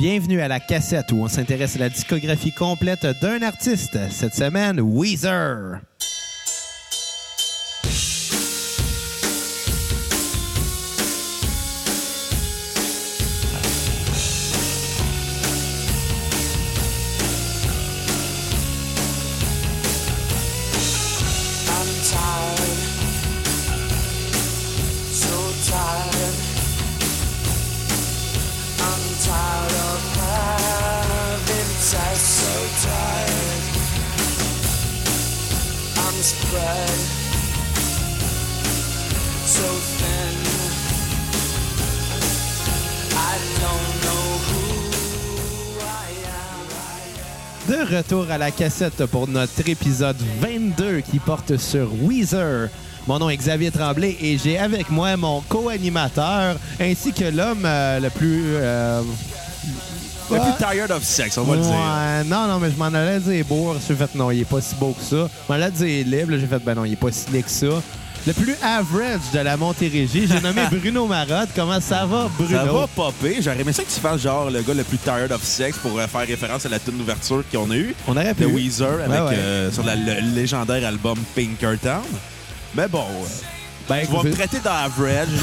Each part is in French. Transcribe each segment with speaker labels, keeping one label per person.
Speaker 1: Bienvenue à la cassette où on s'intéresse à la discographie complète d'un artiste. Cette semaine, Weezer.
Speaker 2: I'm tired, so tired. I'm tired of having sex, so tired. I'm spread so thin. I don't know who I am.
Speaker 1: De retour à la cassette pour notre épisode 22 qui porte sur Weezer. Mon nom est Xavier Tremblay et j'ai avec moi mon co-animateur ainsi que l'homme euh, le plus... euh,
Speaker 3: Le
Speaker 1: Ouais.
Speaker 3: plus tired of sex, on va le dire.
Speaker 1: Ouais, Non, non, mais je m'en allais dire bourre. J'ai fait non, il est pas si beau que ça. Je m'en allais dire libre. là, J'ai fait ben non, il est pas si laid que ça. Le plus average de la Montérégie, j'ai nommé Bruno Marotte. Comment ça va, Bruno?
Speaker 3: Ça va popper. J'aurais aimé ça que tu fasses genre le gars le plus tired of sex pour euh, faire référence à la tune d'ouverture qu'on a eue.
Speaker 1: On aurait pu.
Speaker 3: de Weezer avec,
Speaker 1: Ouais, ouais.
Speaker 3: euh, sur la- le légendaire album Pinkerton. Mais bon, euh,
Speaker 1: Ben,
Speaker 3: tu vas me
Speaker 1: écoute,
Speaker 3: traiter d'average,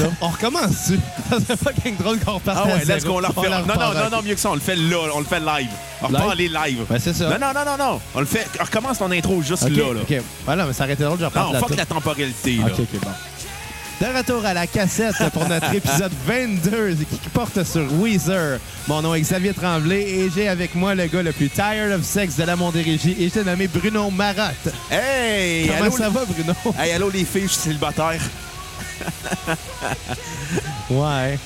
Speaker 3: là.
Speaker 1: on recommence-tu? Ça serait fucking drôle qu'on reparte
Speaker 3: Ah
Speaker 1: à
Speaker 3: ouais, let's
Speaker 1: zéro.
Speaker 3: qu'on la
Speaker 1: On
Speaker 3: refait. Non, non,
Speaker 1: repart à-
Speaker 3: non, non, mieux que ça, on le fait là, on le fait live. On
Speaker 1: Live?
Speaker 3: repart les lives.
Speaker 1: Ben, c'est ça.
Speaker 3: Non, non, non, non, non. On le fait. on Recommence ton intro juste
Speaker 1: OK,
Speaker 3: là, là.
Speaker 1: OK. Voilà, mais ça aurait été drôle, je reparte
Speaker 3: Non,
Speaker 1: la
Speaker 3: fuck
Speaker 1: tête.
Speaker 3: la temporalité, là.
Speaker 1: OK, OK, bon. De retour à la cassette pour notre épisode 22 qui porte sur Weezer. Mon nom est Xavier Tremblay et j'ai avec moi le gars le plus tired of sex de la Montérégie et j'ai nommé Bruno Marotte.
Speaker 3: Hey!
Speaker 1: Comment
Speaker 3: allô,
Speaker 1: ça va, Bruno?
Speaker 3: Hey, allô les filles, je suis célibataire.
Speaker 1: Ouais.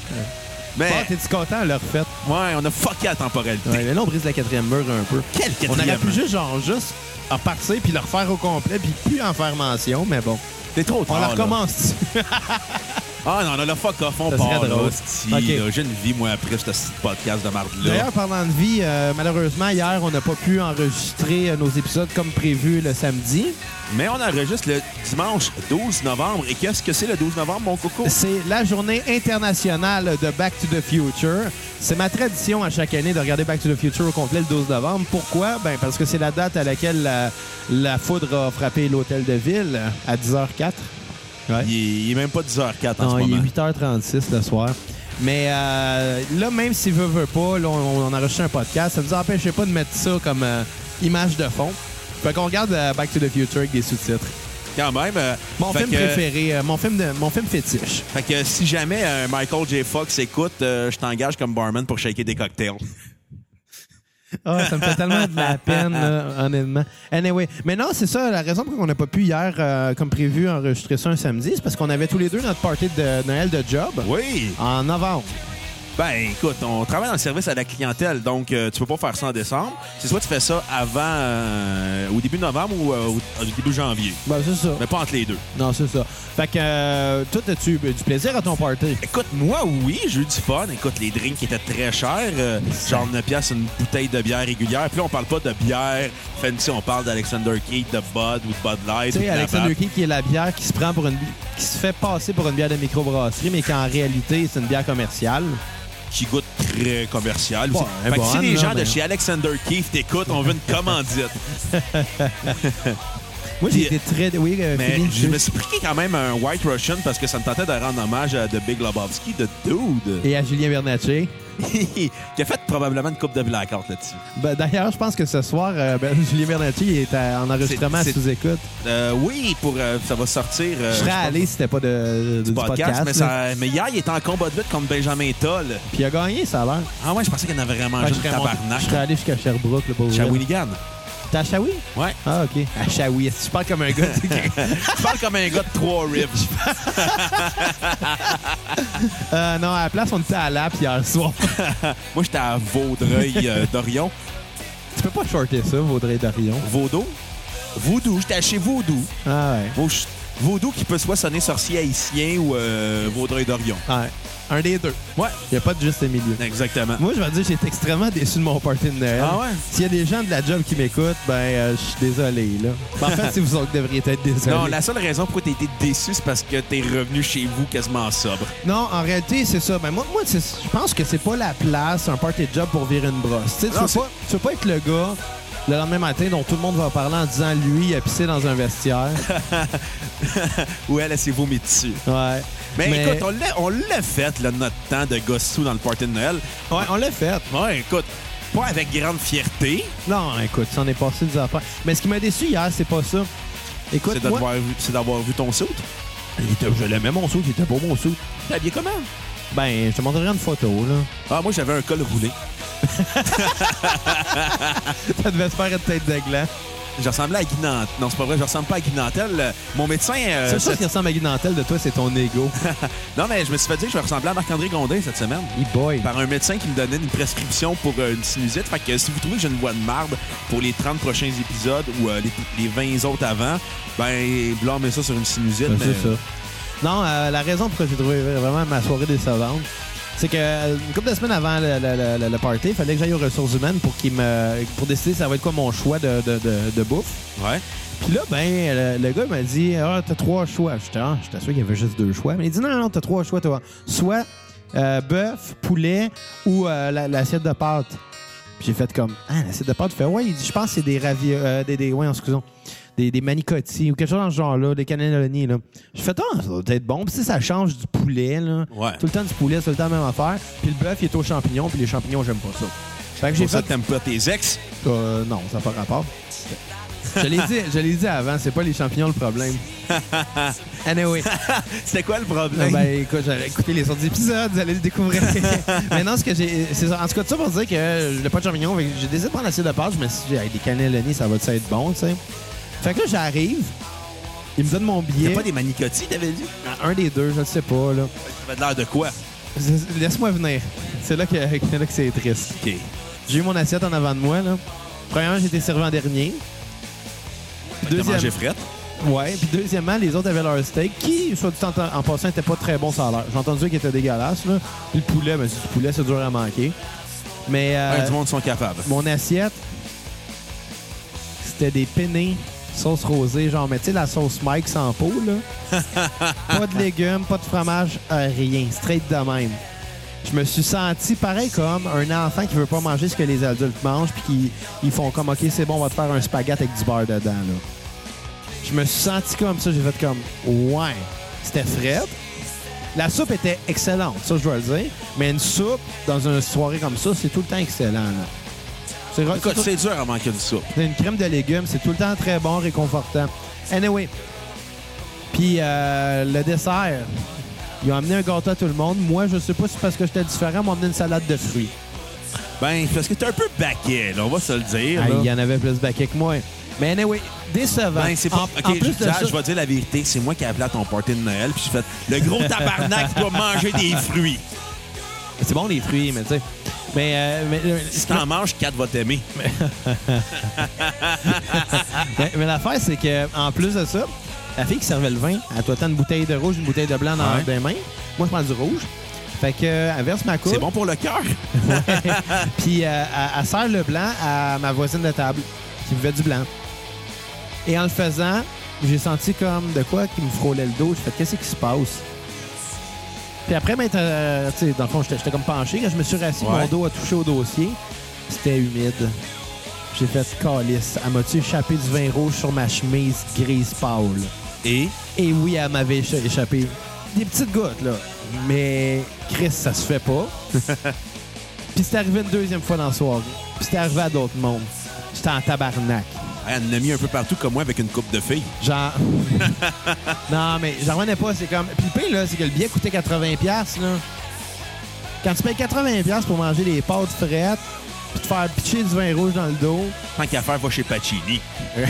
Speaker 3: Mais,
Speaker 1: Bon, t'es-tu content à leur fête?
Speaker 3: ouais, on a fucké la temporalité.
Speaker 1: Ouais, mais là, on brise la quatrième mur un peu.
Speaker 3: Quel
Speaker 1: On aurait
Speaker 3: quatrième?
Speaker 1: pu juste, genre, juste en partir puis le refaire au complet puis plus en faire mention, mais bon.
Speaker 3: T'es trop
Speaker 1: On
Speaker 3: tard.
Speaker 1: la
Speaker 3: là.
Speaker 1: recommence
Speaker 3: Ah non, non, le fuck off, on
Speaker 1: Ça
Speaker 3: part
Speaker 1: serait
Speaker 3: là.
Speaker 1: drôle.
Speaker 3: hostie,
Speaker 1: Ok.
Speaker 3: là. J'ai une vie, moi, après ce petit podcast de marde-là.
Speaker 1: D'ailleurs, parlant de vie, euh, malheureusement, hier, on n'a pas pu enregistrer euh, nos épisodes comme prévu le samedi.
Speaker 3: Mais on enregistre le dimanche 12 novembre. Et qu'est-ce que c'est le 12 novembre, mon coco?
Speaker 1: C'est la journée internationale de Back to the Future. C'est ma tradition à chaque année de regarder Back to the Future au complet le 12 novembre. Pourquoi? Ben parce que c'est la date à laquelle la, la foudre a frappé l'hôtel de ville à 10h04. Ouais.
Speaker 3: Il, est, il est même pas 10h04 en
Speaker 1: Non,
Speaker 3: ce
Speaker 1: Ah, il est
Speaker 3: moment.
Speaker 1: 8h36 le soir. Mais euh, là, même si veut, veut pas, là, on, on a enregistré un podcast, ça nous empêchait pas de mettre ça comme euh, image de fond. Fait qu'on regarde euh, Back to the Future avec des sous-titres.
Speaker 3: Quand même. euh,
Speaker 1: Mon
Speaker 3: fait
Speaker 1: film
Speaker 3: que-
Speaker 1: préféré, euh, mon, film de, mon film fétiche.
Speaker 3: Fait que si jamais euh, Michael J. Fox écoute, euh, je t'engage comme barman pour shaker des cocktails.
Speaker 1: Ah, ça me fait tellement de la peine, là, honnêtement. Anyway, mais non, c'est ça, la raison pour laquelle on n'a pas pu hier, euh, comme prévu, enregistrer ça un samedi, c'est parce qu'on avait tous les deux notre party de Noël de job
Speaker 3: Oui!
Speaker 1: en novembre.
Speaker 3: Ben écoute, on travaille dans le service à la clientèle, donc euh, tu peux pas faire ça en décembre. C'est soit tu fais ça avant, euh, au début novembre ou euh, au, au début janvier.
Speaker 1: Ben, c'est ça.
Speaker 3: Mais pas entre les deux.
Speaker 1: Non, c'est ça. Fait que, euh, toi, as-tu du plaisir à ton party?
Speaker 3: Écoute, moi, oui, j'ai eu du fun. Écoute, les drinks étaient très chers. euh, genre 9 piastres, une bouteille de bière régulière. Puis là, on parle pas de bière fancy, on parle d'Alexander Keith, de Bud ou de Bud Light.
Speaker 1: Tu
Speaker 3: ou
Speaker 1: sais,
Speaker 3: de la
Speaker 1: Alexander
Speaker 3: vape.
Speaker 1: Key, qui est la bière qui se prend pour une bi- qui se fait passer pour une bière de microbrasserie, mais qui en réalité, c'est une bière commerciale.
Speaker 3: Qui goûte très commercial.
Speaker 1: Ouais,
Speaker 3: aussi. fait que si
Speaker 1: bonne,
Speaker 3: les
Speaker 1: là,
Speaker 3: gens
Speaker 1: mais-
Speaker 3: de chez Alexander Keith t'écoutent, on veut une commandite.
Speaker 1: Moi, j'ai
Speaker 3: Puis-
Speaker 1: été très. Oui, euh,
Speaker 3: Mais
Speaker 1: Philippe,
Speaker 3: je me suis pris quand même un White Russian parce que ça me tentait de rendre hommage à The Big Lebowski, de Dude,
Speaker 1: Et à Julien Bernatchez.
Speaker 3: qui a fait probablement une coupe de blackout là-dessus.
Speaker 1: Ben, D'ailleurs, je pense que ce soir, euh, ben, Julien Bernatchez est à- en enregistrement à
Speaker 3: c'est-
Speaker 1: sous-écoute.
Speaker 3: Euh, oui, pour euh, ça va sortir. euh,
Speaker 1: Je
Speaker 3: je
Speaker 1: serais
Speaker 3: pense-
Speaker 1: allé si c'était pas de, du podcast.
Speaker 3: podcast, mais,
Speaker 1: là.
Speaker 3: ça, mais hier, il était en combat de lutte contre Benjamin Toll.
Speaker 1: Puis il a gagné, ça a l'air.
Speaker 3: Ah ouais, je pensais qu'il en avait vraiment
Speaker 1: Fait que
Speaker 3: mangé
Speaker 1: je
Speaker 3: une
Speaker 1: serais monté-
Speaker 3: tabarnak.
Speaker 1: je serais allé jusqu'à Sherbrooke, le pauvre.
Speaker 3: Shawinigan.
Speaker 1: T'es à Shawi?
Speaker 3: Ouais.
Speaker 1: Ah, OK. À Shawi. Est-ce que Je parle comme un gars. tu sais, qui-
Speaker 3: Je parle comme un gars de trois ribs.
Speaker 1: Euh, non, à la place, on était à Lap hier soir.
Speaker 3: Moi, j'étais à Vaudreuil euh, d'Orion.
Speaker 1: tu peux pas shorter ça, Vaudrey Darion.
Speaker 3: Vaudou? Voodoo. J'étais à chez Voodoo.
Speaker 1: Ah, ouais.
Speaker 3: Vaudou qui peut soit sonner sorcier haïtien ou euh, Vaudreuil d'Orion.
Speaker 1: Ouais. Un des deux.
Speaker 3: Ouais,
Speaker 1: Il n'y a pas de juste milieu.
Speaker 3: exactement.
Speaker 1: Moi, je vais dire, j'étais extrêmement déçu de mon party de Noël.
Speaker 3: Ah ouais?
Speaker 1: S'il y a des gens de la job qui m'écoutent, ben, euh, je suis désolé, là. Ben, en fait, c'est vous autres qui devriez être désolés.
Speaker 3: Non, la seule raison pourquoi t'as été déçu, c'est parce que t'es revenu chez vous quasiment sobre.
Speaker 1: Non, en réalité, c'est ça. Ben, moi, moi c'est- je pense que c'est pas la place, un party de job pour virer une brosse. Tu sais, tu
Speaker 3: Non,
Speaker 1: veux
Speaker 3: c'est-
Speaker 1: pas- tu veux pas être le gars le lendemain matin dont tout le monde va parler en disant lui, il a pissé dans un vestiaire.
Speaker 3: Ou elle, elle s'est vomi dessus.
Speaker 1: Ouais.
Speaker 3: Mais, écoute, on l'a- on l'a fait, là, notre temps de gosse sous dans le party de Noël.
Speaker 1: on... Ouais, on l'a fait.
Speaker 3: Ouais, écoute, pas avec grande fierté,
Speaker 1: Non, écoute, ça en est passé des affaires. Mais ce qui m'a déçu hier, c'est pas ça. Écoute,
Speaker 3: c'est
Speaker 1: moi,
Speaker 3: d'avoir vu- c'est d'avoir vu ton saut.
Speaker 1: il était- je l'aimais mon saut, il était beau mon saut.
Speaker 3: T'es habillé comment?
Speaker 1: Ben, je te montrerai une photo, là.
Speaker 3: Ah, moi, j'avais un col roulé.
Speaker 1: ça devait se faire une tête de gland.
Speaker 3: Je ressemblais à Guy Nant- Non, c'est pas vrai, je ressemble pas à Guy Nantel. Euh, Mon médecin. euh,
Speaker 1: C'est ça
Speaker 3: cette-
Speaker 1: qui ressemble à Guy Nantel de toi, c'est ton ego.
Speaker 3: Non, mais je me suis fait dire que je ressemblais à Marc-André Gondin cette semaine.
Speaker 1: E-boy.
Speaker 3: Par un médecin qui me donnait une prescription pour euh, une sinusite. Fait que si vous trouvez que j'ai une voix de marbre pour les 30 prochains épisodes ou euh, les, les 20 autres avant, ben, blâmez ça sur une sinusite.
Speaker 1: Ben,
Speaker 3: mais-
Speaker 1: c'est ça. Non, euh, la raison pour laquelle j'ai trouvé vraiment ma soirée décevante, c'est que euh, une couple de semaines avant le, le- le- le party, il fallait que j'aille aux ressources humaines pour qu'ils me pour décider ça va être quoi mon choix de, de- de- de bouffe.
Speaker 3: Ouais.
Speaker 1: Puis là, ben, le, le gars m'a dit Ah, t'as trois choix. J'étais ah, j'étais sûr qu'il y avait juste deux choix. Mais il dit Non, non, non, t'as trois choix, toi. Soit euh, bœuf, poulet ou euh, la- l'assiette de pâtes. Puis j'ai fait comme Ah, l'assiette de pâtes, tu fais Ouais, il dit Je pense que c'est des ravi euh, des, des, ouais, excusons, des, des manicotti ou quelque chose dans ce genre-là, des cannellonis, là. J'ai fait Ah, ça doit être bon. Puis tu sais, ça change du poulet, là.
Speaker 3: Ouais.
Speaker 1: Tout le temps du poulet, c'est tout le temps la même affaire. Puis le bœuf, il est aux champignons, puis les champignons, j'aime pas ça. Fait que
Speaker 3: C'est
Speaker 1: j'ai
Speaker 3: pour ça
Speaker 1: fait
Speaker 3: que t'aimes pas tes ex.
Speaker 1: euh, non, ça n'a pas rapport. Je l'ai dit, je l'ai dit avant, c'est pas les champignons le problème. Anyway,
Speaker 3: C'était quoi le
Speaker 1: euh,
Speaker 3: problème?
Speaker 1: ben, écoute, j'avais écouté les autres épisodes, vous allez le découvrir. Maintenant, ce que j'ai. c'est ça. En tout cas, tout ça pour dire que je n'ai pas de champignons, fait que j'ai décidé de prendre l'assiette de pâtes. Je me suis dit, avec des cannelloni, ça va être bon, tu sais. Fait que là, j'arrive, il me donne mon
Speaker 3: Il
Speaker 1: billet.
Speaker 3: pas des manicotis, t'avais dit?
Speaker 1: Un des deux, je ne sais pas, là.
Speaker 3: T'avais de l'air de quoi?
Speaker 1: Laisse-moi venir. C'est là que, c'est là que c'est triste.
Speaker 3: OK.
Speaker 1: J'ai eu mon assiette en avant de moi. Là. Premièrement, j'étais servi en dernier.
Speaker 3: T'as
Speaker 1: Deuxième-
Speaker 3: mangé frette?
Speaker 1: Ouais. Puis deuxièmement, les autres avaient leur steak qui, soit dit en, en passant, était pas très bon ça a l'air. J'ai entendu qu'il était dégueulasse. Là. Puis le poulet, ben, c'est du poulet, c'est dur à manquer. Mais euh,
Speaker 3: Ouais, du monde sont capables.
Speaker 1: mon assiette, c'était des penne sauce rosée, genre, mais tu sais, la sauce Mike sans peau, là. pas de légumes, pas de fromage, euh, rien. Straight de même. Je me suis senti pareil comme un enfant qui veut pas manger ce que les adultes mangent, puis qui ils font comme, OK, c'est bon, on va te faire un spaghetti avec du beurre dedans, là. Je me suis senti comme ça, j'ai fait comme, ouais, c'était frais. La soupe était excellente, ça je dois le dire, mais une soupe dans une soirée comme ça, c'est tout le temps excellent. là. C'est ra-
Speaker 3: Écoute, c'est dur à manquer de soupe.
Speaker 1: c'est une crème de légumes, c'est tout le temps très bon, réconfortant. Anyway. Puis euh, le dessert, ils ont amené un gâteau à tout le monde. Moi, je sais pas si c'est parce que j'étais différent, ils m'ont amené une salade de fruits.
Speaker 3: Ben, parce que t'es un peu baquet, là, on va se le dire.
Speaker 1: Ah,
Speaker 3: là.
Speaker 1: Il y en avait plus baquet que moi. Mais anyway, décevant.
Speaker 3: Ben, c'est pas.
Speaker 1: En-
Speaker 3: ok,
Speaker 1: en plus de
Speaker 3: je, Zach,
Speaker 1: ça-
Speaker 3: je vais te dire la vérité. C'est moi qui ai appelé à ton party de Noël, puis j'ai fait le gros tabarnak qui doit manger des fruits.
Speaker 1: c'est bon les fruits, mais tu sais. Mais, euh, mais,
Speaker 3: Si t'en manges, quatre va t'aimer.
Speaker 1: mais- mais l'affaire, c'est que en plus de ça, la fille qui servait le vin, elle toi une bouteille de rouge, une bouteille de blanc dans
Speaker 3: Ouais.
Speaker 1: des mains. Moi, je prends du rouge. Fait que, euh, elle verse ma coupe.
Speaker 3: C'est bon pour le cœur.
Speaker 1: Puis euh, elle, elle sert le blanc à ma voisine de table qui buvait du blanc. Et en le faisant, j'ai senti comme de quoi qui me frôlait le dos. J'ai fait qu'est-ce qui se passe? Puis après, m'être, euh, tu sais, dans le fond, j'étais j'étais comme penché. Quand je me suis rassis,
Speaker 3: Ouais.
Speaker 1: mon dos a touché au dossier. C'était humide. J'ai fait calice. Elle m'a-tu échappé du vin rouge sur ma chemise grise pâle?
Speaker 3: Et
Speaker 1: Et oui, elle m'avait écha- échappé. Des petites gouttes, là. Mais Chris, ça se fait pas. Puis c'est arrivé une deuxième fois dans la soirée. Puis c'est arrivé à d'autres mondes. J'étais en tabarnak.
Speaker 3: elle en a mis un peu partout, comme moi, avec une coupe de filles.
Speaker 1: Genre... non, mais j'en revenais pas. C'est comme... Puis le pire, là, c'est que le billet coûtait 80$, piastres, là. Quand tu payes 80$ piastres pour manger des pâtes frettes, puis te faire pitcher du vin rouge dans le dos...
Speaker 3: Tant qu'à faire, va chez Pacini.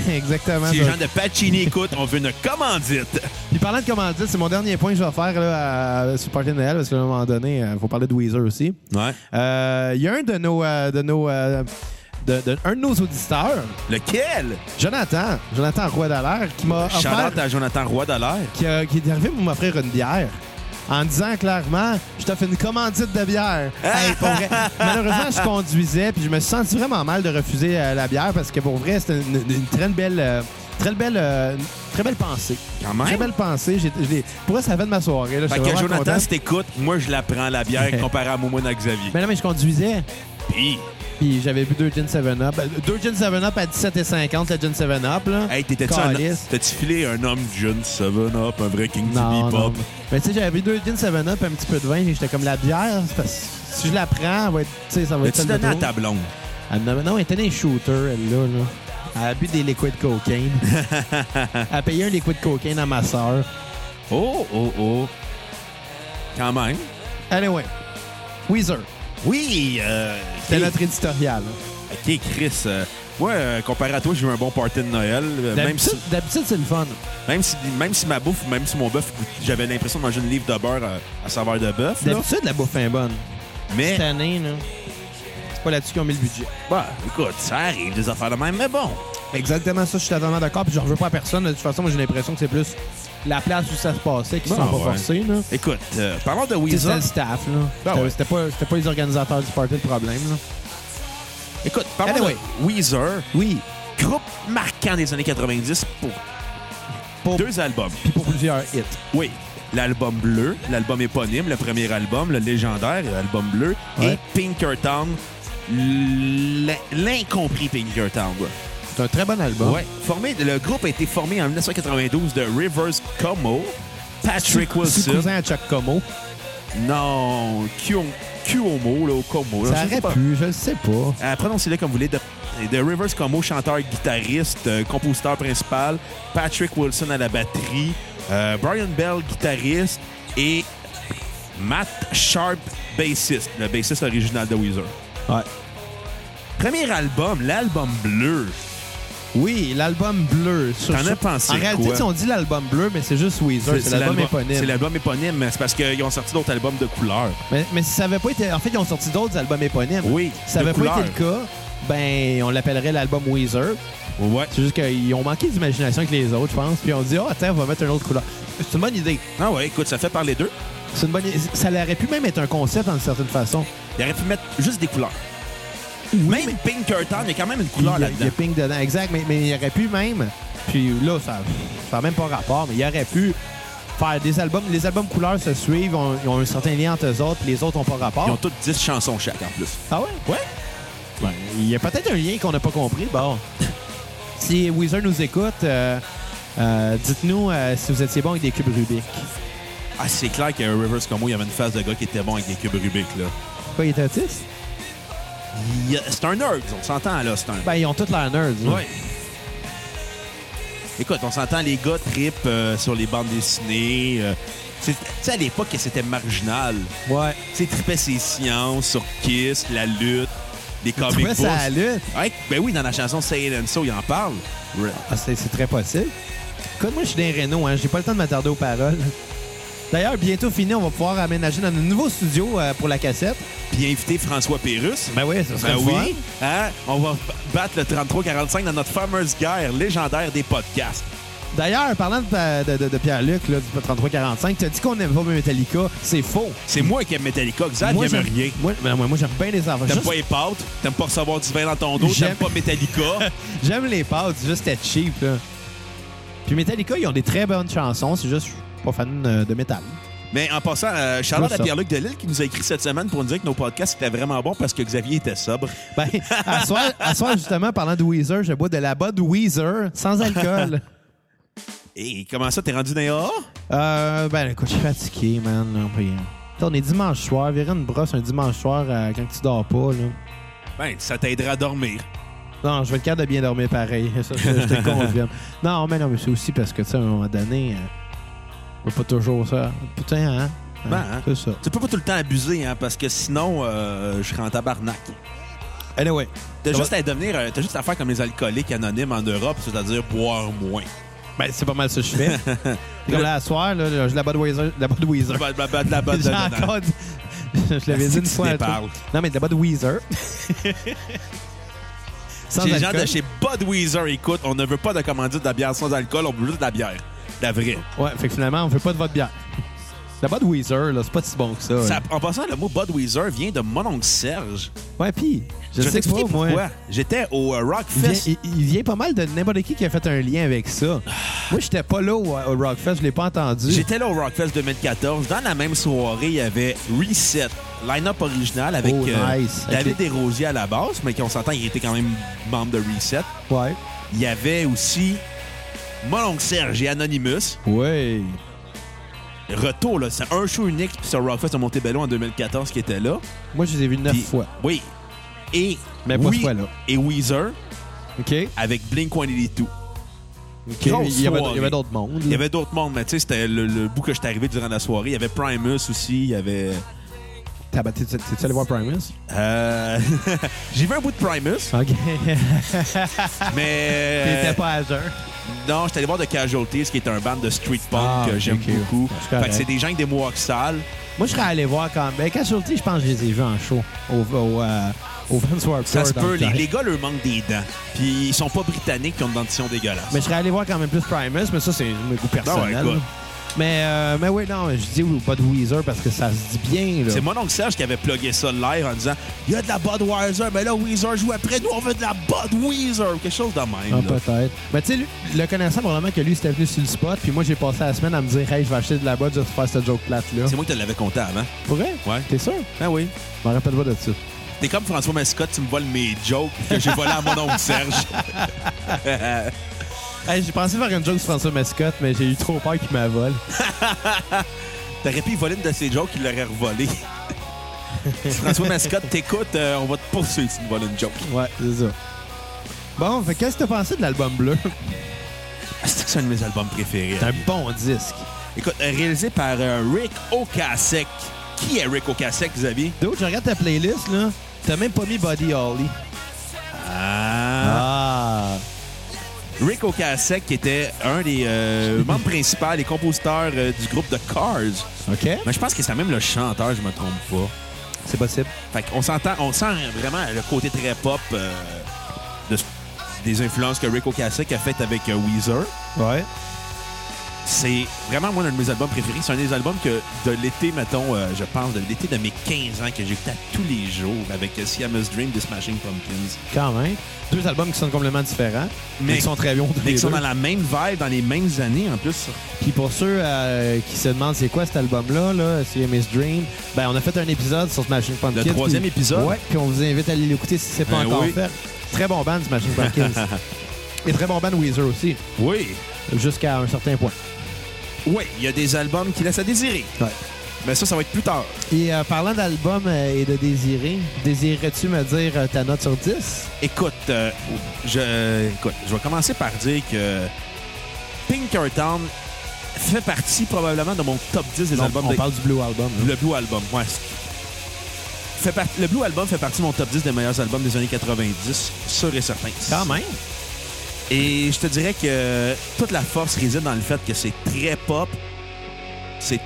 Speaker 1: Exactement.
Speaker 3: Si
Speaker 1: ça.
Speaker 3: les gens de Pacini écoutent, on veut une commandite.
Speaker 1: Puis parlant de commandite, c'est mon dernier point que je vais faire là, à- sur le party de Noël, parce qu'à un moment donné, il faut parler de Weezer aussi.
Speaker 3: Ouais.
Speaker 1: Euh, Il y a un de nos, euh, de nos, euh, de- de- un de nos auditeurs,
Speaker 3: Lequel?
Speaker 1: Jonathan, Jonathan Roy d'Alaire, qui m'a
Speaker 3: Shout
Speaker 1: offert,
Speaker 3: out à Jonathan Roy Dallaire.
Speaker 1: qui, a- qui est arrivé pour m'offrir une bière. en disant clairement, je t'offre une commandite de bière. Hey, pour vrai. Malheureusement, je conduisais, puis je me suis senti vraiment mal de refuser euh, la bière parce que pour vrai, c'était une, une très belle. euh, Très belle, euh, très belle pensée.
Speaker 3: Quand même.
Speaker 1: Très belle pensée. J'ai- je l'ai- Pour vrai, ça fait de ma soirée. Là.
Speaker 3: Fait
Speaker 1: J'étais
Speaker 3: que
Speaker 1: vraiment
Speaker 3: Jonathan,
Speaker 1: content. Ben,
Speaker 3: si t'écoutes, moi je la prends la bière comparée à Momo à Xavier.
Speaker 1: Mais non, mais je conduisais.
Speaker 3: Puis,
Speaker 1: Puis j'avais bu deux gin 7-up. Euh, Deux gin 7-up à 17,50, la gin 7-up. là.
Speaker 3: hey, t'étais-tu un.
Speaker 1: Calice.
Speaker 3: T'as-tu filé un homme jeune 7-up, un vrai King
Speaker 1: Non, non.
Speaker 3: Bebop?
Speaker 1: Mais tu sais, j'avais bu deux gin 7-up, un petit peu de vin, et j'étais comme la bière. c'est parce que si je la prends, elle va être, tu sais, ça va être
Speaker 3: L'as-tu
Speaker 1: celle de
Speaker 3: donné à
Speaker 1: trop.
Speaker 3: ta blonde?
Speaker 1: Elle me demandait- non, elle était dans les shooters, elle, là. là. Elle a bu des liquid cocaine. elle a payé un liquid cocaine à ma sœur.
Speaker 3: Oh, oh, oh. Quand même.
Speaker 1: Anyway, Weezer,
Speaker 3: Oui, euh,
Speaker 1: c'était
Speaker 3: ok.
Speaker 1: notre éditorial.
Speaker 3: Ok, Chris. euh, moi, euh, comparé à toi, j'ai eu un bon party de Noël. euh, même,
Speaker 1: D'habitude,
Speaker 3: si,
Speaker 1: d'habitude, c'est le fun.
Speaker 3: même, si, même si ma bouffe, même si mon bœuf, goût- j'avais l'impression de manger une livre de beurre euh, à, saveur de bœuf. là.
Speaker 1: D'habitude, la bouffe est bonne.
Speaker 3: Mais,
Speaker 1: Cette année, là, c'est pas là-dessus qu'ils ont mis le budget.
Speaker 3: bah, écoute, ça arrive, des affaires de même, mais bon.
Speaker 1: Exactement ça, je suis totalement d'accord. Puis je veux pas à personne. De toute façon, moi, j'ai l'impression que c'est plus la place où ça se passait qui
Speaker 3: Bon,
Speaker 1: sont pas
Speaker 3: Ah, ouais.
Speaker 1: forcés. Là.
Speaker 3: Écoute, euh, parlons de
Speaker 1: C'était
Speaker 3: Weezer.
Speaker 1: le staff. là.
Speaker 3: Ben
Speaker 1: C'était-
Speaker 3: ouais.
Speaker 1: C'était pas, c'était pas les organisateurs du party le problème. là.
Speaker 3: Écoute, parlons
Speaker 1: Anyway.
Speaker 3: de Weezer,
Speaker 1: Oui,
Speaker 3: groupe marquant des années 90 pour
Speaker 1: pour,
Speaker 3: deux albums.
Speaker 1: puis pour plusieurs hits.
Speaker 3: Oui, l'album bleu, l'album éponyme, le premier album, le légendaire album bleu,
Speaker 1: Ouais.
Speaker 3: et Pinkerton, l'in- l'incompris Pinkerton. ouais.
Speaker 1: C'est un très bon album.
Speaker 3: Ouais. Formé, le groupe a été formé en 1992 de Rivers Como, Patrick
Speaker 1: C'est
Speaker 3: Wilson,
Speaker 1: cousin à Chuck Como.
Speaker 3: non, Cuomo, Cuomo là, au Como. là,
Speaker 1: Ça
Speaker 3: je sais
Speaker 1: aurait
Speaker 3: pas.
Speaker 1: pu, je le sais pas.
Speaker 3: Euh, Prononcez-le comme vous voulez. De, de Rivers Como, chanteur, guitariste, euh, compositeur principal. Patrick Wilson à la batterie. euh, Brian Bell, guitariste. Et Matt Sharp, bassiste. Le bassiste original de Weezer.
Speaker 1: Ouais.
Speaker 3: Premier album, l'album bleu.
Speaker 1: Oui, l'album bleu. Sur-
Speaker 3: T'en as
Speaker 1: sur-
Speaker 3: pensé
Speaker 1: En réalité,
Speaker 3: quoi?
Speaker 1: si on dit l'album bleu, mais c'est juste Weezer. C'est l'album
Speaker 3: C'est
Speaker 1: éponyme.
Speaker 3: l'album éponyme, mais c'est parce qu'ils ont sorti d'autres albums de couleur.
Speaker 1: Mais, mais si ça avait pas été. En fait, ils ont sorti d'autres albums éponymes.
Speaker 3: Oui,
Speaker 1: Si ça
Speaker 3: de
Speaker 1: avait pas
Speaker 3: couleur.
Speaker 1: été le cas, ben, on l'appellerait l'album Weezer.
Speaker 3: Ouais.
Speaker 1: C'est juste qu'ils ont manqué d'imagination que les autres, je pense. Puis on dit, oh, attends, on va mettre une autre couleur. C'est une bonne idée.
Speaker 3: Ah ouais, écoute, ça fait par les deux.
Speaker 1: C'est une bonne idée. Ça aurait pu même être un concept, en une certaine façon.
Speaker 3: Il aurait pu mettre juste des couleurs. même Pinkerton, il y a quand même une couleur
Speaker 1: il, y a, il y
Speaker 3: là-dedans.
Speaker 1: a pink dedans, exact. Mais, mais il aurait pu même, puis là, ça n'a même pas rapport, mais il aurait pu faire des albums. Les albums couleurs se suivent, ont, ils ont un certain lien entre eux autres, puis les autres n'ont pas rapport.
Speaker 3: Ils ont toutes 10 chansons chaque en plus.
Speaker 1: Ah ouais?
Speaker 3: Ouais.
Speaker 1: Ben, il y a peut-être un lien qu'on n'a pas compris. Bon, si Weezer nous écoute, euh, euh, dites-nous euh, si vous étiez bon avec des cubes Rubik.
Speaker 3: Ah, c'est clair que Rivers Como, il y avait une phase de gars qui était bon avec des cubes Rubik, là.
Speaker 1: Quoi, il est autiste?
Speaker 3: Il- C'est un nerd, on s'entend, là. C'est un...
Speaker 1: Ben, ils ont toutes leurs nerds. là.
Speaker 3: Ouais. Écoute, on s'entend, les gars tripent euh, sur les bandes dessinées. euh, c'est- tu sais, à l'époque, c'était marginal.
Speaker 1: Ouais.
Speaker 3: Tu sais, tripaient ses sciences sur Kiss, la lutte, les
Speaker 1: Tu
Speaker 3: comic
Speaker 1: vois,
Speaker 3: books.
Speaker 1: ça à la lutte?
Speaker 3: Ouais, ben oui, dans la chanson Say It and So, il en parle.
Speaker 1: Ah, c'est c'est très possible. Écoute, moi, je suis d'un Renault, hein. J'ai pas le temps de m'attarder aux paroles. D'ailleurs, bientôt fini, on va pouvoir aménager dans un nouveau studio euh, pour la cassette.
Speaker 3: Puis inviter François Pérus.
Speaker 1: Ben oui, ça
Speaker 3: Ben oui, hein, on va battre le 33-45 dans notre fameuse guerre légendaire des podcasts.
Speaker 1: D'ailleurs, parlant de, de- de- de Pierre-Luc, là, du 3345, tu as dit qu'on n'aime pas Metallica. C'est faux.
Speaker 3: C'est moi qui aime Metallica, Xav, il aime
Speaker 1: j'aime-
Speaker 3: rien.
Speaker 1: Moi, ben, moi, moi, j'aime bien les enfants.
Speaker 3: T'aimes
Speaker 1: Juste-
Speaker 3: pas les pâtes, t'aimes pas recevoir du vin dans ton dos,
Speaker 1: J'aime-
Speaker 3: t'aimes pas Metallica.
Speaker 1: J'aime les pâtes, c'est juste être cheap, là. Puis Metallica, ils ont des très bonnes chansons. C'est juste, je suis pas fan euh, de métal.
Speaker 3: Mais en passant, euh, Charlotte
Speaker 1: Tout
Speaker 3: à
Speaker 1: ça.
Speaker 3: Pierre-Luc Delille qui nous a écrit cette semaine pour nous dire que nos podcasts étaient vraiment bons parce que Xavier était sobre.
Speaker 1: Ben, à soir, à soir, justement, parlant de Weezer, je bois de la Bud Weezer sans alcool.
Speaker 3: Et comment ça, t'es rendu dans les AA?
Speaker 1: Euh, ben écoute, je suis fatigué, man. là, puis, Putain, on est dimanche soir. Virer une brosse un dimanche soir euh, quand tu dors pas, là.
Speaker 3: Ben, ça t'aidera à dormir.
Speaker 1: Non, je vais le cadre de bien dormir pareil. Ça, je, je te le confirme. Non, mais non, mais c'est aussi parce que, tu sais, à un moment donné, euh, on peut pas toujours ça. Putain, hein? Hein,
Speaker 3: Ben, hein.
Speaker 1: C'est ça.
Speaker 3: Tu peux pas tout le temps abuser, hein, parce que sinon, euh, je serais en tabarnak.
Speaker 1: Anyway.
Speaker 3: T'as
Speaker 1: Ça
Speaker 3: juste, à devenir, euh, t'as juste à faire comme les alcooliques anonymes en Europe, c'est-à-dire boire moins.
Speaker 1: Ben, c'est pas mal ça que je fais. Comme là, à soir, là, j'ai la Budweiser. La Budweiser.
Speaker 3: Bah, bah, bah, de la bonne-
Speaker 1: J'ai
Speaker 3: de- de- de-
Speaker 1: encore dit- Je l'avais dit
Speaker 3: C'est
Speaker 1: une
Speaker 3: que tu
Speaker 1: fois. à toi.
Speaker 3: déparles.
Speaker 1: Non, mais de la Budweiser. Sans
Speaker 3: Chez les gens
Speaker 1: alcool.
Speaker 3: de chez Budweiser, écoute, on ne veut pas de commandite de la bière sans alcool, on veut juste de la bière. La vraie.
Speaker 1: Ouais, fait que finalement, on veut pas de votre bière. La bas de Weezer, là, c'est pas si bon que ça.
Speaker 3: Ça-
Speaker 1: là.
Speaker 3: en passant, le mot Budweiser vient de mon oncle Serge.
Speaker 1: Ouais, puis, je,
Speaker 3: Je, vais
Speaker 1: sais pas,
Speaker 3: t'expliquer
Speaker 1: moi.
Speaker 3: pourquoi. J'étais au euh,
Speaker 1: Il vient,
Speaker 3: Rockfest.
Speaker 1: il- il vient pas mal de n'importe qui qui a fait un lien avec ça. Moi, j'étais pas là au, au Rockfest, je l'ai pas entendu.
Speaker 3: Ah. J'étais là au Rockfest 2014. Dans la même soirée, il y avait Reset, line-up original avec euh,
Speaker 1: Oh, nice.
Speaker 3: David
Speaker 1: Ok.
Speaker 3: Desrosiers à la basse, mais qui on s'entend, il était quand même membre de Reset.
Speaker 1: Ouais.
Speaker 3: Il y avait aussi mon oncle Serge et Anonymous.
Speaker 1: Ouais.
Speaker 3: Retour, là, c'est un show unique sur Rockfest à Montebello en 2014 qui était là.
Speaker 1: Moi, je les ai vus neuf
Speaker 3: Puis-
Speaker 1: fois.
Speaker 3: Oui. Et,
Speaker 1: Mais pas
Speaker 3: oui,
Speaker 1: ce fois-là.
Speaker 3: et Weezer
Speaker 1: OK?
Speaker 3: avec Blink-182.
Speaker 1: Ok, Il y avait,
Speaker 3: soirée.
Speaker 1: il y avait d'autres mondes.
Speaker 3: Il y avait d'autres mondes, mais tu sais, c'était le, le bout que j'étais arrivé durant la soirée. Il y avait Primus aussi, il y avait...
Speaker 1: T'as- t'es- t'es- T'es-tu allé voir Primus?
Speaker 3: Euh, J'ai vu un bout de Primus,
Speaker 1: OK.
Speaker 3: mais...
Speaker 1: Ah.
Speaker 3: euh,
Speaker 1: T'étais pas à jeun.
Speaker 3: Non, j'étais allé voir The Casualties, qui est un band de street punk
Speaker 1: Ah,
Speaker 3: que j'aime
Speaker 1: ok.
Speaker 3: beaucoup.
Speaker 1: C'est correct.
Speaker 3: Fait que c'est des gens avec des mohawks sales.
Speaker 1: Moi, je serais allé voir quand même. Ben, Casualty, je pense que je les ai vus en show au, au, euh, au Vans Warped
Speaker 3: Ça
Speaker 1: Tour
Speaker 3: se
Speaker 1: dans le
Speaker 3: peut, les,
Speaker 1: temps.
Speaker 3: les gars leur manquent des dents. Puis ils sont pas britanniques, ils ont une dentition dégueulasse.
Speaker 1: Mais je serais allé voir quand même plus Primus, mais ça, c'est mes goûts personnels.
Speaker 3: Ah écoute.
Speaker 1: mais, euh, mais oui, non, je dis oui, pas de Weezer parce que ça se dit bien. Là.
Speaker 3: C'est mon oncle Serge qui avait plugué ça live en disant Il y a de la Budweiser, mais là, Weezer joue après nous, on veut de la Budweiser, ou quelque chose de
Speaker 1: Ah,
Speaker 3: même. là.
Speaker 1: peut-être. Mais tu sais, lui- le connaissant, probablement que lui, c'était venu sur le spot, puis moi, j'ai passé la semaine à me dire, hey, je vais acheter de la boîte juste pour faire cette joke plate-là.
Speaker 3: C'est moi qui te l'avais compté avant.
Speaker 1: Pour vrai?
Speaker 3: Ouais.
Speaker 1: T'es sûr?
Speaker 3: Ben oui.
Speaker 1: Je m'en rappelle pas de ça.
Speaker 3: T'es comme François Mascotte, tu me voles mes jokes que j'ai volé à mon oncle Serge.
Speaker 1: Hey, j'ai pensé faire une joke sur François Mascotte, mais j'ai eu trop peur qu'il m'avole.
Speaker 3: T'aurais pu voler une de ses jokes, il l'aurait revolé. François Mascotte, t'écoutes, euh, on va te poursuivre si tu me voles une joke.
Speaker 1: Ouais, c'est ça. Bon, fait qu'est-ce que t'as pensé de l'album bleu?
Speaker 3: Ah, C'est que c'est un de mes albums préférés.
Speaker 1: C'est un bon disque.
Speaker 3: Écoute, euh, réalisé par euh, Rick Ocasek. Qui est Rick Ocasek, Xavier?
Speaker 1: D'autres, je regarde ta playlist, là. T'as même pas mis Buddy Holly.
Speaker 3: Ah.
Speaker 1: Ah.
Speaker 3: Rick Ocasek, qui était un des euh, membres principaux et compositeurs euh, du groupe de Cars.
Speaker 1: OK.
Speaker 3: Mais je pense que c'est même le chanteur, je me trompe pas.
Speaker 1: C'est possible.
Speaker 3: Fait qu'on s'entend, on sent vraiment le côté très pop euh, de ce- des influences que Rick Ocasek a faites avec euh, Weezer.
Speaker 1: Ouais.
Speaker 3: C'est vraiment, moi, l'un de mes albums préférés. C'est un des albums que de l'été, mettons, euh, je pense, de l'été de mes 15 ans, que j'écoutais à tous les jours avec euh, Siamese Dream de Smashing Pumpkins.
Speaker 1: Quand même. Deux albums qui sont complètement différents, mais,
Speaker 3: Mais-
Speaker 1: qui sont très bons tous
Speaker 3: Mais
Speaker 1: les
Speaker 3: qui sont
Speaker 1: deux.
Speaker 3: dans la même vibe, dans les mêmes années, en plus.
Speaker 1: Puis pour ceux euh, qui se demandent c'est quoi cet album-là, là, c'est Miss Dream, ben on a fait un épisode sur Smashing Pumpkins.
Speaker 3: Le troisième
Speaker 1: puis-
Speaker 3: épisode.
Speaker 1: Ouais, puis on vous invite à aller l'écouter si c'est pas
Speaker 3: Ben
Speaker 1: encore
Speaker 3: oui.
Speaker 1: fait. Très bon band, Smashing Pumpkins. Et très bon band Weezer aussi,
Speaker 3: Oui.
Speaker 1: jusqu'à un certain point.
Speaker 3: Oui, il y a des albums qui laissent à désirer.
Speaker 1: Ouais.
Speaker 3: Mais ça, ça va être plus tard.
Speaker 1: Et euh, parlant d'album euh, et de désirer, désirais-tu me dire euh, ta note sur 10?
Speaker 3: Écoute, euh, je, écoute, je vais commencer par dire que Pinkerton fait partie probablement de mon top 10 des
Speaker 1: on
Speaker 3: albums.
Speaker 1: on
Speaker 3: de-
Speaker 1: parle du Blue Album. là.
Speaker 3: Le Blue Album, ouais. Fait par- Le Blue Album fait partie de mon top 10 des meilleurs albums des années 90, sûr et certain.
Speaker 1: Quand même.
Speaker 3: Et je te dirais que toute la force réside dans le fait que c'est très pop. C'est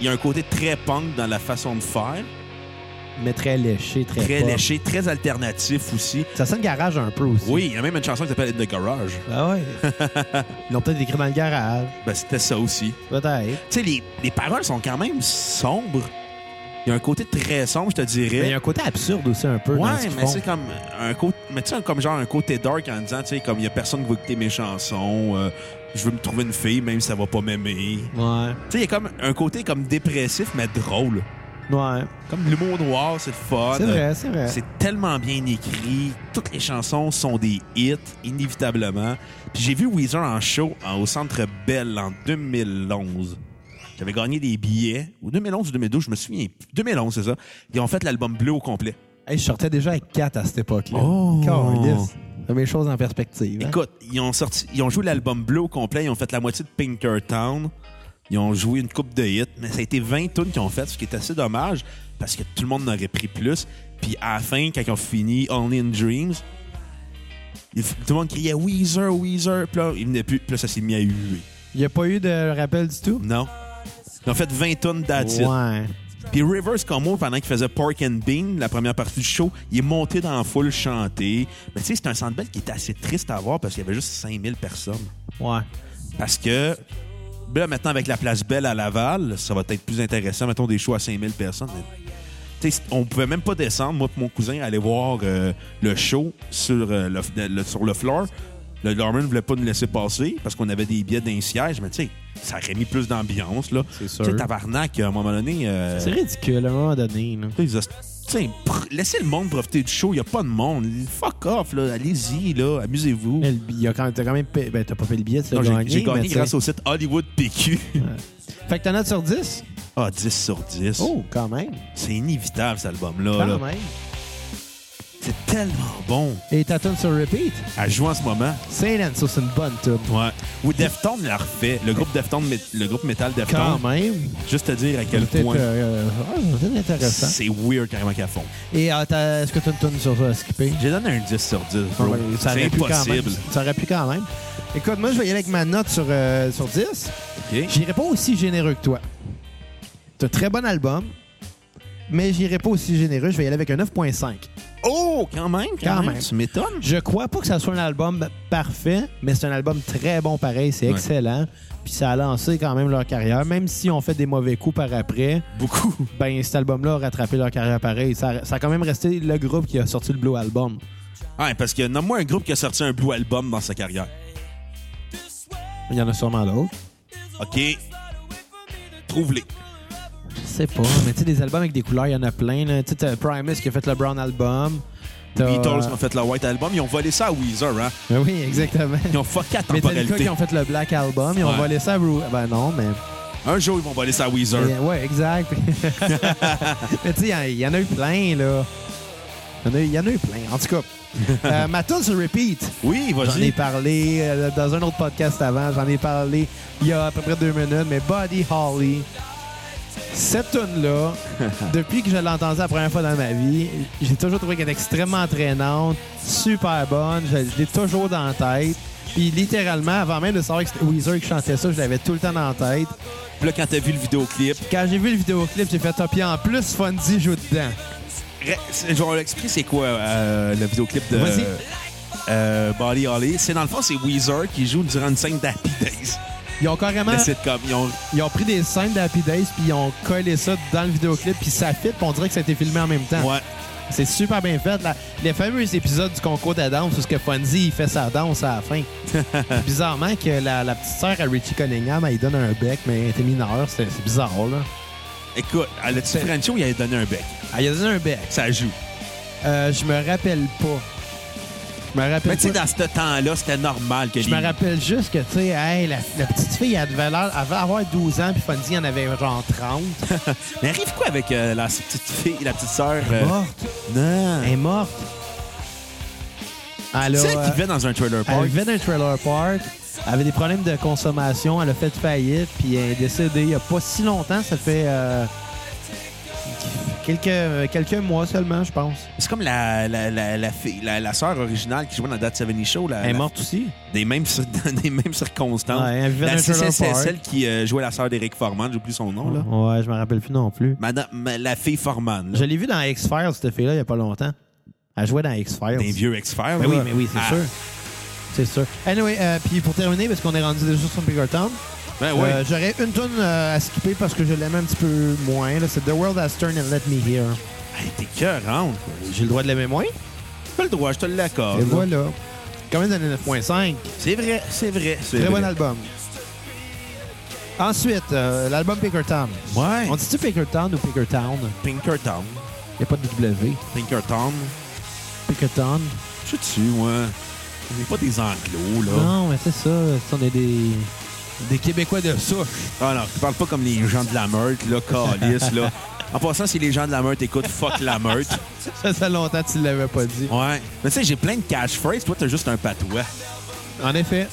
Speaker 3: il y a un côté très punk dans la façon de faire,
Speaker 1: Mais très léché, très,
Speaker 3: très
Speaker 1: pop.
Speaker 3: léché, très alternatif aussi.
Speaker 1: Ça sonne garage un peu aussi.
Speaker 3: Oui, il y a même une chanson qui s'appelle In the Garage.
Speaker 1: Ah ouais. Ils l'ont peut-être écrit dans le garage.
Speaker 3: Ben, c'était ça aussi.
Speaker 1: Peut-être.
Speaker 3: Tu sais, les, les paroles sont quand même sombres. Il y a un côté très sombre, je te dirais.
Speaker 1: Mais il y a un côté absurde aussi un peu. dans ce
Speaker 3: Ouais,
Speaker 1: qu'ils
Speaker 3: mais
Speaker 1: font.
Speaker 3: c'est comme un côté, mais tu sais, comme genre un côté dark en disant, tu sais, comme il y a personne qui veut écouter mes chansons, euh, je veux me trouver une fille même si ça va pas m'aimer.
Speaker 1: Ouais.
Speaker 3: Tu sais, il y a comme un côté comme dépressif mais drôle.
Speaker 1: Ouais.
Speaker 3: Comme l'humour noir, c'est le fun.
Speaker 1: C'est vrai, c'est vrai.
Speaker 3: Ah, euh, C'est tellement bien écrit. Toutes les chansons sont des hits, inévitablement. Puis j'ai vu Weezer en show en- au Centre Bell en 2011. J'avais gagné des billets. Ou 2011 ou 2012, je me souviens. plus. 2011, c'est ça. Ils ont fait l'album bleu au complet.
Speaker 1: Hey, je sortais déjà avec 4 à cette époque-là.
Speaker 3: Oh.
Speaker 1: Calisse. Ça met les choses en perspective. hein.
Speaker 3: Écoute, ils ont sorti, ils ont joué l'album bleu au complet, ils ont fait la moitié de Pinkertown, ils ont joué une coupe de hits, mais ça a été 20 tunes qu'ils ont fait, ce qui est assez dommage parce que tout le monde en aurait pris plus. Puis à la fin, quand ils ont fini Only in Dreams, il- tout le monde criait Weezer, Weezer, puis là, il venait plus, puis là, ça s'est mis à huer.
Speaker 1: Il n'y a pas eu de rappel du tout?
Speaker 3: Non. Ils ont fait 20 tonnes d'adits.
Speaker 1: Ouais.
Speaker 3: Puis Rivers Como, pendant qu'il faisait Pork and Bean, la première partie du show, il est monté dans la foule chanter. Mais tu sais, c'est un centre Bell qui était assez triste à voir parce qu'il y avait juste 5000 personnes.
Speaker 1: Ouais.
Speaker 3: Parce que Mais Là, maintenant, avec la place Belle à Laval, ça va être plus intéressant. Mettons des shows à 5000 personnes. Tu sais, on pouvait même pas descendre, moi et mon cousin, aller voir euh, le show sur, euh, le, f- le- sur le floor. Le Norman ne voulait pas nous laisser passer parce qu'on avait des billets d'un siège, mais tu sais, ça aurait mis plus d'ambiance. là.
Speaker 1: C'est sûr.
Speaker 3: Tu sais, tabarnak, à un moment donné. euh,
Speaker 1: C'est ridicule à un moment donné. là.
Speaker 3: tu sais, tu sais, pr- laissez le monde profiter du show, il a pas de monde. Fuck off, là, allez-y, là, amusez-vous.
Speaker 1: Mais le bi- il y a quand même, t'as quand même payé- ben, t'as pas payé le billet, tu l'as
Speaker 3: Non, j'ai-
Speaker 1: gagné.
Speaker 3: J'ai
Speaker 1: mais
Speaker 3: gagné
Speaker 1: tu sais.
Speaker 3: grâce au site Hollywood PQ.
Speaker 1: Fait que t'as note sur 10?
Speaker 3: Ah, 10 sur 10.
Speaker 1: Oh, quand même.
Speaker 3: C'est inévitable, cet album-là.
Speaker 1: Quand
Speaker 3: là.
Speaker 1: même.
Speaker 3: C'est tellement bon
Speaker 1: Et ta tune sur repeat?
Speaker 3: à jouer en ce moment.
Speaker 1: Silent, ça c'est une bonne tune.
Speaker 3: Ouais. Ou Deftones l'a refait. Le groupe Deftones, mét- le groupe métal
Speaker 1: Quand
Speaker 3: Deftones.
Speaker 1: même.
Speaker 3: Juste te dire à quel
Speaker 1: Peut-être,
Speaker 3: point
Speaker 1: euh, ah, c'est peut-être intéressant.
Speaker 3: c'est weird carrément qu'à fond.
Speaker 1: Et euh, t'as- est-ce que t'as une tune sur euh, skipper?
Speaker 3: J'ai donné un 10 sur 10,
Speaker 1: Non,
Speaker 3: bro.
Speaker 1: mais ça
Speaker 3: C'est
Speaker 1: aurait pu quand même.
Speaker 3: impossible.
Speaker 1: Ça aurait pu quand même. Écoute, moi, je vais y aller avec ma note sur, euh, sur 10.
Speaker 3: OK?
Speaker 1: J'irai pas aussi généreux que toi. T'as un très bon album, mais j'irai pas aussi généreux. Je vais y aller avec un 9.5.
Speaker 3: Oh, quand même, quand,
Speaker 1: Quand
Speaker 3: même.
Speaker 1: même.
Speaker 3: Tu m'étonnes.
Speaker 1: Je crois pas que ça soit un album parfait, mais c'est un album très bon pareil. C'est
Speaker 3: Ouais.
Speaker 1: excellent. Puis ça a lancé quand même leur carrière. Même si on fait des mauvais coups par après,
Speaker 3: Beaucoup.
Speaker 1: ben cet album-là a rattrapé leur carrière pareil. Ça, ça a quand même resté le groupe qui a sorti le Blue Album.
Speaker 3: Ouais, parce que nomme-moi un groupe qui a sorti un Blue Album dans sa carrière.
Speaker 1: Il y en a sûrement d'autres.
Speaker 3: OK? Trouve-les.
Speaker 1: Je sais pas, mais tu sais, des albums avec des couleurs, il y en a plein. là. Tu sais, t'as Primus qui a fait le Brown Album. T'as-
Speaker 3: Beatles ont fait le White Album. Ils ont volé ça à Weezer, hein?
Speaker 1: Ben Oui, exactement.
Speaker 3: Ils ont fucké la
Speaker 1: Metallica
Speaker 3: temporalité.
Speaker 1: qui ont fait le Black Album, ils ont
Speaker 3: Ouais.
Speaker 1: volé ça à Ru- Ben non, mais...
Speaker 3: Un jour, ils vont voler ça à Weezer.
Speaker 1: mais ouais, exact. mais tu sais, il y en- il y, en a eu plein, là. Il y en a eu- Il y en a eu plein. En tout cas, euh, ma tune sur repeat.
Speaker 3: Oui,
Speaker 1: J'en ai
Speaker 3: vas-y.
Speaker 1: parlé euh, dans un autre podcast avant. J'en ai parlé il y a à peu près deux minutes, mais Buddy Holly. Cette tune-là, depuis que je l'entendais la première fois dans ma vie, j'ai toujours trouvé qu'elle est extrêmement entraînante, super bonne. Je, je l'ai toujours dans la tête. Puis littéralement, avant même de savoir que c'était Weezer qui chantait ça, je l'avais tout le temps dans la tête.
Speaker 3: Puis là, quand t'as vu le vidéoclip,
Speaker 1: Quand j'ai vu le vidéoclip, j'ai fait « Ah, puis en plus, Fonzie joue dedans.
Speaker 3: Re- c'est- Je vais l'expliquer, c'est quoi euh, le vidéoclip de
Speaker 1: Vas-y.
Speaker 3: euh, Body Holly. C'est dans le fond, c'est Weezer qui joue durant une scène d'Happy Days. »
Speaker 1: Ils ont carrément...
Speaker 3: Le sitcom. Ils ont-
Speaker 1: Ils ont pris des scènes d'Happy Days, puis ils ont collé ça dans le vidéoclip, puis ça fit, puis on dirait que ça a été filmé en même temps.
Speaker 3: Ouais.
Speaker 1: C'est super bien fait. La- les fameux épisodes du concours de danse où ce que Fonzie il fait sa danse à la fin. Bizarrement que la, la petite sœur à Richie Cunningham, elle lui donne un bec, mais elle était mineure. C'est c'est bizarre, là.
Speaker 3: Écoute, à la petite
Speaker 1: C'est-
Speaker 3: Frenchie, Ah, il avait donné un bec.
Speaker 1: Elle lui a donné un bec.
Speaker 3: Ça joue.
Speaker 1: Euh, je me rappelle pas. Je me
Speaker 3: Mais
Speaker 1: rappelle
Speaker 3: tu sais,
Speaker 1: pas.
Speaker 3: dans ce temps-là, c'était normal que
Speaker 1: Je
Speaker 3: les-
Speaker 1: me rappelle juste que, tu sais, hey, la, la petite fille, elle devait, l'air- elle devait avoir 12 ans, puis Fonzie en avait genre 30.
Speaker 3: Mais arrive quoi avec euh, la petite fille, la petite sœur?
Speaker 1: Elle
Speaker 3: euh,
Speaker 1: est morte.
Speaker 3: Non.
Speaker 1: Ah. Elle est morte. Elle
Speaker 3: Tu
Speaker 1: a,
Speaker 3: sais,
Speaker 1: euh,
Speaker 3: qui vivait dans un trailer
Speaker 1: Elle
Speaker 3: park.
Speaker 1: vivait d'un trailer park, elle avait des problèmes de consommation, elle a fait faillite, puis elle est décédée il n'y a pas si longtemps, ça fait euh, quelques, quelques mois seulement, je pense.
Speaker 3: C'est comme la, la, la, la, fille- la, la sœur originale qui jouait dans That 70 Show. La,
Speaker 1: Elle est
Speaker 3: la-
Speaker 1: morte aussi.
Speaker 3: des mêmes, cir- dans les mêmes circonstances.
Speaker 1: Ouais, elle vivait
Speaker 3: la
Speaker 1: dans un trailer
Speaker 3: c'est
Speaker 1: park.
Speaker 3: celle qui euh, jouait la sœur d'Éric Forman, j'oublie son nom. là.
Speaker 1: Ouais, je me rappelle plus non plus.
Speaker 3: Madame, ma- la fille Forman, là.
Speaker 1: Je l'ai vue dans X-Files, cette fille-là, il n'y a pas longtemps. Elle jouait dans X-Files.
Speaker 3: des vieux X-Files.
Speaker 1: Ben
Speaker 3: là.
Speaker 1: oui, mais oui, c'est
Speaker 3: Ah,
Speaker 1: sûr. C'est sûr. Anyway, euh, puis pour terminer, parce qu'on est rendu déjà sur Biggertown,
Speaker 3: Ben oui.
Speaker 1: euh, j'aurais une tune à skipper parce que je l'aime un petit peu moins. là. C'est The World Has Turned and Let Me Hear.
Speaker 3: Hey, T'es cœurante.
Speaker 1: J'ai le droit de l'aimer moins?
Speaker 3: Pas le droit, je te l'accorde.
Speaker 1: Et
Speaker 3: Ah, là.
Speaker 1: voilà. Quand même donné 9.5.
Speaker 3: C'est vrai, c'est vrai. c'est
Speaker 1: Très
Speaker 3: vrai.
Speaker 1: bon album. Ensuite, euh, l'album Pickertown.
Speaker 3: Ouais.
Speaker 1: On dit-tu Pickertown ou Pickertown?
Speaker 3: Pinkerton.
Speaker 1: Il n'y a pas de W.
Speaker 3: Pinkerton.
Speaker 1: Pickertown.
Speaker 3: Je suis dessus, moi. On n'est pas des anglos, là.
Speaker 1: Non, mais c'est ça. Si On est des... des Québécois de souche.
Speaker 3: Ah non, tu parles pas comme les gens de la meute, là, calice, là. En passant, si les gens de la meute écoutent fuck la meute.
Speaker 1: Ça fait longtemps que tu ne l'avais pas dit.
Speaker 3: Ouais. Mais tu sais, j'ai plein de catchphrases. Toi, t'as juste un patois.
Speaker 1: En effet.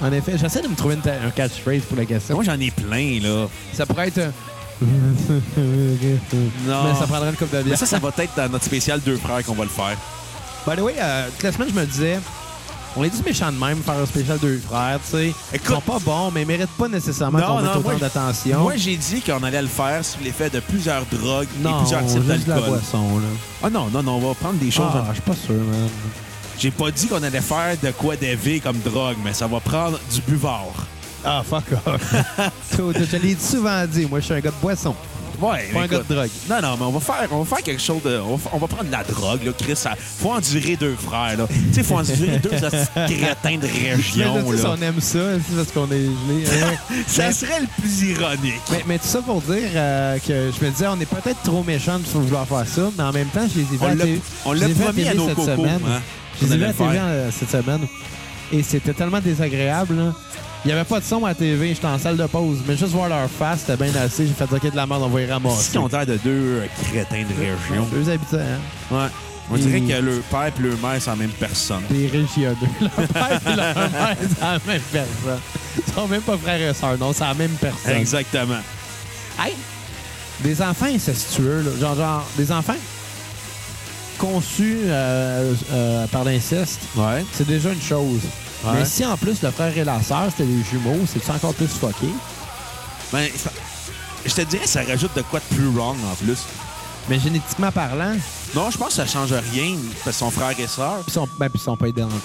Speaker 1: En effet. J'essaie de me trouver une ta- un catchphrase pour la question.
Speaker 3: Moi, j'en ai plein, là.
Speaker 1: Ça pourrait être... un- Mais ça prendrait une coupe de bière.
Speaker 3: Mais ça, ça va être dans notre spécial Deux Frères qu'on va le faire.
Speaker 1: By the way, euh, toute la semaine, je me disais, on est du méchant de même faire un spécial deux frères, tu sais. Ils
Speaker 3: Écoute-
Speaker 1: sont pas bons, mais ils méritent pas nécessairement qu'on mette
Speaker 3: moi,
Speaker 1: autant d'attention.
Speaker 3: Moi, j'ai dit qu'on allait le faire sous l'effet de plusieurs drogues et
Speaker 1: non,
Speaker 3: plusieurs types
Speaker 1: juste de la
Speaker 3: d'alcool.
Speaker 1: boisson, là.
Speaker 3: Ah non, non, non, on va prendre des choses.
Speaker 1: Ah, je suis pas sûr, man.
Speaker 3: J'ai pas dit qu'on allait faire de quoi d'éveil comme drogue, mais ça va prendre du buvard.
Speaker 1: Ah, fuck off. je te l'ai souvent dit, moi, je suis un gars de boisson.
Speaker 3: Ouais,
Speaker 1: Pas un
Speaker 3: écoute.
Speaker 1: gars de drogue.
Speaker 3: Non, non, mais on va faire, on va faire quelque chose de. On va, on va prendre de la drogue, là, Chris. ça- faut endurer deux frères, là. Tu sais, faut endurer deux hosties de crétins de
Speaker 1: Mais
Speaker 3: région,
Speaker 1: tu sais, si
Speaker 3: là.
Speaker 1: on aime ça, c'est parce qu'on est gelé. hein. Ouais.
Speaker 3: Ça
Speaker 1: Mais-
Speaker 3: serait le plus ironique.
Speaker 1: Mais, mais tout ça pour dire euh, que je me disais, on est peut-être trop méchant de vouloir faire ça, mais en même temps, je les ai vus
Speaker 3: On
Speaker 1: à
Speaker 3: l'a-
Speaker 1: TV
Speaker 3: on l'a
Speaker 1: je les ai vus
Speaker 3: promis à
Speaker 1: TV
Speaker 3: nos
Speaker 1: cette
Speaker 3: cocos,
Speaker 1: semaine.
Speaker 3: hein,
Speaker 1: Je les
Speaker 3: qu'on
Speaker 1: ai vus
Speaker 3: allait
Speaker 1: à
Speaker 3: le
Speaker 1: TV
Speaker 3: faire.
Speaker 1: euh, cette semaine. Et c'était tellement désagréable. là. Il n'y avait pas de son à TV, j'étais en salle de pause. Mais juste voir leur face, c'était bien assez. J'ai fait OK de la merde, on va y
Speaker 3: Si
Speaker 1: ramasser.
Speaker 3: qu'on l'air de deux euh, crétins de région.
Speaker 1: Deux habitants, hein.
Speaker 3: Ouais. On
Speaker 1: Et-
Speaker 3: dirait que le père et le mère, c'est la même personne.
Speaker 1: des régionneux. Leur père et leur mère, c'est la même personne. Ils sont même pas frères et sœurs, non, c'est la même personne.
Speaker 3: Exactement.
Speaker 1: Des enfants incestueux, là. Genre, genre, des enfants conçus euh, euh, par l'inceste,
Speaker 3: Ouais.
Speaker 1: c'est déjà une chose.
Speaker 3: Ouais.
Speaker 1: Mais si en plus le frère et la sœur, c'était des jumeaux, c'est encore plus fucké.
Speaker 3: Ben, ça- je te dirais, ça rajoute de quoi de plus wrong en plus.
Speaker 1: Mais génétiquement parlant,
Speaker 3: Non, je pense que ça change rien parce que son frère et sœur.
Speaker 1: ils sont, ben, puis ils sont pas identiques.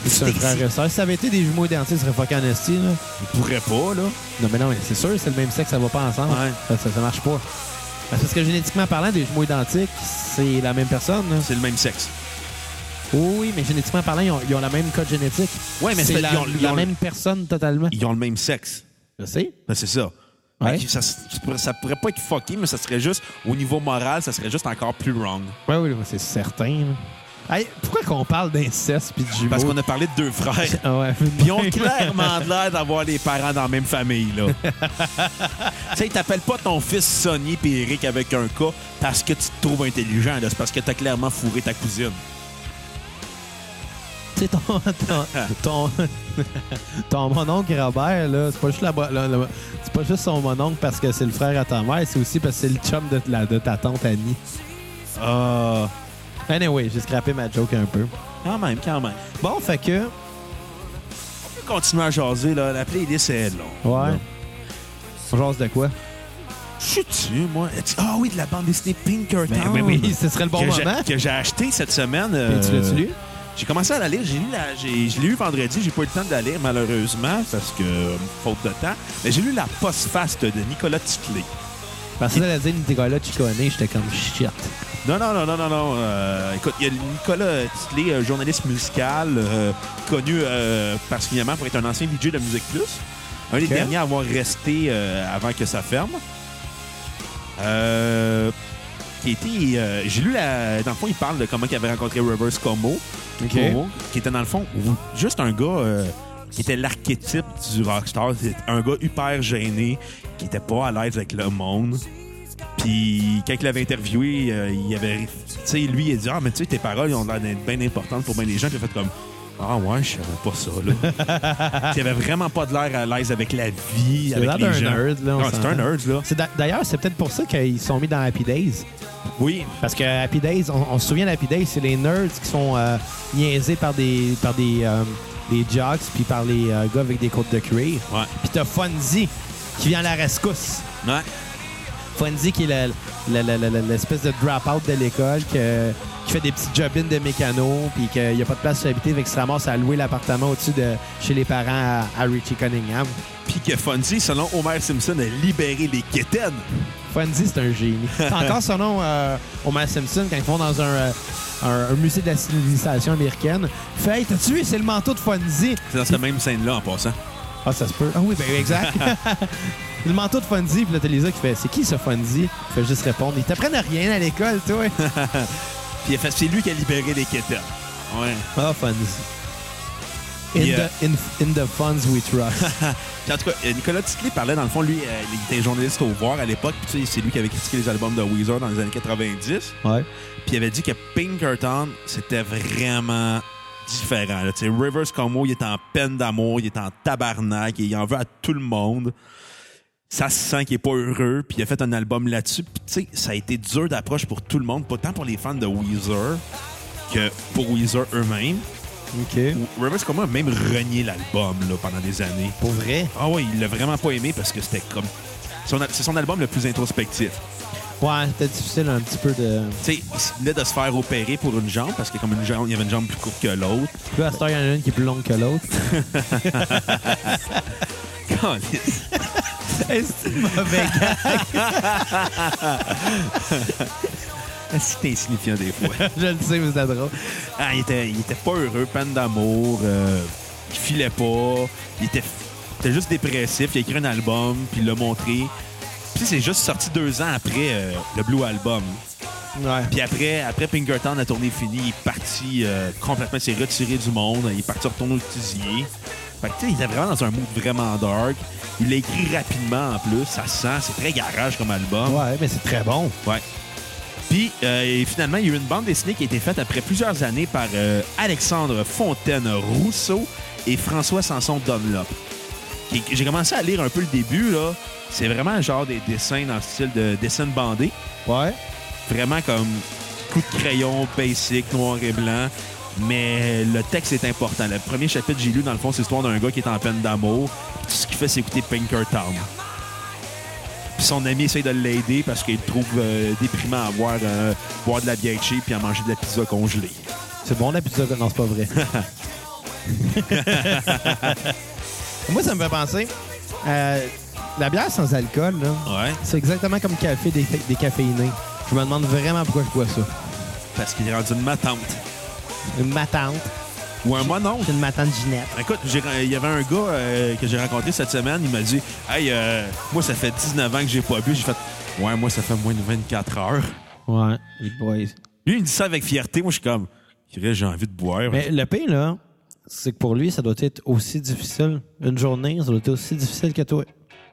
Speaker 1: Puis C'est un frère et sœur. Si ça avait été des jumeaux identiques, ce serait fucké en esti, là.
Speaker 3: Il pourrait pas, là.
Speaker 1: Non, mais non, mais c'est sûr, c'est le même sexe, ça va pas ensemble.
Speaker 3: Ouais.
Speaker 1: Ça, ça, ça marche pas. Ben, Parce que génétiquement parlant, des jumeaux identiques, c'est la même personne. là.
Speaker 3: C'est le même sexe.
Speaker 1: Oh oui, mais génétiquement parlant, ils ont, ils ont la même code génétique.
Speaker 3: Ouais, mais c'est-
Speaker 1: c'est la,
Speaker 3: ils ont- ils
Speaker 1: la
Speaker 3: ont-
Speaker 1: même personne totalement.
Speaker 3: Ils ont le même sexe.
Speaker 1: Je sais.
Speaker 3: Ben, c'est ça.
Speaker 1: Ouais.
Speaker 3: Fait que Ça, ça pourrait- ça pourrait pas être fucké, mais ça serait juste, au niveau moral, ça serait juste encore plus wrong.
Speaker 1: Ouais, oui, oui, c'est certain. là. Hey, pourquoi qu'on parle d'inceste puis de jumeaux?
Speaker 3: Parce qu'on a parlé de deux frères.
Speaker 1: Ah ouais.
Speaker 3: Puis ils ont clairement l'air d'avoir les parents dans la même famille, là. tu sais, t'appelles pas ton fils Sonny puis Eric avec un K parce que tu te trouves intelligent, là. C'est parce que t'as clairement fourré ta cousine.
Speaker 1: Tu sais, ton, ton, ton, ton mononcle Robert, là, c'est pas juste la, bo- la- la- c'est pas juste son mononcle parce que c'est le frère à ta mère, c'est aussi parce que c'est le chum de, la- de ta tante Annie.
Speaker 3: Ah,
Speaker 1: Anyway, j'ai scrappé ma joke un peu.
Speaker 3: quand même, quand même.
Speaker 1: Bon, fait que.
Speaker 3: On peut continuer à jaser, là. La playlist est longue.
Speaker 1: Ouais.
Speaker 3: là.
Speaker 1: On jase de quoi?
Speaker 3: Je suis dessus, moi. Ah oui, de la bande dessinée Pinkerton.
Speaker 1: Ben ce serait le bon
Speaker 3: que j'ai-
Speaker 1: moment.
Speaker 3: que j'ai acheté cette semaine.
Speaker 1: Mais tu
Speaker 3: euh,
Speaker 1: l'as-tu lu?
Speaker 3: J'ai commencé à la lire. J'ai lu la- j'ai- je l'ai lu vendredi. J'ai pas eu le temps de la lire, malheureusement, parce que euh, faute de temps. Mais j'ai lu la postface de Nicolas Titley.
Speaker 1: Parce que ça, la dit Nicolas Ciccone, j'étais comme shit.
Speaker 3: Non, non, non, non, non, non. Euh, écoute, il y a Nicolas Titley, euh, journaliste musical, euh, connu euh, particulièrement pour être un ancien DJ de Musique Plus. Un des
Speaker 1: Ok.
Speaker 3: derniers à avoir resté euh, avant que ça ferme. Euh, qui était. euh, J'ai lu la. Dans le fond, il parle de comment il avait rencontré Reverse Como. Como, qui était dans le fond juste un gars euh, qui était l'archétype du rockstar. C'est Un gars hyper gêné, qui était pas à l'aise avec le monde. Puis quand il l'avait interviewé, euh, il avait. Tu sais, lui, il a dit Ah, mais tu sais, tes paroles, ils ont l'air d'être bien importantes pour bien des gens. Puis il a fait comme Ah, ouais, je savais pas ça, là. il avait vraiment pas de l'air à l'aise avec la vie,
Speaker 1: C'est
Speaker 3: avec
Speaker 1: l'air
Speaker 3: les
Speaker 1: d'un
Speaker 3: gens.
Speaker 1: nerd, là, on
Speaker 3: Ah, c'est un
Speaker 1: s'entend.
Speaker 3: nerd, là.
Speaker 1: C'est d'a- D'ailleurs, c'est peut-être pour ça qu'ils sont mis dans Happy Days.
Speaker 3: Oui,
Speaker 1: Parce que Happy Days, on, on se souvient d'Happy Days, c'est les nerds qui sont euh, niaisés par des par des, euh, des jocks puis par les euh, gars avec des côtes de cuir.
Speaker 3: ouais.
Speaker 1: Puis t'as Fonzie qui vient à la rescousse.
Speaker 3: Ouais.
Speaker 1: Fonzie qui est la- la- la- la- la- l'espèce de drop-out de l'école que- qui fait des petits job-ins de mécano puis qu'il n'y a pas de place à habiter avec que se ramasse à louer l'appartement au-dessus de chez les parents à, à Richie Cunningham.
Speaker 3: Puis que Fonzie, selon Homer Simpson, a libéré les quétaines.
Speaker 1: Fonzie, c'est un génie. C'est encore son nom, euh, Homer Simpson, quand ils vont dans un, euh, un- un musée de la civilisation américaine. Fait, hey, t'as-tu vu, c'est le manteau de Fonzie.
Speaker 3: C'est dans cette même scène-là, en passant.
Speaker 1: Ah, ça se peut. Ah oui, ben exact. le manteau de Fonzie, puis là, t'as les autres qui fait, c'est qui ce Fonzie? Il fait juste répondre, ils t'apprennent à rien à l'école, toi.
Speaker 3: Puis fait, c'est lui qui a libéré les quétaines. Ouais.
Speaker 1: Ah, Fonzie. In,
Speaker 3: Yeah.
Speaker 1: the, in, in the funds we trust.
Speaker 3: Puis en tout cas, euh, Nicolas Titley parlait, dans le fond, lui, euh, il était journaliste au Voir à l'époque. Puis tu sais, c'est lui qui avait critiqué les albums de Weezer dans les années 90.
Speaker 1: ouais.
Speaker 3: Puis il avait dit que Pinkerton, c'était vraiment différent. là. Tu sais, Rivers Como, il est en peine d'amour, il est en tabarnak, il en veut à tout le monde. Ça se sent qu'il est pas heureux, puis il a fait un album là-dessus. Puis tu sais, ça a été dur d'approche pour tout le monde, pas tant pour les fans de Weezer que pour Weezer eux-mêmes.
Speaker 1: OK.
Speaker 3: Rivers Como a même renié l'album là, pendant des années.
Speaker 1: Pour vrai?
Speaker 3: Ah oui, il l'a vraiment pas aimé parce que c'était comme. son al- C'est son album le plus introspectif.
Speaker 1: Ouais, c'était difficile un petit peu de...
Speaker 3: Tu sais, il venait de se faire opérer pour une jambe parce que comme une jambe, il y avait une jambe plus courte que l'autre.
Speaker 1: Plus à cette heure, il y en a une qui est plus longue que l'autre.
Speaker 3: Calice.
Speaker 1: Est-ce que c'est mauvais gars?
Speaker 3: Est-ce que t'es Ah, insignifiant des fois?
Speaker 1: Je le sais, mais c'était drôle.
Speaker 3: Ah, il était, il était pas heureux, peine d'amour. euh, il filait pas. Il était, il était juste dépressif. Il a écrit un album, puis il l'a montré. Puis c'est juste sorti deux ans après euh, le Blue Album.
Speaker 1: Ouais.
Speaker 3: Puis après, après Pinkerton, la tournée est finie, il est parti euh, complètement, il s'est retiré du monde. Il est parti retourner au Tusier. Fait que, tu sais, il était vraiment dans un mood vraiment dark. Il l'a écrit rapidement en plus. Ça sent, c'est très garage comme album.
Speaker 1: Ouais, mais c'est très bon.
Speaker 3: Ouais. Puis, euh, et finalement, il y a eu une bande dessinée qui a été faite après plusieurs années par euh, Alexandre Fontaine Rousseau et François Sanson Dunlop. Qui- J'ai commencé à lire un peu le début, là. C'est vraiment genre des dessins dans le style de dessin de bandé.
Speaker 1: Ouais.
Speaker 3: Vraiment comme coup de crayon, basic, noir et blanc. Mais le texte est important. Le premier chapitre que j'ai lu, dans le fond, c'est l'histoire d'un gars qui est en peine d'amour. Puis Tout ce qu'il fait, c'est écouter Pinkertown. Puis son ami essaye de l'aider parce qu'il le trouve euh, déprimant à boire, euh, boire de la bière cheap puis à manger de la pizza congelée.
Speaker 1: C'est bon, la pizza. Non, c'est pas vrai. Moi, ça me fait penser. euh, la bière sans alcool, là,
Speaker 3: Ouais.
Speaker 1: c'est exactement comme café des, décaféiné. Je me demande vraiment pourquoi je bois ça.
Speaker 3: Parce qu'il est rendu une matante.
Speaker 1: Une matante.
Speaker 3: Ou un monon.
Speaker 1: J'ai une matante Ginette.
Speaker 3: Écoute, j'ai- il y avait un gars euh, que j'ai rencontré cette semaine, il m'a dit Hey, euh, moi, ça fait 19 ans que j'ai pas bu. J'ai fait Ouais, moi, ça fait moins de 24 heures.
Speaker 1: Ouais, les boys.
Speaker 3: Lui, il me dit ça avec fierté. Moi, je suis comme, Chris, j'ai envie de boire.
Speaker 1: Mais le pire, là, c'est que pour lui, ça doit être aussi difficile. Une journée, ça doit être aussi difficile que toi.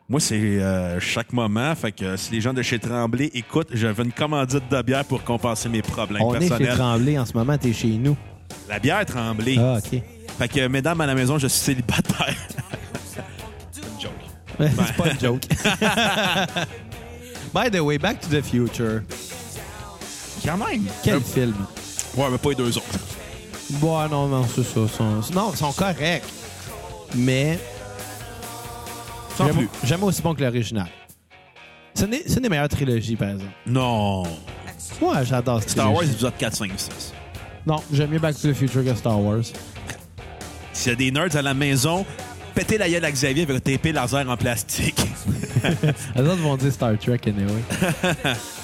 Speaker 3: Moi, c'est euh, chaque moment. Fait que euh, si les gens de chez Tremblay écoutent, j'avais une commandite de bière pour compenser mes problèmes
Speaker 1: On est chez
Speaker 3: personnels.
Speaker 1: Tremblay en ce moment, t'es chez nous.
Speaker 3: La bière Tremblay.
Speaker 1: Ah, OK.
Speaker 3: Fait que, euh, mesdames à la maison, je suis célibataire. C'est une joke. Ben.
Speaker 1: c'est pas une joke. By the way, Back to the Future.
Speaker 3: Quand même.
Speaker 1: Quel
Speaker 3: Euh,
Speaker 1: film?
Speaker 3: Ouais, mais pas les deux autres.
Speaker 1: Bon, non, non, c'est ça. sont- Non, ils sont corrects. Mais
Speaker 3: Sans
Speaker 1: jamais-
Speaker 3: plus.
Speaker 1: jamais aussi bon que l'original. C'est une, c'est une des meilleures trilogies, par exemple.
Speaker 3: Non.
Speaker 1: Moi, j'adore cette
Speaker 3: Star Wars,
Speaker 1: trilogie.
Speaker 3: épisode 4, 5, 6.
Speaker 1: Non, j'aime mieux Back to the Future que Star Wars.
Speaker 3: S'il y a des nerds à la maison, pétez la gueule à Xavier avec un TP laser en plastique.
Speaker 1: Les autres vont dire Star Trek, anyway.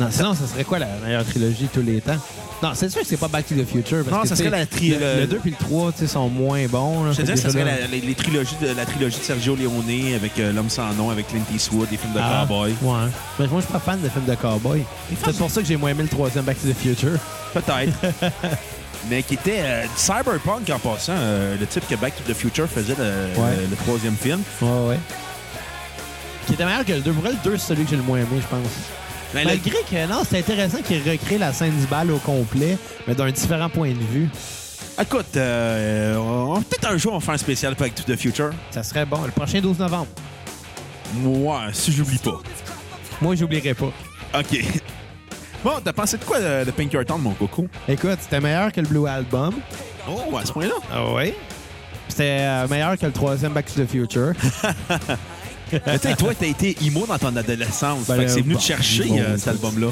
Speaker 1: non, sinon, ça serait quoi la meilleure trilogie de tous les temps? Non, c'est sûr que c'est pas Back to the Future. Parce
Speaker 3: Non,
Speaker 1: que,
Speaker 3: ça
Speaker 1: tu sais,
Speaker 3: serait la tri-
Speaker 1: Le,
Speaker 3: le-
Speaker 1: 2 puis le 3 sont moins bons. là.
Speaker 3: Je
Speaker 1: Fait
Speaker 3: te dirais que ça
Speaker 1: déjà
Speaker 3: serait
Speaker 1: là-
Speaker 3: la, les, les trilogies de, la trilogie de Sergio Leone avec euh, L'homme sans nom, avec Clint Eastwood, des films de
Speaker 1: Ah,
Speaker 3: cowboy.
Speaker 1: Ouais. Mais moi, je suis pas fan de films de cowboy. C'est pour ça que j'ai moins aimé le troisième Back to the Future.
Speaker 3: Peut-être. Mais qui était euh, du cyberpunk en passant, euh, le type que Back to the Future faisait le,
Speaker 1: Ouais.
Speaker 3: le- le troisième film.
Speaker 1: Ouais, ouais. Qui était meilleur que le 2. Pour vrai, le 2, c'est celui que j'ai le moins aimé, je pense.
Speaker 3: Mais le-
Speaker 1: Malgré que, non, c'est intéressant qu'il recrée la scène du bal au complet, mais d'un différent point de vue.
Speaker 3: Écoute, euh, on- peut-être un jour on va faire un spécial Back to the Future.
Speaker 1: Ça serait bon. Le prochain 12 novembre.
Speaker 3: Ouais, si j'oublie pas.
Speaker 1: Moi, j'oublierai pas.
Speaker 3: OK. Bon, t'as pensé de quoi euh, de Pinkerton, mon coco?
Speaker 1: Écoute, c'était meilleur que le Blue Album.
Speaker 3: Oh, à ce point-là?
Speaker 1: Ah oui? C'était euh, meilleur que le troisième Back to the Future.
Speaker 3: Mais tu sais, toi, t'as été emo dans ton adolescence.
Speaker 1: Ben,
Speaker 3: fait que c'est
Speaker 1: euh,
Speaker 3: venu
Speaker 1: bon,
Speaker 3: te chercher,
Speaker 1: bon,
Speaker 3: euh,
Speaker 1: écoute.
Speaker 3: cet album-là.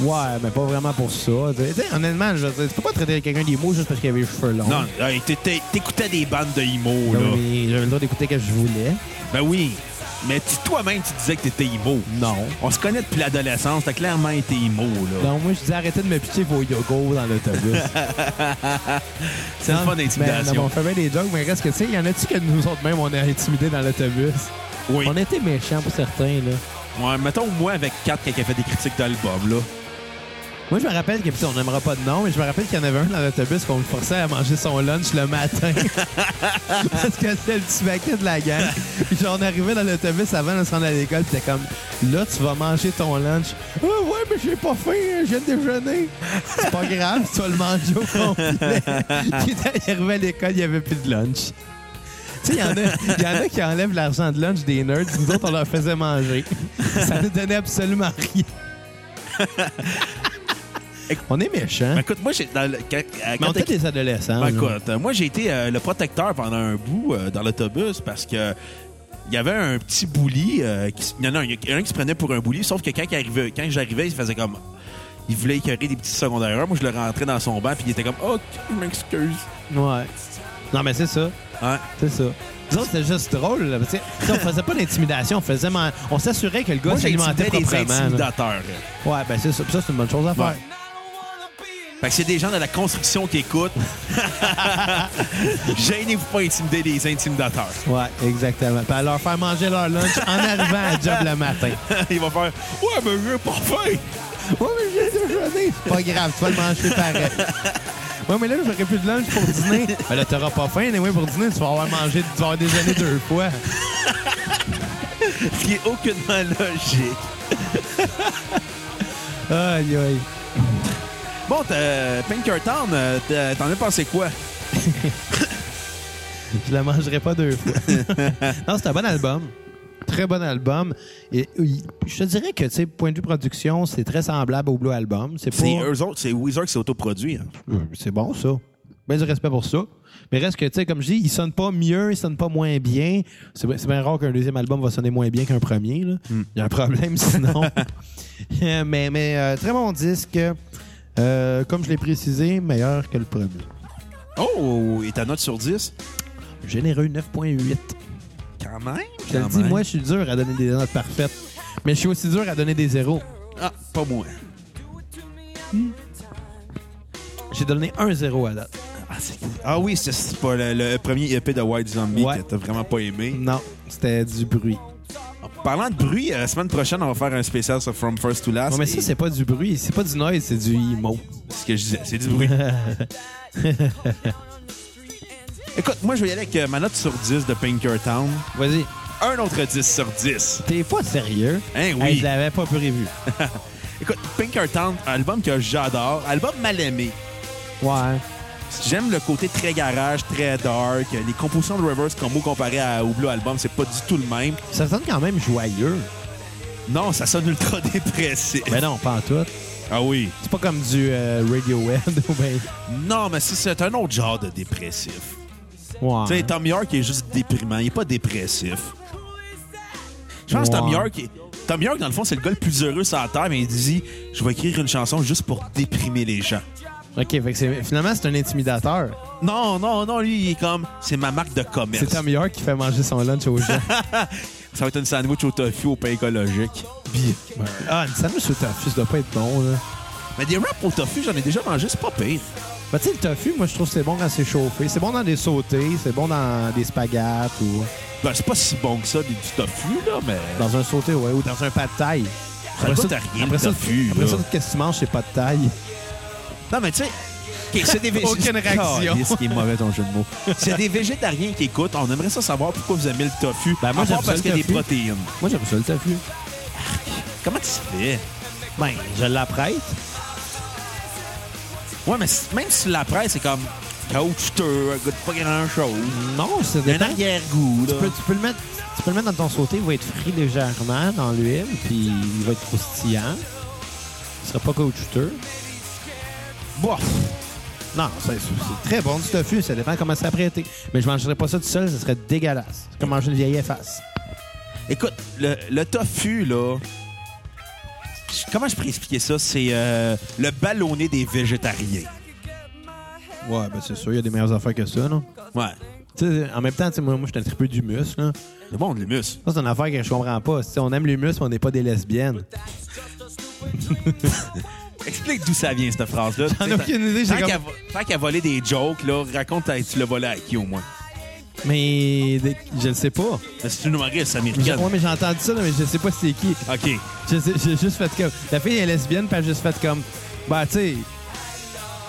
Speaker 1: ouais, mais pas vraiment pour ça. Tu sais, tu sais, honnêtement, je veux dire, tu peux pas traiter quelqu'un des mots juste parce qu'il avait les cheveux longs.
Speaker 3: Non, hey, t'é- t'é- t'écoutais des bandes de emo,
Speaker 1: Ben
Speaker 3: là.
Speaker 1: oui, J'avais le droit d'écouter ce que je voulais.
Speaker 3: Ben oui. Mais tu- toi-même, tu disais que t'étais emo.
Speaker 1: Non.
Speaker 3: On se connaît depuis l'adolescence. T'as clairement été emo, là.
Speaker 1: Donc, moi, je disais arrêtez de me pitcher vos yogos dans l'autobus.
Speaker 3: C'est une
Speaker 1: Non, ben,
Speaker 3: fun
Speaker 1: non,
Speaker 3: d'intimidation.
Speaker 1: on fait bien des jokes, mais reste que, tu sais, y en a-tu que nous autres même, on est intimidés dans l'autobus?
Speaker 3: Oui.
Speaker 1: On était méchants pour certains, là.
Speaker 3: Ouais, mettons, moi, avec 4, quelqu'un a fait des critiques d'albums, là.
Speaker 1: Hein? Moi, je me rappelle que, puis on n'aimera pas de nom, mais je me rappelle qu'il y en avait un dans l'autobus qu'on le forçait à manger son lunch le matin. Parce que c'était le petit paquet de la gang. Puis genre, on arrivait dans l'autobus avant de se rendre à l'école, puis c'était comme, là, tu vas manger ton lunch. Ah, ouais, mais j'ai pas faim, hein, je viens de déjeuner. C'est pas grave, tu vas le manger au complet. Puis il arrivait à l'école, il n'y avait plus de lunch. Tu sais, il y, en a- il y en a qui enlèvent l'argent de lunch des nerds, nous autres, on leur faisait manger. Ça ne donnait absolument rien. on est méchants.
Speaker 3: Ben, écoute, moi, j'ai. Dans le, quand, à-
Speaker 1: Mais
Speaker 3: quand
Speaker 1: on
Speaker 3: t'as-
Speaker 1: était des adolescents.
Speaker 3: Ben,
Speaker 1: là.
Speaker 3: écoute, euh, moi, j'ai été euh, le protecteur pendant un bout euh, dans l'autobus parce que. Il y avait un petit bouli. euh, qui s- il y en a un, il y a un qui se prenait pour un bouli, sauf que quand, il arrivait- quand j'arrivais, il faisait comme. Il voulait écœurer des petits secondaires. Moi, je le rentrais dans son banc, puis il était comme Oh, je m'excuse.
Speaker 1: Ouais. Non, mais c'est ça.
Speaker 3: Ouais.
Speaker 1: C'est ça. Nous autres, c'était juste drôle. là. Tu sais, tu sais, on faisait pas d'intimidation. On, faisait man- on s'assurait que le gars
Speaker 3: Moi,
Speaker 1: s'alimentait
Speaker 3: j'intimidais des
Speaker 1: proprement. là.
Speaker 3: intimidateurs.
Speaker 1: Ouais, ben c'est ça. Puis Ça, c'est une bonne chose à faire.
Speaker 3: Ouais. Fait que c'est des gens de la construction qui écoutent. Gênez-vous pas intimider des intimidateurs.
Speaker 1: Ouais, exactement. Puis à leur faire manger leur lunch en arrivant à job le matin.
Speaker 3: Il va faire Ouais, mais je veux pas faim!
Speaker 1: Ouais, mais j'ai déjeuné. C'est pas grave, tu vas le manger pareil. Ouais, mais là, j'aurais plus de lunch pour dîner. Ben là, t'auras pas faim, anyway, pour dîner. Tu vas avoir mangé, tu vas avoir déjeuné deux fois.
Speaker 3: Ce qui est aucunement logique.
Speaker 1: Aïe, aïe.
Speaker 3: Bon, t'as- Pinkerton, euh, t'as- t'en as pensé quoi?
Speaker 1: Je la mangerai pas deux fois. non, c'est un bon album. Très bon album. Et, euh, il- je te dirais que, tu sais, point de vue production, c'est très semblable au Blue Album. C'est
Speaker 3: C'est
Speaker 1: pas...
Speaker 3: eux autres, c'est Weezer qui s'est autoproduit. hein.
Speaker 1: Euh, C'est bon, ça. Ben du respect pour ça. Mais reste que, tu sais, comme je dis, il sonne pas mieux, il sonne pas moins bien. C'est bien- c'est bien rare qu'un deuxième album va sonner moins bien qu'un premier. là. Il y a un problème sinon. Euh, mais mais euh, très bon disque. Euh, comme je l'ai précisé, meilleur que le premier.
Speaker 3: Oh, et ta note sur 10?
Speaker 1: Généreux 9.8.
Speaker 3: Quand même.
Speaker 1: Je te le
Speaker 3: quand
Speaker 1: dis,
Speaker 3: même.
Speaker 1: moi, je suis dur à donner des notes parfaites. Mais je suis aussi dur à donner des zéros.
Speaker 3: Ah, pas moi.
Speaker 1: J'ai donné un zéro à date.
Speaker 3: Ah, c'est- ah oui, c'est- c'est pas le, le premier EP de White Zombie
Speaker 1: Ouais.
Speaker 3: que t'as vraiment pas aimé.
Speaker 1: Non, c'était du bruit.
Speaker 3: Parlant de bruit, euh, la semaine prochaine, on va faire un spécial sur From First to Last.
Speaker 1: Non, mais ça,
Speaker 3: Et-
Speaker 1: c'est pas du bruit, c'est pas du noise, c'est du emo.
Speaker 3: ce que je disais. C'est du bruit. Écoute, moi, je vais y aller avec euh, ma note sur 10 de Pinkertown.
Speaker 1: Vas-y.
Speaker 3: Un autre 10 sur 10.
Speaker 1: T'es pas sérieux?
Speaker 3: Hein, oui.
Speaker 1: Hey, je l'avais pas prévu.
Speaker 3: Écoute, Pinkertown, un album que j'adore, album mal aimé.
Speaker 1: Ouais.
Speaker 3: J'aime le côté très garage, très dark. Les compositions de Reverse Combo comparé à, au Blue Album, c'est pas du tout le même.
Speaker 1: Ça sonne quand même joyeux.
Speaker 3: Non, ça sonne ultra dépressif.
Speaker 1: Mais non, pas en tout.
Speaker 3: Ah oui.
Speaker 1: C'est pas comme du euh, Radiohead ou ben...
Speaker 3: Non, mais c'est- c'est un autre genre de dépressif.
Speaker 1: Ouais.
Speaker 3: Tu sais, Tom York est juste déprimant. Il est pas dépressif. Je pense que Tom
Speaker 1: Ouais.
Speaker 3: York, est- Tom York, dans le fond, c'est le gars le plus heureux sur la Terre, mais il dit Je vais écrire une chanson juste pour déprimer les gens.
Speaker 1: OK, fait que c'est- finalement, c'est un intimidateur.
Speaker 3: Non, non, non, lui, il est comme C'est ma marque de commerce.
Speaker 1: C'est Tom York qui fait manger son lunch aux gens.
Speaker 3: Ça va être une sandwich au tofu au pain écologique. Bien.
Speaker 1: ah, une sandwich au tofu, ça doit pas être bon, là.
Speaker 3: Mais des wraps au tofu, j'en ai déjà mangé, c'est pas pire.
Speaker 1: Bah, tu sais, le tofu, moi, je trouve que c'est bon quand c'est chauffé. C'est bon dans des sautés, c'est bon dans des spaghettes ou
Speaker 3: Ben, c'est pas si bon que ça, du du tofu, là, mais.
Speaker 1: dans un sauté, ouais, ou dans un pas de taille.
Speaker 3: Ça goûte à rien, le
Speaker 1: après ça,
Speaker 3: tofu.
Speaker 1: après
Speaker 3: là.
Speaker 1: ça, qu'est-ce que tu manges, c'est pas de taille.
Speaker 3: Non, mais tu sais. ok, C'est des vég-
Speaker 1: Aucune réaction.
Speaker 3: Caliste, qui est mauvais ton jeu de mots. C'est des végétariens qui écoutent. On aimerait ça savoir pourquoi vous aimez le tofu.
Speaker 1: Ben, moi,
Speaker 3: À part
Speaker 1: j'aime ça,
Speaker 3: parce
Speaker 1: le
Speaker 3: qu'il y a des
Speaker 1: tofu.
Speaker 3: protéines.
Speaker 1: Moi, j'aime ça, le tofu.
Speaker 3: Comment tu fais?
Speaker 1: Ben, je l'apprête.
Speaker 3: Ouais, mais c- même si tu la presse, c'est comme. Coach, tu goûte pas grand chose.
Speaker 1: Non, ça
Speaker 3: Il y a un
Speaker 1: dépend.
Speaker 3: arrière-goût, là.
Speaker 1: Tu peux, tu peux le mettre, tu peux le mettre dans ton sauté, il va être frit légèrement dans l'huile, puis il va être croustillant. Il sera pas caoutchouteux.
Speaker 3: Bof.
Speaker 1: Non, c'est c'est très bon du tofu, ça dépend comment c'est apprêté. Mais je mangerai pas ça tout seul, ça serait dégueulasse. C'est comme manger une vieille efface.
Speaker 3: Écoute, le, le tofu, là. je- Comment je pourrais expliquer ça? C'est euh, le ballonné des végétariens.
Speaker 1: Ouais, ben c'est sûr, il y a des meilleures affaires que ça, non?
Speaker 3: Ouais.
Speaker 1: Tu sais, en même temps, tu sais, moi, moi, je suis un peu d'humus, là.
Speaker 3: Le monde, l'humus.
Speaker 1: Ça, c'est une affaire que je comprends pas. Tu sais, on aime l'humus, mais on n'est pas des lesbiennes.
Speaker 3: Explique d'où ça vient, cette phrase-là.
Speaker 1: J'en ai aucune idée, j'ai
Speaker 3: Tant
Speaker 1: comme-
Speaker 3: qu'à vo- tant qu'à voler des jokes, là, raconte à- tu l'as volé à qui, au moins.
Speaker 1: Mais des- je le sais pas.
Speaker 3: Mais C'est une humoriste
Speaker 1: J'ai-
Speaker 3: américaine.
Speaker 1: Ouais, mais j'ai entendu ça, là, mais je sais pas c'est qui.
Speaker 3: OK.
Speaker 1: Je sais- J'ai juste fait comme. La fille est lesbienne, puis elle a juste fait comme. Bah, tu sais.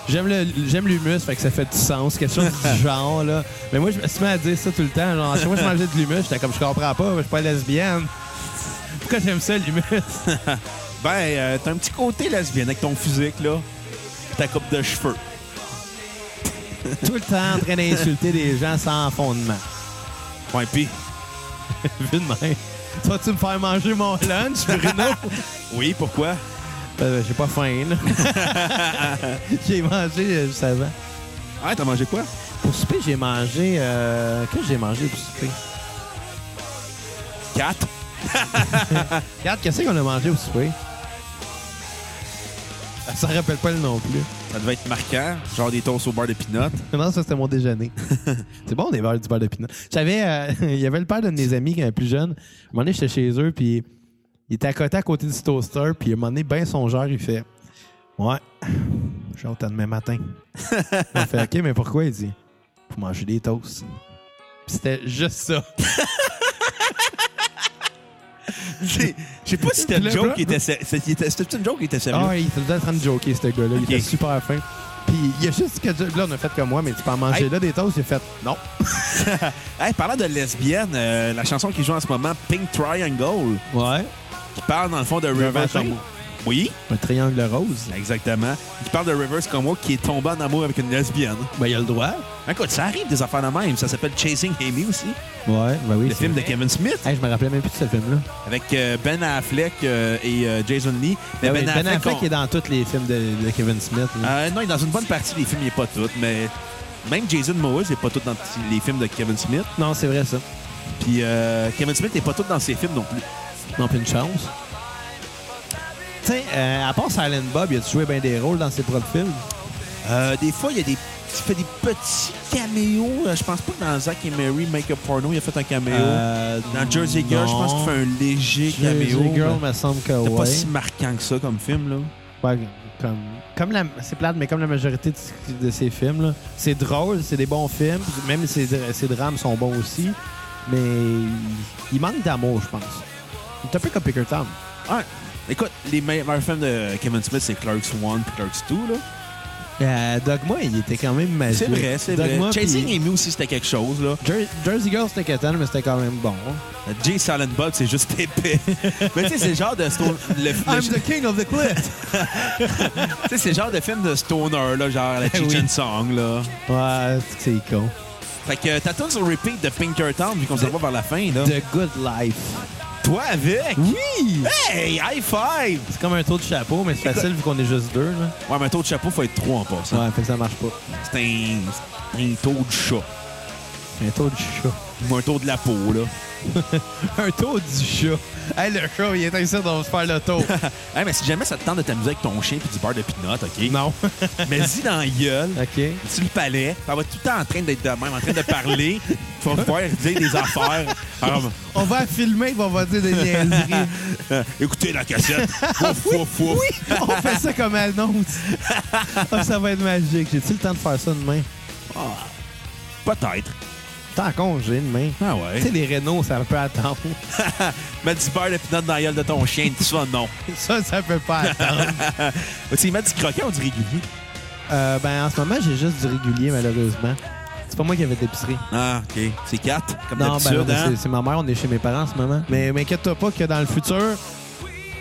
Speaker 1: J'aime le- j'aime l'humus, fait que ça fait du sens, quelque chose du genre, là. Mais moi, je me suis mis à dire ça tout le temps. Genre, moi, je mangeais de l'humus, j'étais comme, je comprends pas, je suis pas lesbienne. Pourquoi j'aime ça, l'humus?
Speaker 3: Ben, euh, t'as un petit côté lesbienne avec ton physique, là. Ta coupe de cheveux.
Speaker 1: tout le temps en train d'insulter des gens sans fondement.
Speaker 3: Ouais, pis.
Speaker 1: Vu de même. Tu vas-tu me faire manger mon lunch, Bruno?
Speaker 3: Oui, pourquoi?
Speaker 1: Euh, J'ai pas faim, là. J'ai mangé euh, juste avant.
Speaker 3: Ah, t'as mangé quoi?
Speaker 1: Pour souper, j'ai mangé. euh, Qu'est-ce que j'ai mangé pour souper?
Speaker 3: Quatre.
Speaker 1: Regarde, qu'est-ce qu'on a mangé au souper? Ah, Ça rappelle pas le nom plus.
Speaker 3: Ça devait être marquant, genre des toasts au beurre de pinot.
Speaker 1: Non, ça, c'était mon déjeuner. c'est bon, des verres du beurre de pinot. J'avais, euh, il y avait le père d'un de mes amis, quand il était plus jeune. Un moment donné, j'étais chez eux, puis il était à côté, à côté du toaster, puis à un moment donné, ben songeur, il fait « Ouais, j'ai hâte à demain matin. » On fait « OK, mais pourquoi? » Il dit « Pour manger des toasts. » Puis c'était juste ça.
Speaker 3: Je sais pas si c'était une
Speaker 1: Le
Speaker 3: joke
Speaker 1: blanc-
Speaker 3: qui était. sé- C'était c'était une joke qui était sérieuse.
Speaker 1: hein? Ah, il était tout le temps en train de joker, ce gars-là.
Speaker 3: Ok.
Speaker 1: Il était super fin. Puis il y a juste que... Là, on a fait comme moi, mais tu peux en manger
Speaker 3: Hey.
Speaker 1: là des toasts. J'ai fait « Non.
Speaker 3: Hey, parlant de lesbienne, euh, la chanson qui joue en ce moment, Pink Triangle, »
Speaker 1: Ouais.
Speaker 3: qui parle dans le fond de
Speaker 1: Revenge
Speaker 3: Rivers Como. Oui,
Speaker 1: Un triangle rose.
Speaker 3: exactement. Qui parle de Rivers Como qui est tombé en amour avec une lesbienne.
Speaker 1: Ben, il a le droit.
Speaker 3: Écoute, ça arrive des affaires de même. Ça s'appelle Chasing Amy aussi,
Speaker 1: Ouais, ben oui.
Speaker 3: le film de Kevin Smith,
Speaker 1: Hey, je me rappelais même plus de ce film-là.
Speaker 3: avec euh, Ben Affleck euh, et euh, Jason Lee. Mais
Speaker 1: Ben, oui, ben Affleck
Speaker 3: on-
Speaker 1: est dans tous les films de, de Kevin Smith. là.
Speaker 3: Euh, non, il est dans une bonne partie des films, il n'est pas tout, mais même Jason Moore, il n'est pas tout dans les films de Kevin Smith.
Speaker 1: Non, c'est vrai, ça.
Speaker 3: Puis euh, Kevin Smith n'est pas tout dans ses films non plus.
Speaker 1: Non, plus une chance. Tu sais, euh, à part Silent Bob, il a joué bien des rôles dans ses propres films.
Speaker 3: Euh, des fois, il y a des, il fait des petits caméos. Euh, je pense pas que dans Zack et Mary Make Up Porno, il a fait un caméo.
Speaker 1: Euh,
Speaker 3: dans Jersey Girl, je pense qu'il fait un léger
Speaker 1: Jersey
Speaker 3: caméo.
Speaker 1: Girl,
Speaker 3: mais
Speaker 1: me semble que
Speaker 3: C'est
Speaker 1: ouais.
Speaker 3: pas si marquant que ça comme film, là.
Speaker 1: Ouais, comme, comme la, c'est plate, mais comme la majorité de, de ses films, là. c'est drôle, c'est des bons films. puis Même ses, ses drames sont bons aussi. Mais il- il manque d'amour, je pense. C'est un peu comme Picker Tom.
Speaker 3: Ah, écoute, les me- meilleurs films de Kevin Smith, c'est Clerks 1 puis Clerks 2, là.
Speaker 1: Euh, Dogma, il était quand même magique.
Speaker 3: C'est vrai, c'est vrai.
Speaker 1: Dogma,
Speaker 3: Chasing
Speaker 1: puis-
Speaker 3: Amy aussi, c'était quelque chose, là.
Speaker 1: Jer- Jersey Girl, c'était quétaine, mais c'était quand même bon.
Speaker 3: Jay Silent Bob, c'est juste épais. Mais tu sais, c'est le genre de stone- le, le- tu
Speaker 1: king of the cliff.
Speaker 3: sais, c'est le genre de film de stoner là, genre la
Speaker 1: Eh oui.
Speaker 3: Cheech and Song là.
Speaker 1: ouais, c'est con.
Speaker 3: Fait que t'as tourné sur le repeat de Pinkerton vu qu'on s'en va vers la fin là.
Speaker 1: The Good Life.
Speaker 3: Toi avec.
Speaker 1: Oui!
Speaker 3: Hey, high five.
Speaker 1: C'est comme un tour de chapeau, mais c'est facile vu qu'on est juste deux. Là.
Speaker 3: Ouais, mais un taux de chapeau faut être trois en passant.
Speaker 1: Ouais, fait que ça marche pas.
Speaker 3: C'est un, c'est un taux de chat
Speaker 1: Un tour du chat.
Speaker 3: ou un taux de la peau là.
Speaker 1: un tour du chat. Hey, le chat, il est ici, on va se faire le tour.
Speaker 3: hey, mais si jamais ça te tente de t'amuser avec ton chien puis du beurre de pinot, ok.
Speaker 1: non.
Speaker 3: Mais y dans la gueule.
Speaker 1: OK.
Speaker 3: sur le palais, puis elle va être tout le temps en train d'être de même, en train de parler, puis elle va pouvoir dire des affaires. Alors,
Speaker 1: On va filmer, on va dire des niaiseries.
Speaker 3: Euh, écoutez la cassette.
Speaker 1: Ah
Speaker 3: Wouf, wouf, wouf.
Speaker 1: on fait ça comme annonce. Ah, ça va être magique. J'ai-tu le temps de faire ça demain?
Speaker 3: Peut-être.
Speaker 1: T'es en congé demain.
Speaker 3: Ah
Speaker 1: Tu sais,
Speaker 3: ouais.
Speaker 1: les rénaux, ça peut attendre.
Speaker 3: Mettre du beurre de pinot dans la gueule de ton chien, tout ça, non.
Speaker 1: Ça, ça peut pas attendre.
Speaker 3: Tu sais, mettre du croquant ou du régulier?
Speaker 1: Euh, ben, en ce moment, j'ai juste du régulier, malheureusement. C'est pas moi qui avais d'épicerie.
Speaker 3: Ah, OK. C'est quatre, comme
Speaker 1: Non, ben,
Speaker 3: d'habitude,
Speaker 1: non,
Speaker 3: hein?
Speaker 1: c'est- c'est ma mère, on est chez mes parents en ce moment. Mais m'inquiète-toi pas que dans le futur.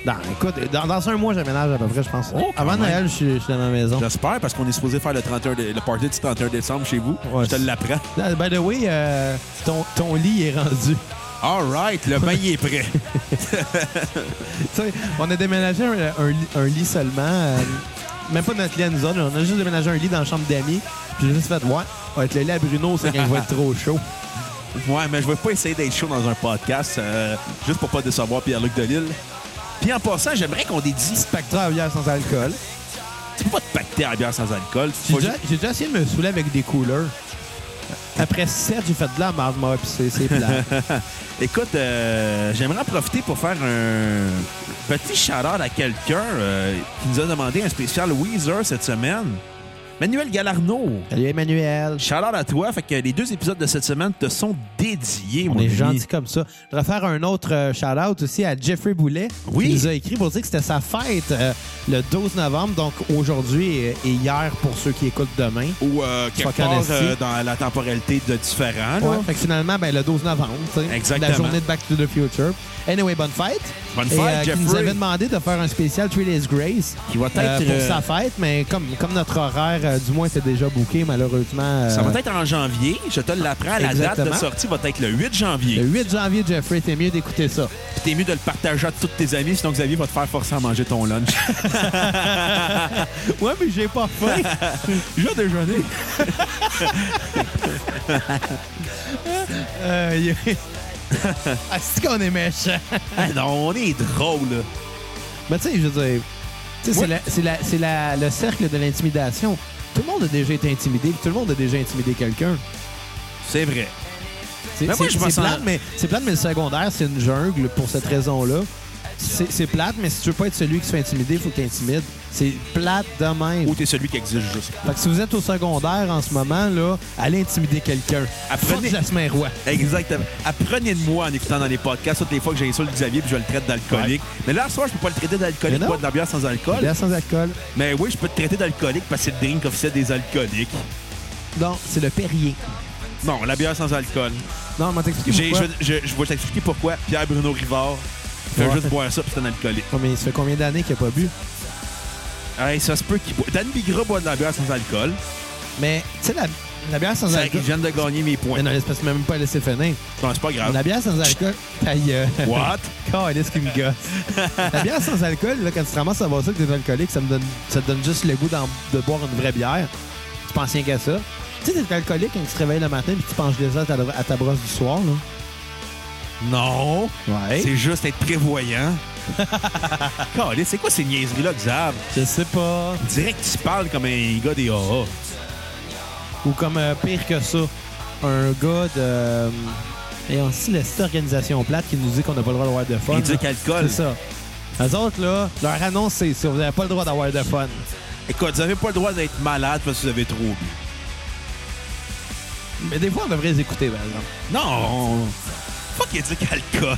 Speaker 1: Non, écoute, dans, dans un mois, j'aménage à peu près, je pense.
Speaker 3: Oh, quand
Speaker 1: Avant
Speaker 3: même.
Speaker 1: Noël, je suis je suis dans ma maison.
Speaker 3: J'espère, parce qu'on est supposé faire le, 31 dé- le party du 31 décembre chez vous.
Speaker 1: Ouais,
Speaker 3: Je te
Speaker 1: c'est-
Speaker 3: l'apprends.
Speaker 1: Ah, By the way, euh, ton, ton lit est rendu.
Speaker 3: All right, le bain, il est prêt.
Speaker 1: Tu sais, on a déménagé un, un lit- un lit seulement. euh, même pas notre lit à nous autres. On a juste déménagé un lit dans la chambre d'amis. Puis j'ai juste fait, ouais, on va être le lit à Bruno, c'est quand il va être trop chaud.
Speaker 3: Ouais, mais je vais pas essayer d'être chaud dans un podcast, euh, juste pour pas décevoir Pierre-Luc Delille. Puis en passant, j'aimerais qu'on dédie...
Speaker 1: Pacteur à bière sans alcool.
Speaker 3: Tu peux pas te pacter à la bière sans alcool. Tu
Speaker 1: J'ai
Speaker 3: peux
Speaker 1: déjà, j'ai déjà essayé de me saouler avec des couleurs. Après 7, j'ai fait de la merde, moi, puis c'est- c'est plat.
Speaker 3: Écoute, euh, j'aimerais en profiter pour faire un petit shout-out à quelqu'un euh, qui nous a demandé un spécial Weezer cette semaine. Manuel Galarno.
Speaker 1: Salut Emmanuel.
Speaker 3: Shout-out à toi. Fait que les deux épisodes de cette semaine te sont dédiés,
Speaker 1: On
Speaker 3: mon
Speaker 1: est
Speaker 3: ami.
Speaker 1: gentil comme ça. Je vais faire un autre euh, shout-out aussi à Jeffrey Boulet.
Speaker 3: Oui.
Speaker 1: Qui nous a écrit pour dire que c'était sa fête euh, le 12 novembre, donc aujourd'hui et, et hier pour ceux qui écoutent demain.
Speaker 3: Ou euh, quelque
Speaker 1: Fuck
Speaker 3: part
Speaker 1: honesty.
Speaker 3: euh, dans la temporalité de différents. là.
Speaker 1: Ouais, Fait que finalement, ben, le 12 novembre, tu sais,
Speaker 3: Exactement.
Speaker 1: la journée de Back to the Future. Anyway, bonne fête.
Speaker 3: Bonne
Speaker 1: Et,
Speaker 3: fête,
Speaker 1: euh, qui nous
Speaker 3: Jeffrey.
Speaker 1: avait demandé de faire un spécial Three Days Grace
Speaker 3: Qui va
Speaker 1: euh,
Speaker 3: être,
Speaker 1: pour
Speaker 3: euh,
Speaker 1: sa fête, mais comme, comme notre horaire, euh, du moins, c'est déjà booké, malheureusement. euh,
Speaker 3: Ça va être en janvier. Je te l'apprends. La date
Speaker 1: Exactement.
Speaker 3: de sortie va être le 8 janvier.
Speaker 1: le 8 janvier, Jeffrey, t'es mieux d'écouter ça.
Speaker 3: Puis t'es mieux de le partager à tous tes amis, sinon Xavier va te faire forcer à manger ton lunch.
Speaker 1: Ouais, mais j'ai pas faim.
Speaker 3: J'ai déjeuné.
Speaker 1: Euh, Est-ce Ah, qu'on est méchant?
Speaker 3: Ah non, on est drôle. là.
Speaker 1: Mais tu sais, je veux dire, Tu sais,
Speaker 3: Moi-
Speaker 1: c'est la- c'est la- c'est la- le cercle de l'intimidation. Tout le monde a déjà été intimidé, puis tout le monde a déjà intimidé quelqu'un.
Speaker 3: C'est vrai.
Speaker 1: C'est
Speaker 3: Mais moi,
Speaker 1: c'est-
Speaker 3: je me
Speaker 1: c'est
Speaker 3: sens-
Speaker 1: plate, mais c'est plate, mais le secondaire, c'est une jungle pour cette raison-là. C'est c'est plate, mais si tu veux pas être celui qui se fait intimider, il faut que tu intimides. C'est plate de même.
Speaker 3: Ou t'es celui qui exige juste.
Speaker 1: Fait que si vous êtes au secondaire en ce moment, là, allez intimider quelqu'un.
Speaker 3: Apprenez-
Speaker 1: Fuck Jasmin Roy.
Speaker 3: Exactement. Apprenez de moi en écoutant dans les podcasts toutes les fois que j'insulte Xavier puis je le traite d'alcoolique. Mais là, ce soir, je peux pas le traiter d'alcoolique,
Speaker 1: Mais non.
Speaker 3: pas de la bière sans alcool.
Speaker 1: Bière sans alcool.
Speaker 3: Mais oui, je peux te traiter d'alcoolique parce que c'est le drink officiel des alcooliques.
Speaker 1: Non, c'est le Perrier.
Speaker 3: Non, la bière sans alcool.
Speaker 1: Non, mais t'expliquer
Speaker 3: J'ai- Je,
Speaker 1: pourquoi.
Speaker 3: je- je vais t'expliquer pourquoi. Pierre-Bruno Rivard fait
Speaker 1: Ouais.
Speaker 3: juste boire ça puis c'est un alcoolique.
Speaker 1: Oh, mais ça fait combien d'années qu'il a pas bu?
Speaker 3: Hey, ça se peut qu'il boit. Dan Bigra boit de la bière sans alcool.
Speaker 1: Mais, tu sais, la, la bière sans
Speaker 3: Ça,
Speaker 1: alcool...
Speaker 3: il vient de gagner mes
Speaker 1: Mais
Speaker 3: points.
Speaker 1: non, c'est parce que même pas laissé finir.
Speaker 3: Non, c'est pas grave.
Speaker 1: La bière sans alcool, ta gueule.
Speaker 3: What?
Speaker 1: Calisse qui me gosse. La bière sans alcool, là, quand tu te ramasses à voir ça que t'es alcoolique, ça, me donne, ça te donne juste le goût d'en- de boire une vraie bière. Tu penses rien qu'à ça. Tu sais, t'es alcoolique quand tu te réveilles le matin puis tu penches les autres à, ta- à ta brosse du soir. Là.
Speaker 3: Non.
Speaker 1: Ouais.
Speaker 3: C'est juste être prévoyant. Calais, c'est quoi ces niaiseries-là, Xav?
Speaker 1: Je sais pas.
Speaker 3: Direct, tu parles comme un gars des AA.
Speaker 1: Ou comme euh, pire que ça, un gars de... Et aussi, la cette organisation plate qui nous dit qu'on n'a pas le droit d'avoir de fun.
Speaker 3: Indique
Speaker 1: là.
Speaker 3: alcool.
Speaker 1: C'est ça. Eux autres, là, leur annonce, c'est ça. Vous n'avez pas le droit d'avoir de fun.
Speaker 3: Écoute, vous avez pas le droit d'être malade parce que vous avez trop bu.
Speaker 1: Mais des fois, on devrait les écouter, par exemple.
Speaker 3: Non! Fuck indique alcool!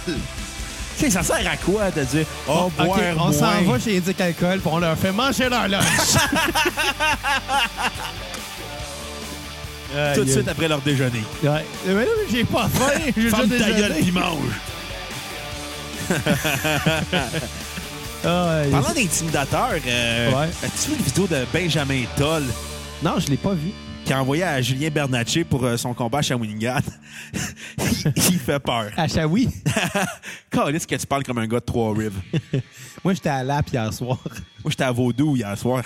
Speaker 3: Tu sais, ça sert à quoi de dire « Oh,
Speaker 1: OK,
Speaker 3: boire
Speaker 1: on s'en
Speaker 3: moins.
Speaker 1: va chez Indic Alcool, puis on leur fait manger leur lunch. Aïe,
Speaker 3: tout de
Speaker 1: aïe.
Speaker 3: suite après leur déjeuner.
Speaker 1: Ouais. Mais là, j'ai pas faim, j'ai déjà
Speaker 3: Ferme ta gueule
Speaker 1: déjeuné.
Speaker 3: pis mange!
Speaker 1: Aïe.
Speaker 3: Parlant d'intimidateur, euh,
Speaker 1: Ouais.
Speaker 3: as-tu vu une vidéo de Benjamin Toll
Speaker 1: Non, je l'ai pas vu.
Speaker 3: qui a envoyé à Julien Bernatchez pour euh, son combat à Shawinigan? il, il fait peur.
Speaker 1: À Chaoui.
Speaker 3: Calisse que tu parles comme un gars de Trois-Rives.
Speaker 1: Moi, j'étais à l'app hier soir.
Speaker 3: Moi, j'étais à Vaudou hier soir.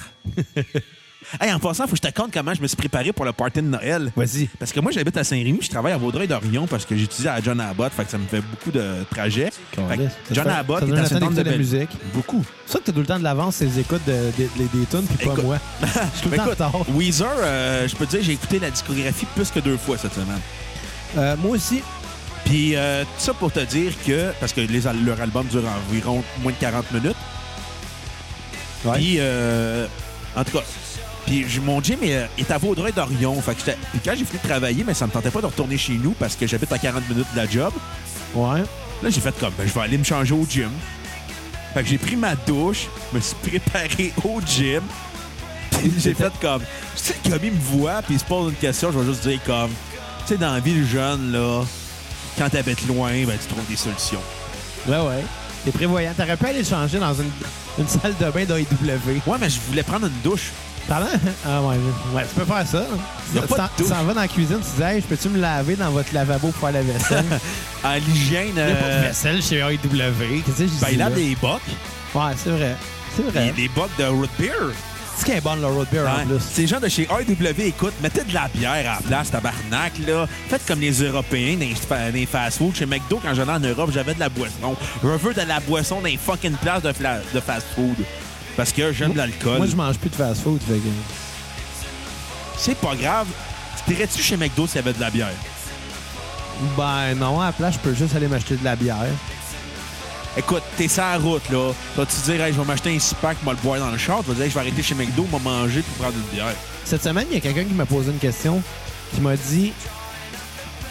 Speaker 3: hey, en passant, faut que je te compte comment je me suis préparé pour le party de Noël.
Speaker 1: Vas-y.
Speaker 3: Parce que moi, j'habite à Saint-Rémy, je travaille à Vaudreuil-Dorion parce que j'étudiais à John Abbott, fait que ça me fait beaucoup de trajets. Fait que
Speaker 1: Ça te
Speaker 3: John
Speaker 1: fait-
Speaker 3: Abbott
Speaker 1: ça te
Speaker 3: est
Speaker 1: donne
Speaker 3: à
Speaker 1: le temps
Speaker 3: Saint-Anne de
Speaker 1: d'écouter de la
Speaker 3: Belle-
Speaker 1: musique.
Speaker 3: Beaucoup.
Speaker 1: C'est ça que t'as tout le temps de l'avance, les écoutes de, de- les- des tunes, puis pas
Speaker 3: Écoute.
Speaker 1: moi. Je suis tout le
Speaker 3: Mais
Speaker 1: temps en
Speaker 3: écoute,
Speaker 1: retard.
Speaker 3: Weezer, euh, je peux te dire, j'ai écouté la discographie plus que deux fois cette semaine.
Speaker 1: Euh, moi aussi.
Speaker 3: Puis, euh, tout ça pour te dire que, parce que les, al- leur album dure environ moins de 40 minutes.
Speaker 1: Ouais.
Speaker 3: Puis, euh, en tout cas, puis j- mon gym est, euh, est à Vaudreuil-Dorion. Fait que j'étais- puis quand j'ai fini de travailler, mais ça me tentait pas de retourner chez nous parce que j'habite à 40 minutes de la job.
Speaker 1: Ouais.
Speaker 3: Là, j'ai fait comme, ben, je vais aller me changer au gym. Fait que j'ai pris ma douche, me suis préparé au gym. Puis j'ai fait comme, tu sais, comme il me voit, puis il se pose une question, je vais juste dire comme, tu sais, dans la vie, le jeune, là, quand t'habites loin, ben, tu trouves des solutions.
Speaker 1: Ouais, ouais. T'es prévoyant. T'aurais pu aller changer dans une, une salle de bain d'AEW.
Speaker 3: Ouais, mais je voulais prendre une douche.
Speaker 1: Parlant. Ah ouais, mais- ouais, tu peux faire ça.
Speaker 3: Y a
Speaker 1: Tu
Speaker 3: pas de
Speaker 1: t'en- Tu
Speaker 3: douche.
Speaker 1: s'en vas dans la cuisine, tu dis, hey, je peux-tu me laver dans votre lavabo pour faire la vaisselle?
Speaker 3: À l'hygiène,
Speaker 1: Il n'y a pas de
Speaker 3: euh,
Speaker 1: vaisselle chez AEW. Qu'est-ce que je
Speaker 3: ben,
Speaker 1: dis
Speaker 3: il a
Speaker 1: là?
Speaker 3: des bocs.
Speaker 1: Ouais, c'est vrai. C'est
Speaker 3: Des,
Speaker 1: vrai.
Speaker 3: des bocs de root beer.
Speaker 1: C'est qu'un bon le road beer en
Speaker 3: Ouais.
Speaker 1: plus.
Speaker 3: Ces gens de chez AEW, écoute, mettez de la bière à la place, tabarnak, là. Faites comme les Européens dans les fa- dans les fast-food. Chez McDo, quand j'allais en Europe, j'avais de la boisson. Je veux de la boisson dans les fucking places de, fla- de fast-food. Parce que j'aime l'alcool.
Speaker 1: Moi, je mange plus de fast-food. fait que-
Speaker 3: C'est pas grave. Tu T'irais-tu chez McDo s'il y avait de la bière?
Speaker 1: Ben non, à la place, je peux juste aller m'acheter de la bière.
Speaker 3: Écoute, t'es sur la route, là. Vas-tu dire, hey, je vais m'acheter un six-pack, je vais le boire dans le char. Tu vas dire, Hey, je vais arrêter chez McDo, m'en manger pour prendre une bière.
Speaker 1: Cette semaine, il y a quelqu'un qui m'a posé une question qui m'a dit...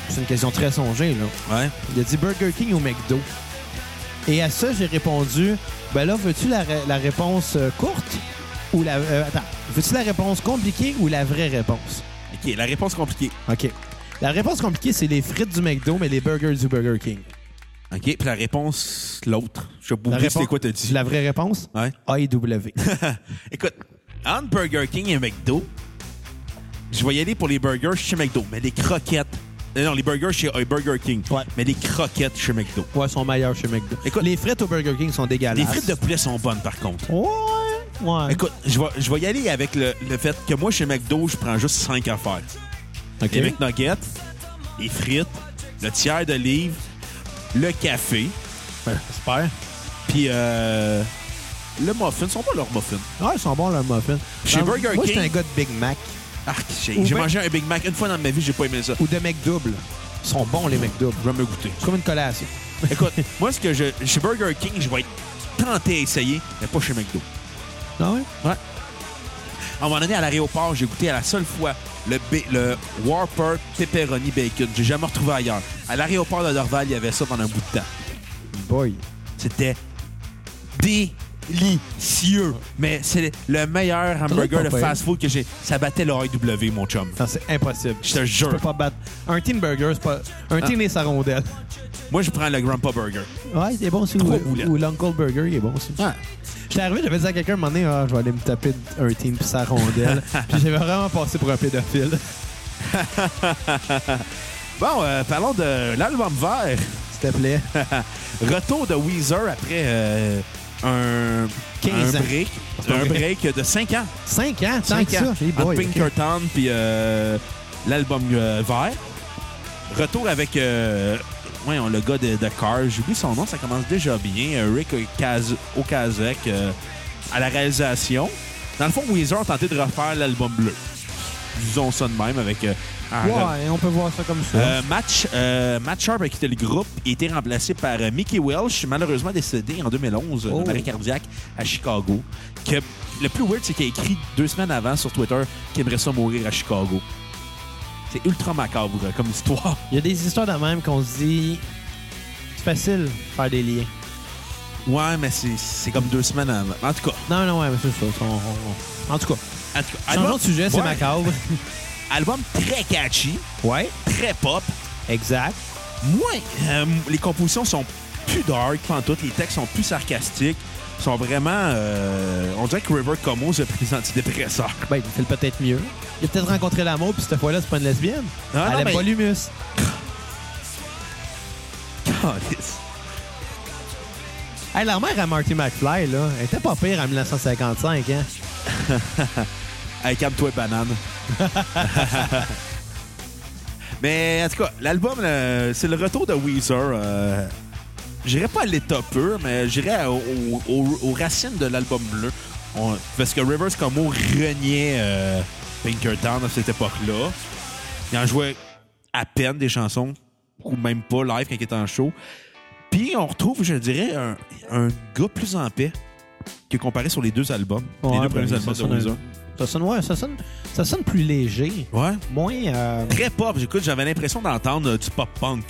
Speaker 1: C'est une question très songée, là.
Speaker 3: Ouais.
Speaker 1: Il a dit Burger King ou McDo. Et à ça, j'ai répondu Ben là, veux-tu la, ré- la réponse euh, courte ou la. euh, attends, veux-tu la réponse compliquée ou la vraie réponse
Speaker 3: OK, la réponse compliquée.
Speaker 1: OK. La réponse compliquée, c'est les frites du McDo, mais les burgers du Burger King.
Speaker 3: OK, puis la réponse, l'autre. Je
Speaker 1: La
Speaker 3: sais pas
Speaker 1: réponse-
Speaker 3: c'est quoi t'as dit.
Speaker 1: La vraie réponse
Speaker 3: Ouais.
Speaker 1: AEW.
Speaker 3: Écoute, entre Burger King et McDo, je vais y aller pour les burgers chez McDo, mais les croquettes. euh, non, les burgers chez euh, Burger King.
Speaker 1: Ouais.
Speaker 3: Mais les croquettes chez McDo.
Speaker 1: ouais, ils sont meilleurs chez McDo.
Speaker 3: Écoute-
Speaker 1: les frites au Burger King sont dégueulasses.
Speaker 3: Les frites de poulet sont bonnes, par contre.
Speaker 1: Ouais, ouais.
Speaker 3: Écoute, je vais, je vais y aller avec le, le fait que moi, chez McDo, je prends juste 5 affaires.
Speaker 1: OK.
Speaker 3: Les McNuggets, les frites, le tiers de livre, le café,
Speaker 1: J'espère.
Speaker 3: puis euh, le muffin. Ils sont pas leurs muffins.
Speaker 1: Ah, ils sont bons, leurs muffins.
Speaker 3: Chez
Speaker 1: Dans-
Speaker 3: Burger
Speaker 1: moi,
Speaker 3: King-
Speaker 1: j'étais un gars de Big Mac
Speaker 3: Arc, Ah, j'ai
Speaker 1: Ou
Speaker 3: j'ai
Speaker 1: ben-
Speaker 3: mangé un Big Mac une fois dans ma vie, j'ai pas aimé ça.
Speaker 1: ou de McDouble. Ils sont bons, les McDouble.
Speaker 3: Je vais me goûter.
Speaker 1: C'est comme une collation.
Speaker 3: Écoute, moi, ce que je. Chez Burger King, je vais être tenté à essayer, mais pas chez McDo.
Speaker 1: Ah ouais?
Speaker 3: À un moment donné, à l'aéroport, j'ai goûté à la seule fois le, ba- le Whopper Pepperoni Bacon. J'ai jamais retrouvé ailleurs. À l'aéroport de Dorval, il y avait ça pendant un bout de temps.
Speaker 1: Boy.
Speaker 3: C'était délicieux. Mais c'est le meilleur hamburger de
Speaker 1: pas pire.
Speaker 3: fast-food que j'ai. Ça battait le IW, mon chum.
Speaker 1: Non, c'est impossible.
Speaker 3: Je te
Speaker 1: Je Ah. peux
Speaker 3: jure.
Speaker 1: pas battre. Un Teen Burger, c'est pas. Un Teen et sa rondelle.
Speaker 3: Moi, je prends le Grandpa Burger.
Speaker 1: Ouais, c'est bon aussi.
Speaker 3: Trois
Speaker 1: Ou,
Speaker 3: boulettes.
Speaker 1: ou l'Uncle Burger, il est bon aussi. J'étais arrivé, j'avais dit à quelqu'un, un moment donné, ah, je vais aller me taper un Teen puis sa rondelle. puis j'avais vraiment passé pour un pédophile.
Speaker 3: Bon, euh, parlons de l'album vert.
Speaker 1: S'il te plaît.
Speaker 3: Retour de Weezer après euh, un,
Speaker 1: 15
Speaker 3: un
Speaker 1: ans.
Speaker 3: break.
Speaker 1: pas
Speaker 3: Un
Speaker 1: vrai.
Speaker 3: break de 5 ans.
Speaker 1: Cinq ans, tant
Speaker 3: Cinq
Speaker 1: que ça.
Speaker 3: ans.
Speaker 1: Hey
Speaker 3: Entre
Speaker 1: boy, ok.
Speaker 3: Pinkerton puis euh, l'album euh, vert. Retour avec euh, voyons, le gars de, de Cars. J'oublie son nom, ça commence déjà bien. Euh, Rick Okaz- Okazek euh, à la réalisation. Dans le fond, Weezer ont tenté de refaire l'album bleu. Disons ça de même avec... euh, un
Speaker 1: Ouais, on peut voir ça comme ça.
Speaker 3: euh, Match, euh, Matt Sharp a quitté le groupe et été remplacé par euh, Mickey Welsh, malheureusement décédé en 2011
Speaker 1: Oh.
Speaker 3: d'un arrêt cardiaque à Chicago. Que, le plus weird, c'est qu'il a écrit deux semaines avant sur Twitter qu'il aimerait ça mourir à Chicago. C'est ultra macabre euh, comme histoire.
Speaker 1: Il y a des histoires de même qu'on se dit. C'est facile de faire des liens.
Speaker 3: Ouais, mais c'est- c'est comme deux semaines avant. En tout cas,
Speaker 1: Non, non, ouais, mais c'est ça. on- on- on- En tout cas,
Speaker 3: en tout cas
Speaker 1: changeons
Speaker 3: album,
Speaker 1: de sujet, c'est
Speaker 3: Ah, ouais,
Speaker 1: macabre.
Speaker 3: Album très catchy,
Speaker 1: Ouais,
Speaker 3: très pop.
Speaker 1: exact.
Speaker 3: Moins. euh, les compositions sont plus dark toutes, les textes sont plus sarcastiques, sont vraiment. euh, on dirait que River Como a pris des antidépresseurs.
Speaker 1: Ben, il fait peut-être mieux. Il a peut-être rencontré l'amour, puis cette fois-là, c'est pas une lesbienne.
Speaker 3: Non,
Speaker 1: Elle
Speaker 3: non,
Speaker 1: aime
Speaker 3: mais-
Speaker 1: pas l'humus.
Speaker 3: Calice.
Speaker 1: Hey, la mère à Marty McFly, là, elle était pas pire en 1955, hein?
Speaker 3: Hey, calme-toi, banane. Mais en tout cas, l'album, euh, c'est le retour de Weezer. euh, j'irai pas à l'état pur, mais j'irai au- au- au- aux racines de l'album bleu. On- parce que Rivers Como reniait euh, Pinkerton à cette époque-là. Il en jouait à peine des chansons, ou même pas live quand il était en show. Puis on retrouve, je dirais, un, un gars plus en paix que comparé sur les deux albums. les deux
Speaker 1: Ouais,
Speaker 3: premiers
Speaker 1: ben,
Speaker 3: albums de
Speaker 1: sonne un-
Speaker 3: Weezer.
Speaker 1: ça sonne, ouais, ça sonne, ça sonne plus léger.
Speaker 3: Ouais.
Speaker 1: Moins. euh,
Speaker 3: Très pop. J'écoute, j'avais l'impression d'entendre euh, du pop-punk.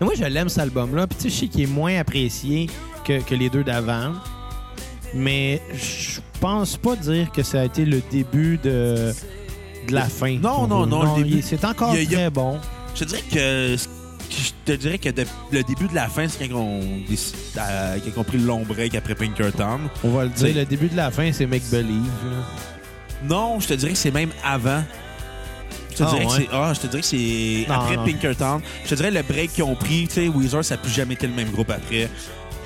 Speaker 1: Mais Moi, je l'aime, cet album-là. Puis, tu sais, je sais qu'il est moins apprécié que, que les deux d'avant. Mais je pense pas dire que ça a été le début de, de la fin.
Speaker 3: Non, non, non, le début-
Speaker 1: il- C'est encore
Speaker 3: il y a- il y a-
Speaker 1: très bon.
Speaker 3: Je te dirais que... Je te dirais que de- le début de la fin, c'est quand on, décide- euh, quand on a pris le long break après Pinkerton.
Speaker 1: On va le
Speaker 3: C'est-
Speaker 1: dire, le début de la fin, c'est Make Believe. là.
Speaker 3: Non, je te dirais que c'est même avant. Je te,
Speaker 1: Ah, ouais.
Speaker 3: dirais, que c'est, ah, je te dirais que c'est
Speaker 1: Non,
Speaker 3: après
Speaker 1: non.
Speaker 3: Pinkerton. Je te dirais le break qu'ils ont pris. Tu sais, Weezer, ça n'a plus jamais été le même groupe après.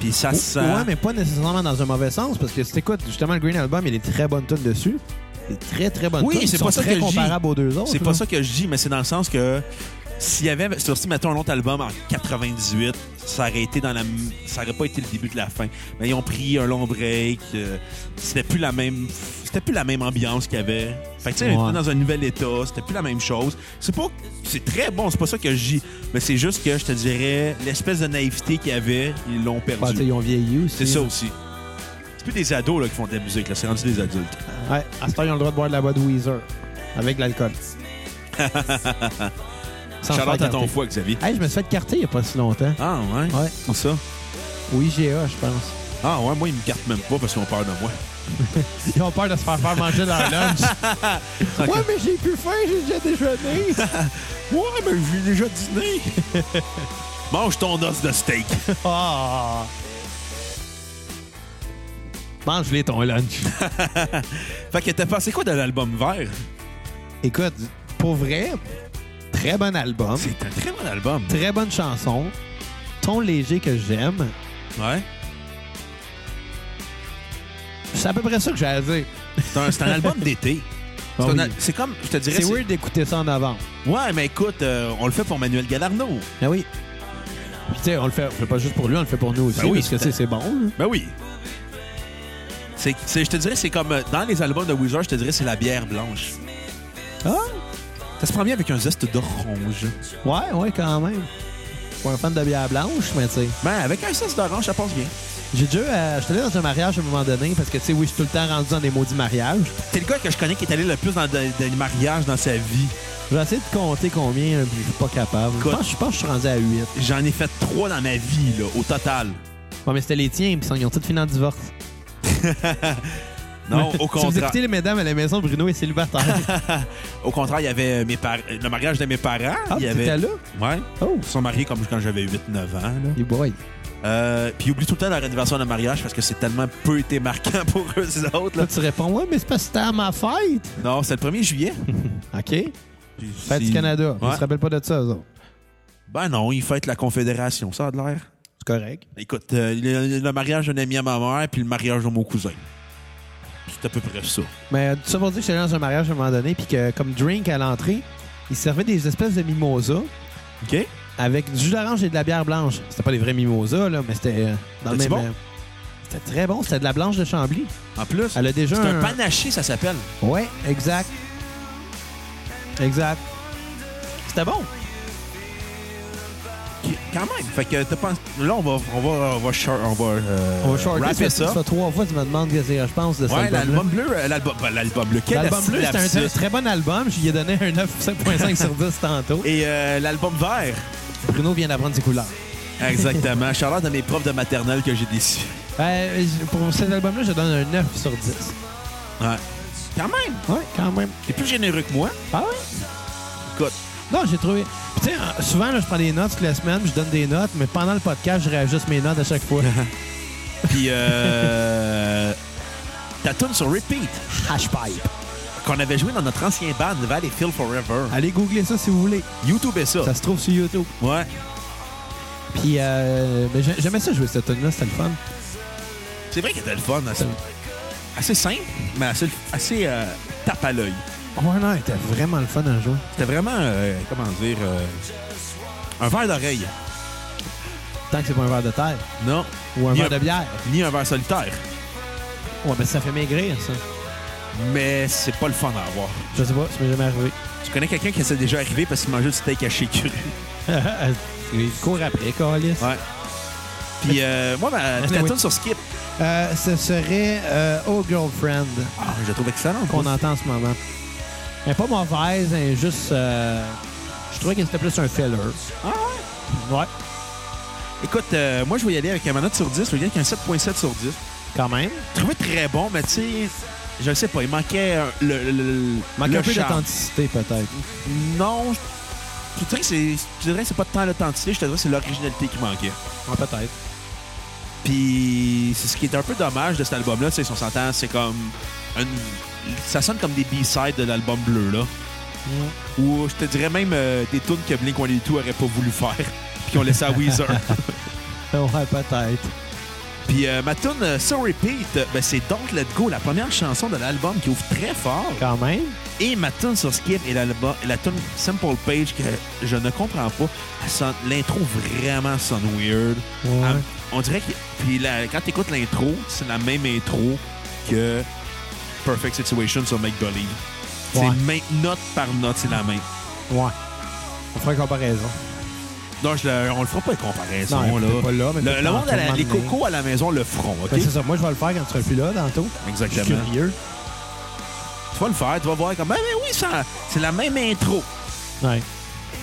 Speaker 3: Puis Ah, ça sent...
Speaker 1: Ouais, mais pas nécessairement dans un mauvais sens, parce que si t'écoutes justement le Green Album, il y a des très bonnes tunes dessus. Des très, très bonnes
Speaker 3: Oui,
Speaker 1: tunes.
Speaker 3: c'est
Speaker 1: qui
Speaker 3: pas
Speaker 1: sont
Speaker 3: ça
Speaker 1: très
Speaker 3: que je dis.
Speaker 1: comparable aux deux autres.
Speaker 3: C'est pas
Speaker 1: là.
Speaker 3: ça que je dis, mais c'est dans le sens que s'il y avait sorti, mettons, un autre album en 98, ça aurait été dans la. m- Ça aurait pas été le début de la fin. Mais ils ont pris un long break. euh, c'était plus la même. C'était plus la même ambiance qu'il y avait. Fait que, tu sais,
Speaker 1: Ouais.
Speaker 3: on était dans un nouvel état. C'était plus la même chose. C'est pas. C'est très bon, c'est pas ça que je dis. Mais c'est juste que je te dirais, l'espèce de naïveté qu'il y avait, ils l'ont
Speaker 1: Bah, tu sais,
Speaker 3: perdue.
Speaker 1: ils ont vieilli aussi.
Speaker 3: C'est ça aussi. C'est plus des ados là, qui font de la musique, là. C'est rendu des adultes.
Speaker 1: Ouais, à ce temps, ils ont le droit de boire de la boîte Weezer avec de l'alcool. Sans se faire
Speaker 3: Charlotte à ton
Speaker 1: carter.
Speaker 3: foie, Xavier.
Speaker 1: Hey, je me suis fait carter il n'y a pas si longtemps.
Speaker 3: Ah, ouais.
Speaker 1: Ouais,
Speaker 3: Tout ça.
Speaker 1: au IGA, je pense.
Speaker 3: Ah ouais, moi, ils me gardent même pas parce qu'ils ont peur de moi.
Speaker 1: Ils ont peur de se faire faire manger leur lunch. Ouais, mais j'ai plus faim, j'ai déjà déjeuné.
Speaker 3: Ouais, mais j'ai déjà dîné. Mange ton os de steak.
Speaker 1: Ah. Mange-les ton lunch.
Speaker 3: Fait que t'as pensé quoi de l'album vert?
Speaker 1: Écoute, pour vrai, très bon album,
Speaker 3: C'est un très bon album.
Speaker 1: très bonne chanson, ton léger que j'aime.
Speaker 3: Ouais.
Speaker 1: C'est à peu près ça que j'ai à dire.
Speaker 3: C'est un, c'est un album d'été. C'est
Speaker 1: Ah
Speaker 3: un
Speaker 1: oui.
Speaker 3: al- C'est comme, je te dirais...
Speaker 1: C'est weird d'écouter ça en novembre.
Speaker 3: Ouais, mais écoute, euh, on le fait pour Manuel Galarno.
Speaker 1: Ah oui. Puis tu sais, on le fait, on le fait pas juste pour lui, on le fait pour nous aussi,
Speaker 3: Ben oui,
Speaker 1: parce que tu sais, c'est bon. là.
Speaker 3: Ben oui. C'est, c'est- je te dirais, c'est comme euh, dans les albums de Weezer, je te dirais, c'est la bière blanche.
Speaker 1: Ah!
Speaker 3: Ça se prend bien avec un zeste d'orange.
Speaker 1: Ouais, ouais, quand même. Pas un fan de bière blanche, mais tu sais.
Speaker 3: Ben, avec un zeste d'orange, ça passe bien.
Speaker 1: J'ai déjà. euh, J'étais allé dans un mariage à un moment donné parce que, tu sais, oui, je suis tout le temps rendu dans des maudits mariages.
Speaker 3: T'es le gars que je connais qui est allé le plus dans de- des mariages dans sa vie.
Speaker 1: J'ai essayé de compter combien, là, puis je suis pas capable. Je
Speaker 3: Quoi?
Speaker 1: pense, je pense que je suis rendu à 8.
Speaker 3: J'en ai fait trois dans ma vie, là, au total.
Speaker 1: Ouais, mais c'était les tiens, puis ils ont tous fini en divorce.
Speaker 3: Non, au
Speaker 1: Si vous
Speaker 3: contraire.
Speaker 1: écoutez les mesdames à la maison, Bruno est célibataire.
Speaker 3: Au contraire, il y avait euh, mes par- le mariage de mes parents.
Speaker 1: Ah,
Speaker 3: il y
Speaker 1: t'étais
Speaker 3: avait...
Speaker 1: là?
Speaker 3: Ouais.
Speaker 1: Oh,
Speaker 3: Ils se sont mariés comme quand j'avais 8-9 ans. là.
Speaker 1: les boys.
Speaker 3: Euh, puis oublie tout le temps leur anniversaire de mariage parce que c'est tellement peu été marquant pour eux autres.
Speaker 1: Là,
Speaker 3: là.
Speaker 1: tu réponds, ouais, mais c'est pas c'était à ma fête.
Speaker 3: Non, c'est le 1er juillet.
Speaker 1: OK.
Speaker 3: Puis
Speaker 1: Fête
Speaker 3: c'est-
Speaker 1: du Canada.
Speaker 3: Ouais.
Speaker 1: Ils se rappellent pas de ça, eux autres.
Speaker 3: Ben non, ils fêtent la Confédération, ça a de l'air.
Speaker 1: C'est correct.
Speaker 3: Écoute, euh, le, le mariage d'un ami à ma mère, puis le mariage de mon cousin. C'est à peu près ça.
Speaker 1: Mais euh, tout ça pour dire que j'étais allé dans un mariage à un moment donné, puis que comme drink à l'entrée, ils servaient des espèces de mimosas
Speaker 3: OK?
Speaker 1: avec du jus d'orange et de la bière blanche. C'était pas des vrais mimosas, là, mais c'était euh, dans le
Speaker 3: C'était-tu
Speaker 1: même.
Speaker 3: bon?
Speaker 1: euh, C'était très bon. C'était de la blanche de Chambly.
Speaker 3: En plus,
Speaker 1: Elle a déjà
Speaker 3: c'est un
Speaker 1: un-
Speaker 3: panaché, ça s'appelle.
Speaker 1: Ouais, exact. Exact. C'était bon.
Speaker 3: Qui- Quand même. Fait que t'as pas... Là, on va... On va... On va... short- On va, euh,
Speaker 1: On va shorter,
Speaker 3: rapper
Speaker 1: ça. fait-
Speaker 3: ça.
Speaker 1: Ça fait trois fois que tu me demandes qu'est-ce que je pense de ça.
Speaker 3: Ouais, l'album bleu... euh, L'album... ben, l'album bleu. Quel
Speaker 1: L'album bleu, c'était un
Speaker 3: lapsus.
Speaker 1: très, très bon album. Je lui ai donné un 9.5 sur 10 tantôt.
Speaker 3: Et euh, l'album vert.
Speaker 1: Bruno vient d'apprendre ses couleurs.
Speaker 3: Exactement. Charlotte de mes profs de maternelle que j'ai déçus.
Speaker 1: Euh, je- pour cet album-là, je donne un 9 sur 10.
Speaker 3: Ouais. Quand même.
Speaker 1: Ouais, quand même.
Speaker 3: T'es plus généreux que moi.
Speaker 1: Ah ouais?
Speaker 3: Écoute.
Speaker 1: Non, j'ai trouvé. Puis Tu sais, euh, souvent, là, je prends des notes toutes les semaines, je donne des notes, mais pendant le podcast, je réajuste mes notes à chaque fois.
Speaker 3: Puis, euh... ta tune sur Repeat,
Speaker 1: Hashpipe.
Speaker 3: qu'on avait joué dans notre ancien band, Valley Phil Forever.
Speaker 1: Allez googler ça si vous voulez.
Speaker 3: YouTube est ça.
Speaker 1: Ah, Ça se trouve sur YouTube.
Speaker 3: Ouais.
Speaker 1: Puis, euh, mais j'ai- j'aimais ça jouer cette tune là c'était le fun.
Speaker 3: C'est vrai qu'elle était le fun. Assez, assez simple, mais assez, assez euh, tape à l'œil.
Speaker 1: Ouais, non, elle était vraiment le fun à jouer.
Speaker 3: C'était vraiment, euh, comment dire, euh, un verre d'oreille.
Speaker 1: Tant que c'est pas un verre de terre
Speaker 3: Non,
Speaker 1: ou un
Speaker 3: Yep.
Speaker 1: verre de bière.
Speaker 3: ni un verre solitaire.
Speaker 1: Ouais, mais ça fait maigrir, ça.
Speaker 3: Mais c'est pas le fun à avoir.
Speaker 1: Je sais pas, ça m'est jamais arrivé.
Speaker 3: Tu connais quelqu'un qui s'est déjà arrivé parce qu'il mangeait du steak haché cru.
Speaker 1: Il court après, Calis.
Speaker 3: Ouais. Puis euh, moi, ma
Speaker 1: Anyway.
Speaker 3: tune sur Skip,
Speaker 1: Euh, ce serait euh, Oh Girlfriend
Speaker 3: ah, je la trouve excellente.
Speaker 1: qu'on entend en ce moment. Mais pas mauvaise, hein, juste. euh, je trouvais que c'était plus un filler.
Speaker 3: Ah ouais?
Speaker 1: Ouais,
Speaker 3: Écoute, euh, moi, je vais y aller avec un note sur 10. Le gars qui a un 7.7 sur 10.
Speaker 1: quand même.
Speaker 3: Je trouvais très bon, mais tu sais, je sais pas, il manquait euh, le, le, le-
Speaker 1: Manque
Speaker 3: le
Speaker 1: un peu
Speaker 3: charme.
Speaker 1: d'authenticité, peut-être.
Speaker 3: Non, je, je dirais que c'est, je dirais que c'est pas tant l'authenticité, je te dirais que c'est l'originalité qui manquait.
Speaker 1: Ouais, peut-être.
Speaker 3: Puis c'est ce qui est un peu dommage de cet album-là, tu sais, si on s'entend, c'est comme une- ça sonne comme des B-sides de l'album bleu là, ou je te dirais même euh, des tunes que Blink 182 aurait pas voulu faire, puis qu'on laissait à Weezer.
Speaker 1: Ouais, peut-être.
Speaker 3: puis euh, ma tune euh, So Repeat, euh, ben, c'est Don't Let Go, la première chanson de l'album qui ouvre très fort.
Speaker 1: Quand même.
Speaker 3: Et ma tune sur Skip et la, la tune Simple Page que je ne comprends pas. elle sonne- L'intro vraiment sonne weird.
Speaker 1: Ouais.
Speaker 3: Elle- on dirait que puis la- quand t'écoutes l'intro, c'est la même intro que Perfect Situation sur Make Believe.
Speaker 1: Ouais.
Speaker 3: C'est même note par note, c'est la même.
Speaker 1: Ouais. On fera une comparaison.
Speaker 3: Non, je le- on le fera pas les comparaisons
Speaker 1: Non,
Speaker 3: là.
Speaker 1: peut-être pas là, mais
Speaker 3: le,
Speaker 1: peut-être
Speaker 3: le
Speaker 1: en
Speaker 3: monde à la-
Speaker 1: tournant
Speaker 3: les
Speaker 1: de nez.
Speaker 3: cocos à la maison le feront, ok?
Speaker 1: Ben, c'est ça. Moi, je vais le faire quand tu seras plus là, tantôt. Je suis
Speaker 3: Exactement.
Speaker 1: curieux.
Speaker 3: Tu vas le faire, tu vas voir comme ben, ben oui, ça- c'est la même intro.
Speaker 1: Ouais.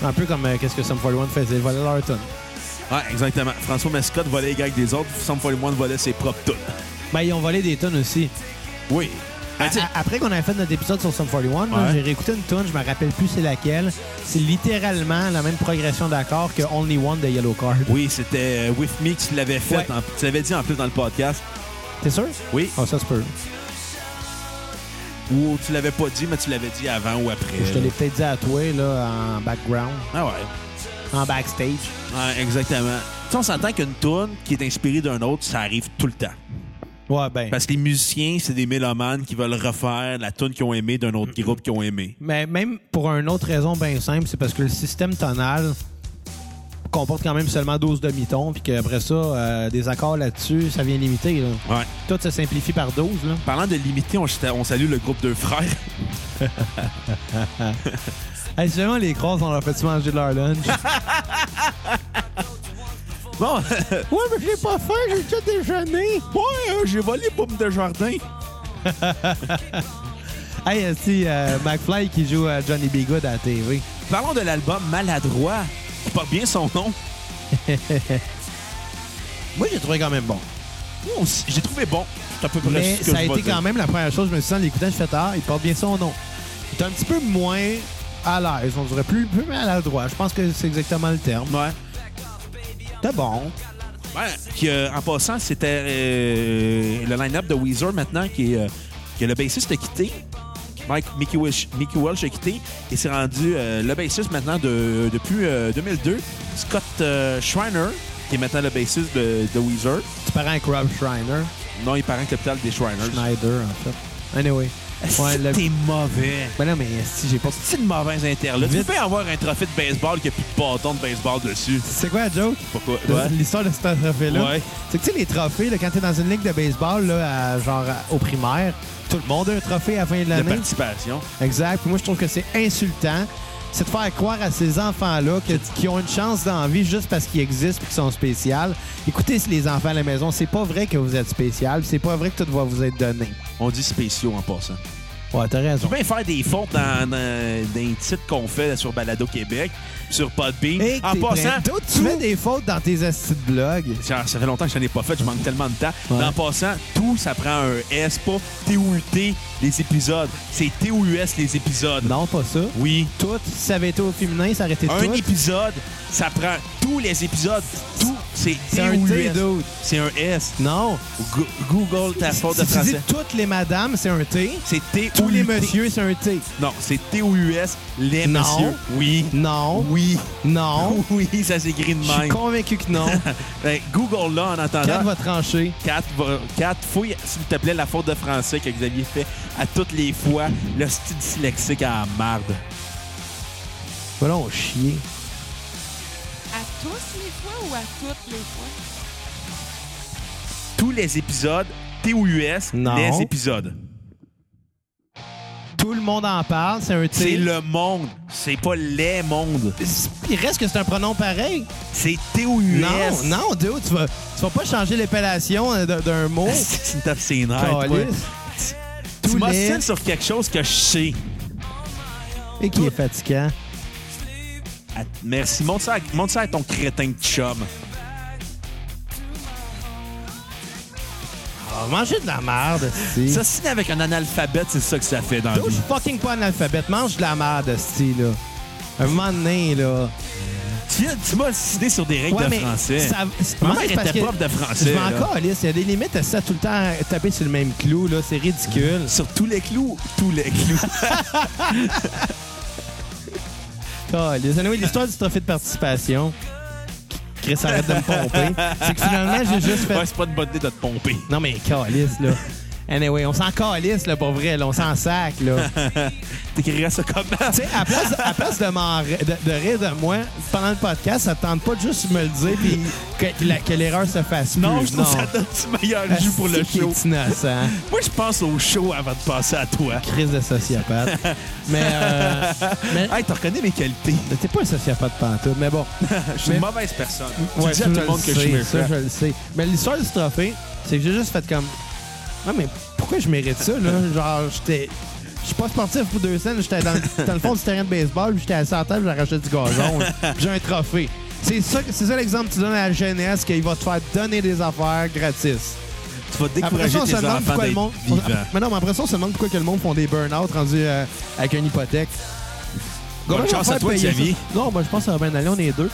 Speaker 1: Un peu comme euh, qu'est-ce que Sam 41 faisait. Il volait leur tune.
Speaker 3: Ouais, exactement. François Mascotte volait les gags des autres, Sam Moine volait ses propres tunes.
Speaker 1: Ben, ils ont volé des tonnes aussi.
Speaker 3: Oui.
Speaker 1: À-
Speaker 3: Ben, tu sais,
Speaker 1: à- après qu'on avait fait notre épisode sur Sum 41, là,
Speaker 3: Ouais.
Speaker 1: j'ai réécouté une tune, je me rappelle plus c'est laquelle. C'est littéralement la même progression d'accords que Only One de Yellow Card.
Speaker 3: oui, c'était euh, With Me que tu l'avais fait.
Speaker 1: Ouais.
Speaker 3: en- tu l'avais dit en plus dans le podcast.
Speaker 1: T'es sûr?
Speaker 3: Oui.
Speaker 1: Ah, ça se peut.
Speaker 3: Ou tu l'avais pas dit, mais tu l'avais dit avant ou après.
Speaker 1: Je te l'ai peut-être dit à toi, là, en background,
Speaker 3: Ah ouais.
Speaker 1: en backstage.
Speaker 3: Ouais, exactement. Tu sais, on s'entend qu'une tune qui est inspirée d'un autre, ça arrive tout le temps.
Speaker 1: Ouais, ben.
Speaker 3: Parce que les musiciens, c'est des mélomanes qui veulent refaire la tune qu'ils ont aimée d'un autre groupe qu'ils ont aimé.
Speaker 1: Mais même pour une autre raison bien simple, c'est parce que le système tonal comporte quand même seulement 12 demi-tons, puis qu'après ça, euh, des accords là-dessus, ça vient limiter. là.
Speaker 3: Ouais.
Speaker 1: Tout se simplifie par 12. Là.
Speaker 3: Parlant de limiter, on, on salue le groupe Deux Frères.
Speaker 1: Hey, si jamais on les croise, on leur fait manger de leur lunch.
Speaker 3: Bon,
Speaker 1: ouais, mais je l'ai pas faim, j'ai déjà déjeuné.
Speaker 3: ouais, euh, j'ai volé Boum de Jardin.
Speaker 1: Hey, euh, si euh, McFly qui joue à Johnny B. Good à la TV.
Speaker 3: Parlons de l'album Maladroit, qui porte bien son nom.
Speaker 1: Moi, j'ai trouvé quand même bon.
Speaker 3: Moi aussi, J'ai trouvé bon. C'est à peu près
Speaker 1: Mais
Speaker 3: ce que
Speaker 1: ça a
Speaker 3: je vais
Speaker 1: été
Speaker 3: dire.
Speaker 1: quand même la première chose, je me suis dit en l'écoutant, je fais tard, il porte bien son nom. Il est un petit peu moins à l'aise, on dirait plus, plus maladroit. Je pense que c'est exactement le terme.
Speaker 3: Ouais.
Speaker 1: C'était bon.
Speaker 3: Ouais, qui, euh, en passant, c'était euh, le line-up de Weezer maintenant qui est, euh, que le bassiste a quitté. Mike, Mickey, Welsh, Mickey Welsh a quitté et s'est rendu euh, le bassiste maintenant de- depuis euh, 2002. Scott euh, Schreiner, qui est maintenant le bassiste de, de Weezer.
Speaker 1: Tu parles avec Rob Schreiner.
Speaker 3: Non, il parent capital des Shriners.
Speaker 1: Schneider, en fait. Anyway. Ouais, le-
Speaker 3: C'était mauvais.
Speaker 1: Ben non, mais si j'ai pas.
Speaker 3: C'est une mauvaise interlude. Tu
Speaker 1: Vite.
Speaker 3: peux avoir un trophée de baseball qui a plus de bâton de baseball dessus.
Speaker 1: C'est quoi la joke?
Speaker 3: Pourquoi?
Speaker 1: de-
Speaker 3: Ouais.
Speaker 1: L'histoire de ce trophée-là.
Speaker 3: Ouais.
Speaker 1: C'est que tu sais, les trophées, là, quand t'es dans une ligue de baseball, là, à- genre à- au primaire, tout le monde a un trophée à la fin de
Speaker 3: De
Speaker 1: l'année.
Speaker 3: participation.
Speaker 1: Exact. Puis moi, je trouve que c'est insultant. C'est de faire croire à ces enfants-là que- qui ont une chance dans la vie juste parce qu'ils existent et qu'ils sont spéciaux. Écoutez, les enfants à la maison, c'est pas vrai que vous êtes spécial. C'est pas vrai que tout va vous être donné. Ben,
Speaker 3: On dit spéciaux en passant.
Speaker 1: Ouais, t'as
Speaker 3: Tu
Speaker 1: raison.
Speaker 3: peux bien faire des fautes dans, dans- dans les titres qu'on fait sur Balado Québec, sur Podbean.
Speaker 1: Et
Speaker 3: en passant,
Speaker 1: tu mets des fautes dans tes astuces de blog.
Speaker 3: ça, ça fait longtemps que je n'en ai pas fait, je manque tellement de temps.
Speaker 1: Ouais.
Speaker 3: Mais En passant, tout, ça prend un S, pas T-O-U-T les épisodes. C'est T-O-U-S les épisodes.
Speaker 1: Non, pas ça.
Speaker 3: Oui.
Speaker 1: Tout, si ça avait été au féminin, ça aurait été
Speaker 3: Un
Speaker 1: tout.
Speaker 3: épisode, ça prend tous les épisodes. Tout, c'est
Speaker 1: C'est un T,
Speaker 3: T-O-U-S.
Speaker 1: dude.
Speaker 3: C'est un S.
Speaker 1: Non.
Speaker 3: Go- Google ta faute de
Speaker 1: Si tu dis
Speaker 3: français.
Speaker 1: toutes les madames, c'est un T.
Speaker 3: C'est T-O-U-T.
Speaker 1: Tous les messieurs, c'est un T.
Speaker 3: Non, c'est T-O-U-S les
Speaker 1: Non.
Speaker 3: messieurs. Oui.
Speaker 1: Non.
Speaker 3: Oui.
Speaker 1: Non.
Speaker 3: Oui, ça s'écrit de
Speaker 1: Je suis
Speaker 3: même.
Speaker 1: convaincu que non.
Speaker 3: Ben, Google là en
Speaker 1: Kat
Speaker 3: entendant.
Speaker 1: va trancher.
Speaker 3: 4, fouille, s'il te plaît, la faute de français que Xavier fait à toutes les fois. Le style dyslexique à la marde.
Speaker 1: Voilà, on chier.
Speaker 4: À tous les fois ou à toutes les fois?
Speaker 3: Tous les épisodes, T-O-U-S,
Speaker 1: Non.
Speaker 3: les épisodes.
Speaker 1: Tout le monde en parle, c'est un T.
Speaker 3: C'est le monde. C'est pas les mondes.
Speaker 1: Il reste que c'est un pronom pareil.
Speaker 3: C'est T-O-U-S.
Speaker 1: Non, non, Déo, tu vas, tu vas pas changer l'appellation euh, d'un d'un mot.
Speaker 3: C'est une tape ses nerfs, toi.
Speaker 1: Calisse.
Speaker 3: Tu
Speaker 1: Tous
Speaker 3: m'ostines
Speaker 1: les...
Speaker 3: sur quelque chose que je sais.
Speaker 1: Et qui est fatigant.
Speaker 3: Ah, Merci. Montre ça, à- montre ça à ton crétin de chum.
Speaker 1: Ah, manger de la merde, si.
Speaker 3: Ça, signe avec un analphabète, c'est ça que ça fait dans la
Speaker 1: Déo, je
Speaker 3: vie.
Speaker 1: suis fucking pas analphabète. Mange de la merde, si, là. Un moment donné, là.
Speaker 3: Tu, viens- tu m'as signé sur des règles
Speaker 1: Ouais,
Speaker 3: de
Speaker 1: mais
Speaker 3: français.
Speaker 1: ça- c'est-
Speaker 3: Ma
Speaker 1: non,
Speaker 3: mère
Speaker 1: c'est parce
Speaker 3: était
Speaker 1: que-
Speaker 3: prof de français,
Speaker 1: Je m'en
Speaker 3: là.
Speaker 1: calisse. Il y a des limites à ça tout le temps à taper sur le même clou, là. C'est ridicule.
Speaker 3: Sur tous les clous, tous les
Speaker 1: Ah,
Speaker 3: clous.
Speaker 1: Calisse. Anyway, l'histoire du trophée de participation. Chris arrête de me pomper. C'est que finalement, j'ai juste fait.
Speaker 3: Ouais, c'est pas une bonne idée de te pomper.
Speaker 1: Non, mais calisse, là. Anyway, on s'en calisse, là, pour vrai. Là. On s'en sac, là.
Speaker 3: T'écrirais ça comment?
Speaker 1: tu sais, à place, à place de, m'en ri- de, de rire de moi, pendant le podcast, ça te tente pas de juste me le dire puis que, la- que l'erreur se fasse
Speaker 3: Non, Ah,
Speaker 1: plus.
Speaker 3: je trouve que ça donne du meilleur jus pour le
Speaker 1: Asti
Speaker 3: show.
Speaker 1: qui est innocent.
Speaker 3: Moi, je pense au show avant de passer à toi.
Speaker 1: Crise de sociopathe. mais, euh, mais
Speaker 3: Hey, t'en reconnais mes qualités.
Speaker 1: t'es pas un sociopathe pantoute, mais bon.
Speaker 3: Je suis
Speaker 1: Mais-
Speaker 3: une mauvaise personne.
Speaker 1: Ah, Ouais, ça,
Speaker 3: tu dis à tout le
Speaker 1: je
Speaker 3: monde que je suis
Speaker 1: sais,
Speaker 3: méchant.
Speaker 1: Ça, je le sais. Mais l'histoire du trophée, c'est que j'ai juste fait comme. Non, mais pourquoi je mérite ça, là? Genre, j'étais. Je suis pas sportif pour deux scènes, j'étais dans, le- dans le fond du terrain de baseball, puis j'étais assis à la table, j'arrachais du gazon, puis j'ai un trophée. C'est ça, que- c'est ça l'exemple que tu donnes à la jeunesse, qu'il va te faire donner des affaires gratis.
Speaker 3: Tu vas
Speaker 1: Après
Speaker 3: décourager
Speaker 1: ça, on se
Speaker 3: tes
Speaker 1: demande
Speaker 3: enfants
Speaker 1: pourquoi le
Speaker 3: d'être
Speaker 1: monde. on-
Speaker 3: vivants.
Speaker 1: mais non, mais après ça, on se demande pourquoi que le monde font des burn-out rendus euh, avec une hypothèque.
Speaker 3: Bonne
Speaker 1: Comment
Speaker 3: chance
Speaker 1: on va
Speaker 3: à toi,
Speaker 1: faire payer
Speaker 3: Xavier.
Speaker 1: ça? Non, moi, je pense que ça va bien aller, on est deux.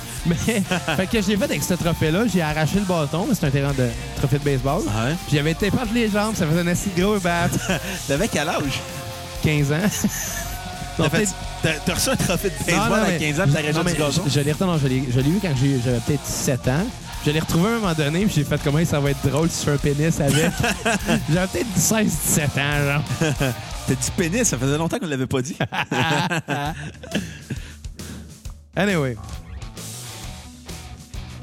Speaker 1: Mais, fait que j'ai fait avec ce trophée-là, j'ai arraché le bâton, c'est un terrain de trophée de baseball.
Speaker 3: Ouais.
Speaker 1: Puis j'avais tapé entre les jambes, ça faisait un assis de gros bat,
Speaker 3: T'avais quel âge?
Speaker 1: 15 ans. Non,
Speaker 3: T'as fait-
Speaker 1: peut-être-
Speaker 3: T'as t'as reçu un trophée de
Speaker 1: non,
Speaker 3: baseball
Speaker 1: non,
Speaker 3: à
Speaker 1: mais-
Speaker 3: 15 ans, puis t'as
Speaker 1: non,
Speaker 3: rajouté du
Speaker 1: mais
Speaker 3: gazon.
Speaker 1: je- Je l'ai retourné, non, je l'ai je l'ai eu quand j'ai- j'avais peut-être 7 ans. Je l'ai retrouvé à un moment donné, puis j'ai fait comment ça va être drôle si je fais un pénis avec. j'avais peut-être 16-17 ans, genre.
Speaker 3: T'as dit pénis, ça faisait longtemps qu'on l'avait pas dit.
Speaker 1: Anyway.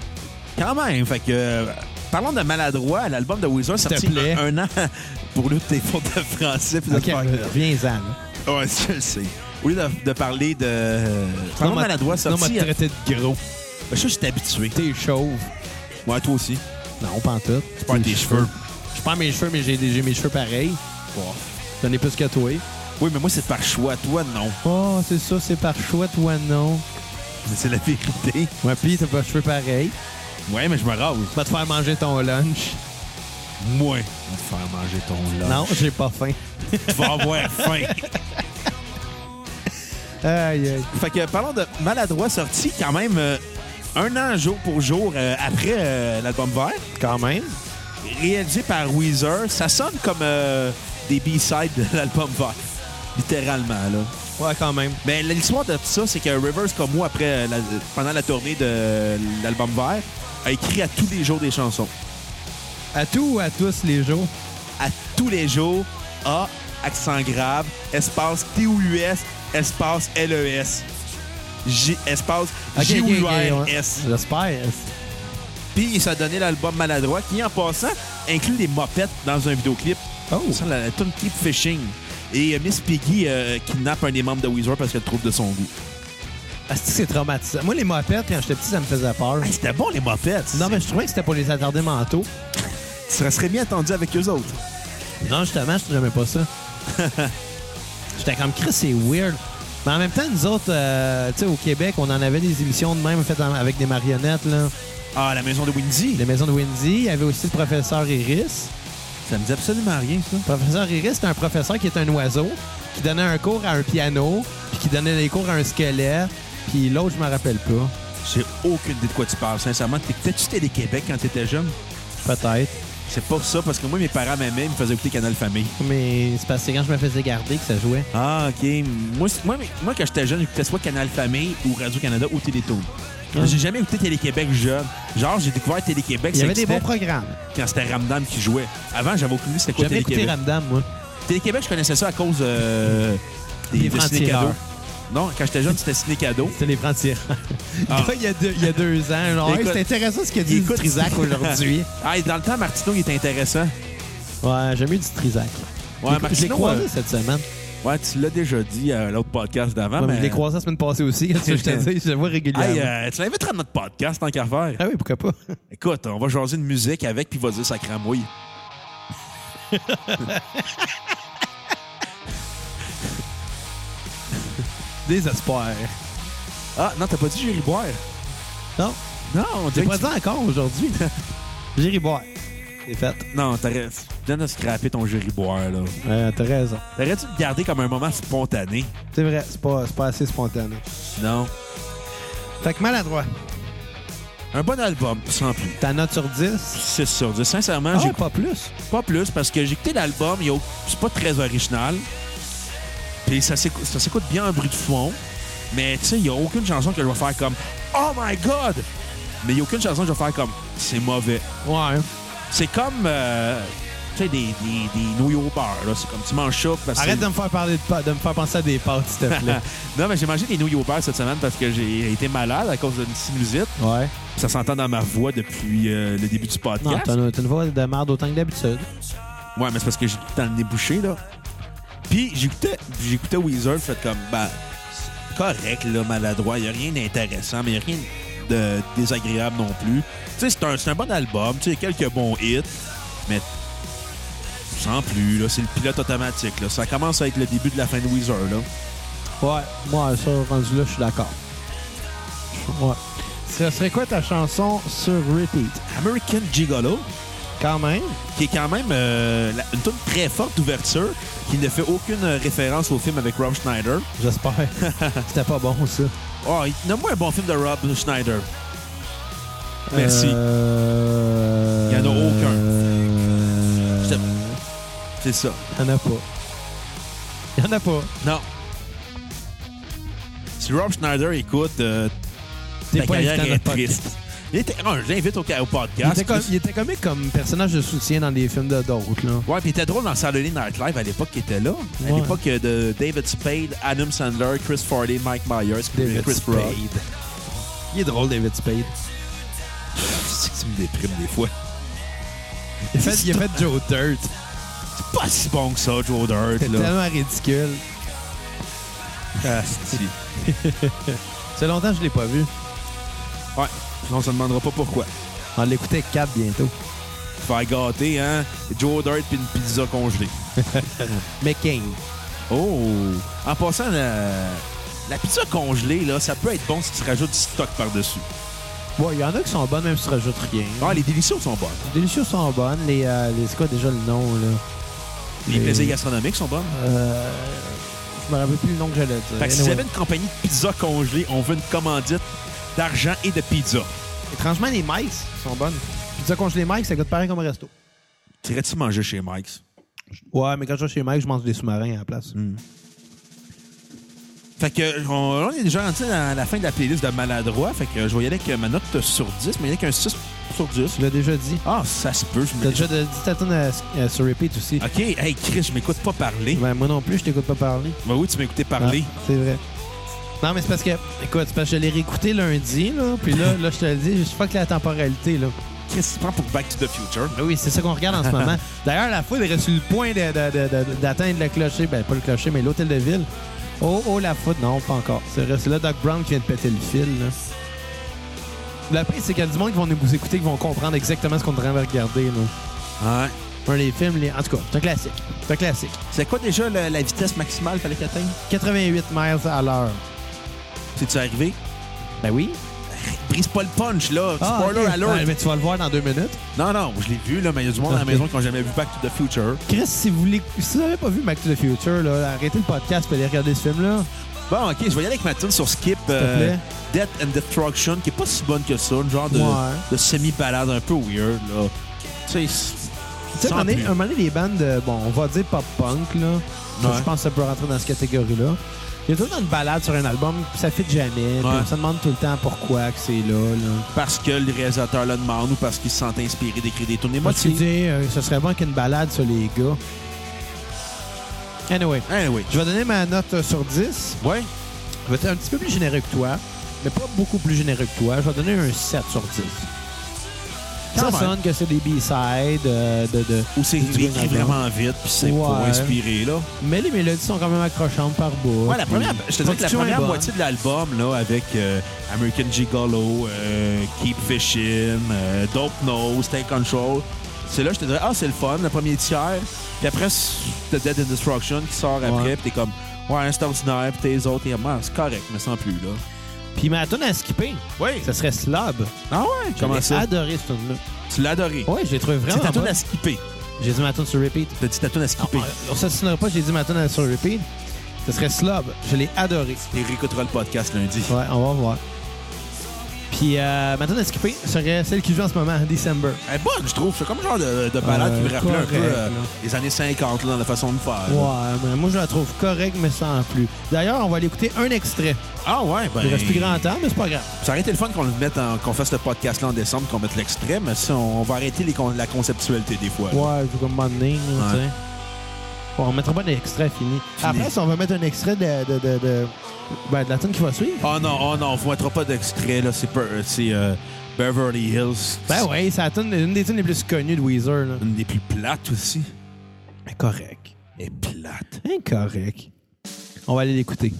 Speaker 3: Quand même, fait que. euh, Parlons de maladroit, l'album de Weezer
Speaker 1: S'il te
Speaker 3: sorti
Speaker 1: plaît.
Speaker 3: un, un an pour lui tes fautes de français. puis de
Speaker 1: Ok,
Speaker 3: faire-
Speaker 1: reviens-en. là.
Speaker 3: Ouais, je le sais. Au lieu de, de parler de. euh, Parlons de
Speaker 1: m'a-
Speaker 3: maladroit
Speaker 1: sinon,
Speaker 3: sorti. hein.
Speaker 1: m'a traité de gros.
Speaker 3: Ben, Je suis juste habitué.
Speaker 1: T'es chauve.
Speaker 3: Ouais, toi aussi.
Speaker 1: Non, pas en tout. Tu
Speaker 3: perds tes cheveux.
Speaker 1: Je perds mes cheveux, mais j'ai j'ai mes cheveux pareils. J'en ai plus que toi.
Speaker 3: Oui, mais moi, c'est par choix. Toi, non.
Speaker 1: Oh, c'est ça, c'est par choix, toi, non.
Speaker 3: Mais c'est la vérité.
Speaker 1: Ouais, pis t'as pas de cheveux pareils.
Speaker 3: Ouais, mais je me rase.
Speaker 1: Tu vas te faire manger ton lunch.
Speaker 3: Moi, on va te faire manger ton lard.
Speaker 1: Non, j'ai pas faim.
Speaker 3: Tu vas avoir faim.
Speaker 1: Aïe, aïe.
Speaker 3: Fait que parlons de Maladroit sorti quand même euh, un an jour pour jour euh, après euh, l'album vert.
Speaker 1: Quand même.
Speaker 3: Réalisé par Weezer, ça sonne comme euh, des B-sides de l'album vert. Littéralement, là.
Speaker 1: Ouais, quand même.
Speaker 3: Mais l'histoire de ça, c'est que Rivers, comme moi, après, euh, la- pendant la tournée de l'album vert, a écrit à tous les jours des chansons.
Speaker 1: À tout ou à tous les jours?
Speaker 3: À tous les jours, A, accent grave, espace T-O-U-S, espace L-E-S. J, espace
Speaker 1: Ok, ok, ok, ouais.
Speaker 3: J-U-R-S.
Speaker 1: J'espère.
Speaker 3: Puis il s'est donné l'album Maladroit qui, en passant, inclut des mopettes dans un vidéoclip.
Speaker 1: Oh.
Speaker 3: Ça, la, la tune Keep Fishing. Et euh, Miss Piggy euh, kidnappe un des membres de Weezer parce qu'elle trouve de son goût.
Speaker 1: Asti, c'est traumatisant. Moi, les mopettes, quand j'étais petit, ça me faisait peur.
Speaker 3: Ah, C'était bon, les mopettes.
Speaker 1: Non, mais je trouvais que c'était pour les attardés mentaux.
Speaker 3: Tu serais- serais bien attendu avec eux autres.
Speaker 1: Non, justement, je n'aimais pas ça. J'étais comme, Chris, c'est weird. Mais en même temps, nous autres, euh, tu sais, au Québec, on en avait des émissions de même faites en- avec des marionnettes, là.
Speaker 3: Ah, la maison de Windy.
Speaker 1: Les maisons de Windy, il y avait aussi le professeur Iris.
Speaker 3: Ça me dit absolument rien, ça.
Speaker 1: Le professeur Iris, c'est un professeur qui est un oiseau, qui donnait un cours à un piano, puis qui donnait des cours à un squelette, puis l'autre, je m'en rappelle pas.
Speaker 3: J'ai aucune idée de quoi tu parles, sincèrement. T'es- Peut-être que tu des Québec quand t'étais jeune.
Speaker 1: Peut-être.
Speaker 3: C'est pas ça, parce que moi, mes parents m'aimaient, ils me faisaient écouter Canal Famille.
Speaker 1: Mais c'est parce que c'est quand je me faisais garder que ça jouait.
Speaker 3: Ah, OK. Moi, c'est- moi, mais- moi quand j'étais jeune, j'écoutais soit Canal Famille ou Radio-Canada ou Télétoon. J'ai jamais écouté Télé-Québec jeune. Genre, j'ai découvert Télé-Québec
Speaker 1: Ah. Il y
Speaker 3: ça
Speaker 1: avait des
Speaker 3: existait
Speaker 1: bons programmes.
Speaker 3: quand c'était Ramdam qui jouait. Avant, j'avais aucune idée c'était quoi
Speaker 1: J'avais écouté
Speaker 3: Télé-Québec.
Speaker 1: Ramdam, moi.
Speaker 3: Télé-Québec, je connaissais ça à cause euh,
Speaker 1: Des
Speaker 3: des, des
Speaker 1: francs-tireurs.
Speaker 3: ciné-cadeaux. Non, quand j'étais jeune, c'était ciné-cadeaux.
Speaker 1: C'était les francs-tireurs.
Speaker 3: Ah.
Speaker 1: il, y a deux- il y a deux ans. genre, Hey,
Speaker 3: Écoute-
Speaker 1: c'est intéressant ce qu'il a dit
Speaker 3: Écoute-
Speaker 1: du Trisac aujourd'hui.
Speaker 3: Ah, et dans le temps, Martineau, il était intéressant.
Speaker 1: Ouais, j'ai mis du Trisac.
Speaker 3: Ouais,
Speaker 1: Je l'ai-
Speaker 3: Martineau,
Speaker 1: je l'ai croisé
Speaker 3: euh,
Speaker 1: cette semaine.
Speaker 3: Ouais, tu l'as déjà dit à l'autre podcast d'avant.
Speaker 1: Ouais, mais
Speaker 3: mais...
Speaker 1: Je l'ai croisé la semaine passée aussi. Qu'est-ce que je te dis? Je le vois régulièrement.
Speaker 3: Hey, euh, tu l'inviteras à notre podcast, tant qu'à faire.
Speaker 1: Ah oui, pourquoi pas?
Speaker 3: Écoute, on va jaser une musique avec, puis il va dire ça cramouille.
Speaker 1: Désespoir.
Speaker 3: Ah, non, t'as pas dit Jerry Boire?
Speaker 1: Non,
Speaker 3: Non, on
Speaker 1: j'ai pas
Speaker 3: dirait que
Speaker 1: dit encore aujourd'hui. Jerry Boire. C'est fait.
Speaker 3: tu- Non, t'aurais... Viens de scraper ton Jerry Boire, là.
Speaker 1: Euh, T'as raison.
Speaker 3: T'aurais-tu le garder comme un moment spontané?
Speaker 1: C'est vrai, c'est pas, c'est pas assez spontané.
Speaker 3: Non.
Speaker 1: Fait que maladroit.
Speaker 3: Un bon album, sans plus.
Speaker 1: Ta note sur 10?
Speaker 3: 6 sur 10. Sincèrement,
Speaker 1: Ah,
Speaker 3: j'ai
Speaker 1: pas plus.
Speaker 3: pas plus parce que j'ai écouté l'album, il y a- c'est pas très original. Puis ça s'écou- ça s'écoute bien en bruit de fond. Mais tu sais, il y a aucune chanson que je vais faire comme Oh my God! Mais il y a aucune chanson que je vais faire comme C'est mauvais.
Speaker 1: Ouais.
Speaker 3: C'est comme euh, tu sais, des, des, des nouilles au beurre. là. C'est comme tu manges ça. Parce que
Speaker 1: Arrête de me faire parler de, pa- de me faire penser à des pâtes, s'il te plaît.
Speaker 3: non, mais j'ai mangé des nouilles au beurre cette semaine parce que j'ai été malade à cause d'une sinusite.
Speaker 1: ouais.
Speaker 3: Ça s'entend dans ma voix depuis euh, le début du
Speaker 1: Non,
Speaker 3: podcast.
Speaker 1: t'as une, t'as une voix de merde autant que d'habitude.
Speaker 3: Ouais, mais c'est parce que j'ai dans le nez bouché, là. Puis j'écoutais, j'écoutais Weezer, fait comme, ben, c'est correct, là, maladroit. Il a rien d'intéressant, mais il a rien de désagréable non plus. Tu sais, c'est un, c'est un bon album, tu sais, quelques bons hits, mais sans plus, là. C'est le pilote automatique, là. Ça commence à être le début de la fin de Weezer, là.
Speaker 1: Ouais, moi, ça, rendu là, je suis d'accord. Ouais. Ce serait quoi ta chanson sur repeat?
Speaker 3: American Gigolo,
Speaker 1: Quand même.
Speaker 3: qui est quand même euh, la- une toute très forte ouverture, qui ne fait aucune référence au film avec Rob Schneider.
Speaker 1: J'espère. C'était pas bon, ça.
Speaker 3: Oh, il- nomme-moi un bon film de Rob Schneider. Merci.
Speaker 1: Euh...
Speaker 3: Il y en a aucun.
Speaker 1: Euh...
Speaker 3: Je te- C'est ça.
Speaker 1: Il y en a pas. Il y en a pas.
Speaker 3: Non. Si Rob Schneider écoute, euh,
Speaker 1: T'es
Speaker 3: ta
Speaker 1: pas
Speaker 3: carrière
Speaker 1: invité à
Speaker 3: est
Speaker 1: notre podcast.
Speaker 3: triste. Il était, non, je l'invite au, au
Speaker 1: Il
Speaker 3: podcast.
Speaker 1: était, com- il était comique comme personnage de soutien dans des films de d'autres, là.
Speaker 3: Ouais, puis il était drôle dans Saturday Night Live à l'époque qui était là. À
Speaker 1: Ouais.
Speaker 3: l'époque euh, de David Spade, Adam Sandler, Chris Farley, Mike Myers, puis
Speaker 1: David
Speaker 3: Chris
Speaker 1: Spade.
Speaker 3: Rock.
Speaker 1: Il est drôle, David Spade.
Speaker 3: C'est Christ, il me déprime des fois.
Speaker 1: Il a fait, il a fait Joe Dirt.
Speaker 3: C'est pas si bon que ça, Joe Dirt,
Speaker 1: C'était
Speaker 3: là.
Speaker 1: tellement ridicule.
Speaker 3: Ah, si.
Speaker 1: C'est longtemps que je l'ai pas vu.
Speaker 3: ouais, on se demandera pas pourquoi.
Speaker 1: On l'écoutait avec Cap bientôt.
Speaker 3: Faire gâter, hein? Joe Dirt puis une pizza congelée.
Speaker 1: Mais King.
Speaker 3: Oh! En passant, la, la pizza congelée, là, ça peut être bon si tu rajoutes du stock par-dessus.
Speaker 1: Mm. Ouais, il y en a qui sont bonnes même si tu rajoutes rien.
Speaker 3: Ah, les délicieux sont bonnes.
Speaker 1: Les délicieux sont bonnes. Les, euh, les c'est quoi déjà le nom là?
Speaker 3: Les
Speaker 1: Et-
Speaker 3: plaisirs gastronomiques sont bonnes.
Speaker 1: Euh, je me rappelle plus le nom que j'allais dire.
Speaker 3: Fait que si
Speaker 1: Anyway.
Speaker 3: vous avez une compagnie de pizza congelée, on veut une commandite d'argent et de pizza.
Speaker 1: Étrangement, les Mikes sont bonnes. Pizza congelée Mike's, ça coûte pareil comme un resto.
Speaker 3: T'irais-tu manger chez Mike's?
Speaker 1: Ouais, mais quand je vais chez Mike, je mange des sous-marins à la place.
Speaker 3: Fait que, on, on est déjà rendu à la fin de la playlist de Maladroit. Fait que je vais y aller avec ma note sur 10, mais il n'y a qu'un 6 sur 10.
Speaker 1: Tu l'as déjà dit.
Speaker 3: Ah, ça se peut. Je me-
Speaker 1: T'as déjà dit ta tune à- à- sur repeat aussi.
Speaker 3: OK, hey Chris, je m'écoute pas parler.
Speaker 1: Ben, moi non plus, je t'écoute pas parler.
Speaker 3: Bah oui, tu m'écoutais parler.
Speaker 1: Ah, c'est vrai. Non, mais c'est parce que, écoute, c'est parce que je l'ai réécouté lundi, là, puis là, là, je te le dis, je fuck la temporalité, là.
Speaker 3: Chris, tu prends pour Back to the Future.
Speaker 1: Ben oui, c'est ça qu'on regarde en ce moment. D'ailleurs, la foule est sur le point de- de- de- de- d'atteindre le clocher. Ben, pas le clocher, mais l'hôtel de ville. Oh, oh, la foule. Non, pas encore. C'est vrai, c'est là Doc Brown qui vient de péter le fil. Là. La pire, c'est qu'il y a du monde qui vont nous écouter, qui vont comprendre exactement ce qu'on devrait regarder. Là.
Speaker 3: Ouais.
Speaker 1: Un des films, les... en tout cas, c'est un classique. C'est un classique.
Speaker 3: C'est quoi déjà le- la vitesse maximale fallait qu'atteindre?
Speaker 1: 88 miles à l'heure.
Speaker 3: C'est-tu arrivé?
Speaker 1: Ben oui.
Speaker 3: Brise pas le punch, là. Spoiler
Speaker 1: Ah, ok.
Speaker 3: alert.
Speaker 1: Ouais, mais tu vas le voir dans deux minutes.
Speaker 3: Non, non, je l'ai vu, là, mais il y a du monde à la
Speaker 1: Ok.
Speaker 3: maison qui n'a jamais vu Back to the Future.
Speaker 1: Chris, si vous voulez, si vous n'avez pas vu Back to the Future, là, arrêtez le podcast et allez regarder ce film-là.
Speaker 3: Bon, OK, je vais y aller avec ma tune sur Skip. euh,
Speaker 1: plaît.
Speaker 3: Death and Destruction, qui est pas si bonne que ça. Une genre de,
Speaker 1: Ouais.
Speaker 3: de semi-balade un peu weird, là. Tu sais, c'est-
Speaker 1: Tu sais,
Speaker 3: sans
Speaker 1: un moment donné-
Speaker 3: plus.
Speaker 1: un moment donné, les bandes, de- bon, on va dire pop-punk, là. Ça,
Speaker 3: Ouais.
Speaker 1: Je pense que ça peut rentrer dans cette catégorie-là. Il y a tout le temps une balade sur un album, puis ça fit jamais. puis
Speaker 3: Ouais.
Speaker 1: on se demande tout le temps pourquoi que c'est là, là.
Speaker 3: parce que le réalisateur le demande ou parce qu'il se sent inspiré d'écrire des tournées.
Speaker 1: Moi,
Speaker 3: Moi,
Speaker 1: tu
Speaker 3: tu
Speaker 1: dis, euh, ce serait bon qu'une balade sur les gars. Anyway,
Speaker 3: Anyway.
Speaker 1: je vais donner ma note euh, sur 10.
Speaker 3: Eh Ouais.
Speaker 1: Je vais être un petit peu plus généreux que toi, mais pas beaucoup plus généreux que toi. Je vais donner un 7 sur 10.
Speaker 3: Ça
Speaker 1: Ça
Speaker 3: va.
Speaker 1: sonne que c'est des B-sides, euh, de, de...
Speaker 3: Ou c'est
Speaker 1: Du
Speaker 3: écrit
Speaker 1: Green Album.
Speaker 3: vraiment vite, puis c'est pour
Speaker 1: Ouais.
Speaker 3: inspirer, là.
Speaker 1: mais les mélodies sont quand même accrochantes par bout.
Speaker 3: Ouais, la première, je te dis que la première moitié de l'album, là, avec euh, American Gigolo, euh, Keep Fishing, euh, Dope Nose, Take Control, c'est là que je te dirais, ah, c'est le fun, le premier tiers. Puis après, t'as Dead and Destruction qui sort après,
Speaker 1: Ouais.
Speaker 3: puis t'es comme, ouais, c'est ordinaire, puis t'es les autres, et ah, c'est correct, mais sans plus, là.
Speaker 1: Puis ma tune à skipper,
Speaker 3: Oui.
Speaker 1: ça serait Slob.
Speaker 3: Ah ouais, comment
Speaker 1: J'ai
Speaker 3: ça?
Speaker 1: adoré ce tune-là.
Speaker 3: Tu l'as adoré.
Speaker 1: Ouais, je l'ai trouvé
Speaker 3: C'est
Speaker 1: vraiment Ah,
Speaker 3: ta tune
Speaker 1: bonne.
Speaker 3: à skipper.
Speaker 1: J'ai dit ma tune sur repeat.
Speaker 3: T'as dit ta tune à skipper.
Speaker 1: On s'assinera pas, j'ai dit ma tune sur repeat. Ce serait Slob. Je l'ai adoré.
Speaker 3: Et réécouteras le podcast lundi.
Speaker 1: Ouais, on va voir. Puis euh, ma tune à skipper serait celle qui joue en ce moment, December.
Speaker 3: Elle est bonne, je trouve. C'est comme le genre de, de balade
Speaker 1: Euh,
Speaker 3: qui me rappelait un peu
Speaker 1: correct,
Speaker 3: euh,
Speaker 1: là.
Speaker 3: les années 50 là, dans la façon de faire. là.
Speaker 1: Ouais, mais moi je la trouve correcte, mais sans plus. D'ailleurs, on va aller écouter un extrait.
Speaker 3: Ah ouais, ben.
Speaker 1: Il reste plus grand temps, mais c'est pas grave.
Speaker 3: Ça aurait été le fun qu'on le mette en- qu'on fasse le podcast là en décembre, qu'on mette l'extrait, mais ça, on va arrêter les con- la conceptualité des fois. là.
Speaker 1: Ouais, je comme Monday,
Speaker 3: Ouais.
Speaker 1: tu sais. Bon, on mettra pas d'extrait fini.
Speaker 3: Fini.
Speaker 1: Après, si on va mettre un extrait de, de, de, de- ben, de la tune qui va suivre.
Speaker 3: Oh non, oh non, on vous mettra pas d'extrait, là. C'est per- euh, c'est, euh, Beverly Hills.
Speaker 1: Ben ouais, c'est la tune- une des tunes les plus connues de Weezer. Là.
Speaker 3: Une des plus plates aussi.
Speaker 1: Incorrect.
Speaker 3: Et plate.
Speaker 1: Incorrect. On va aller l'écouter.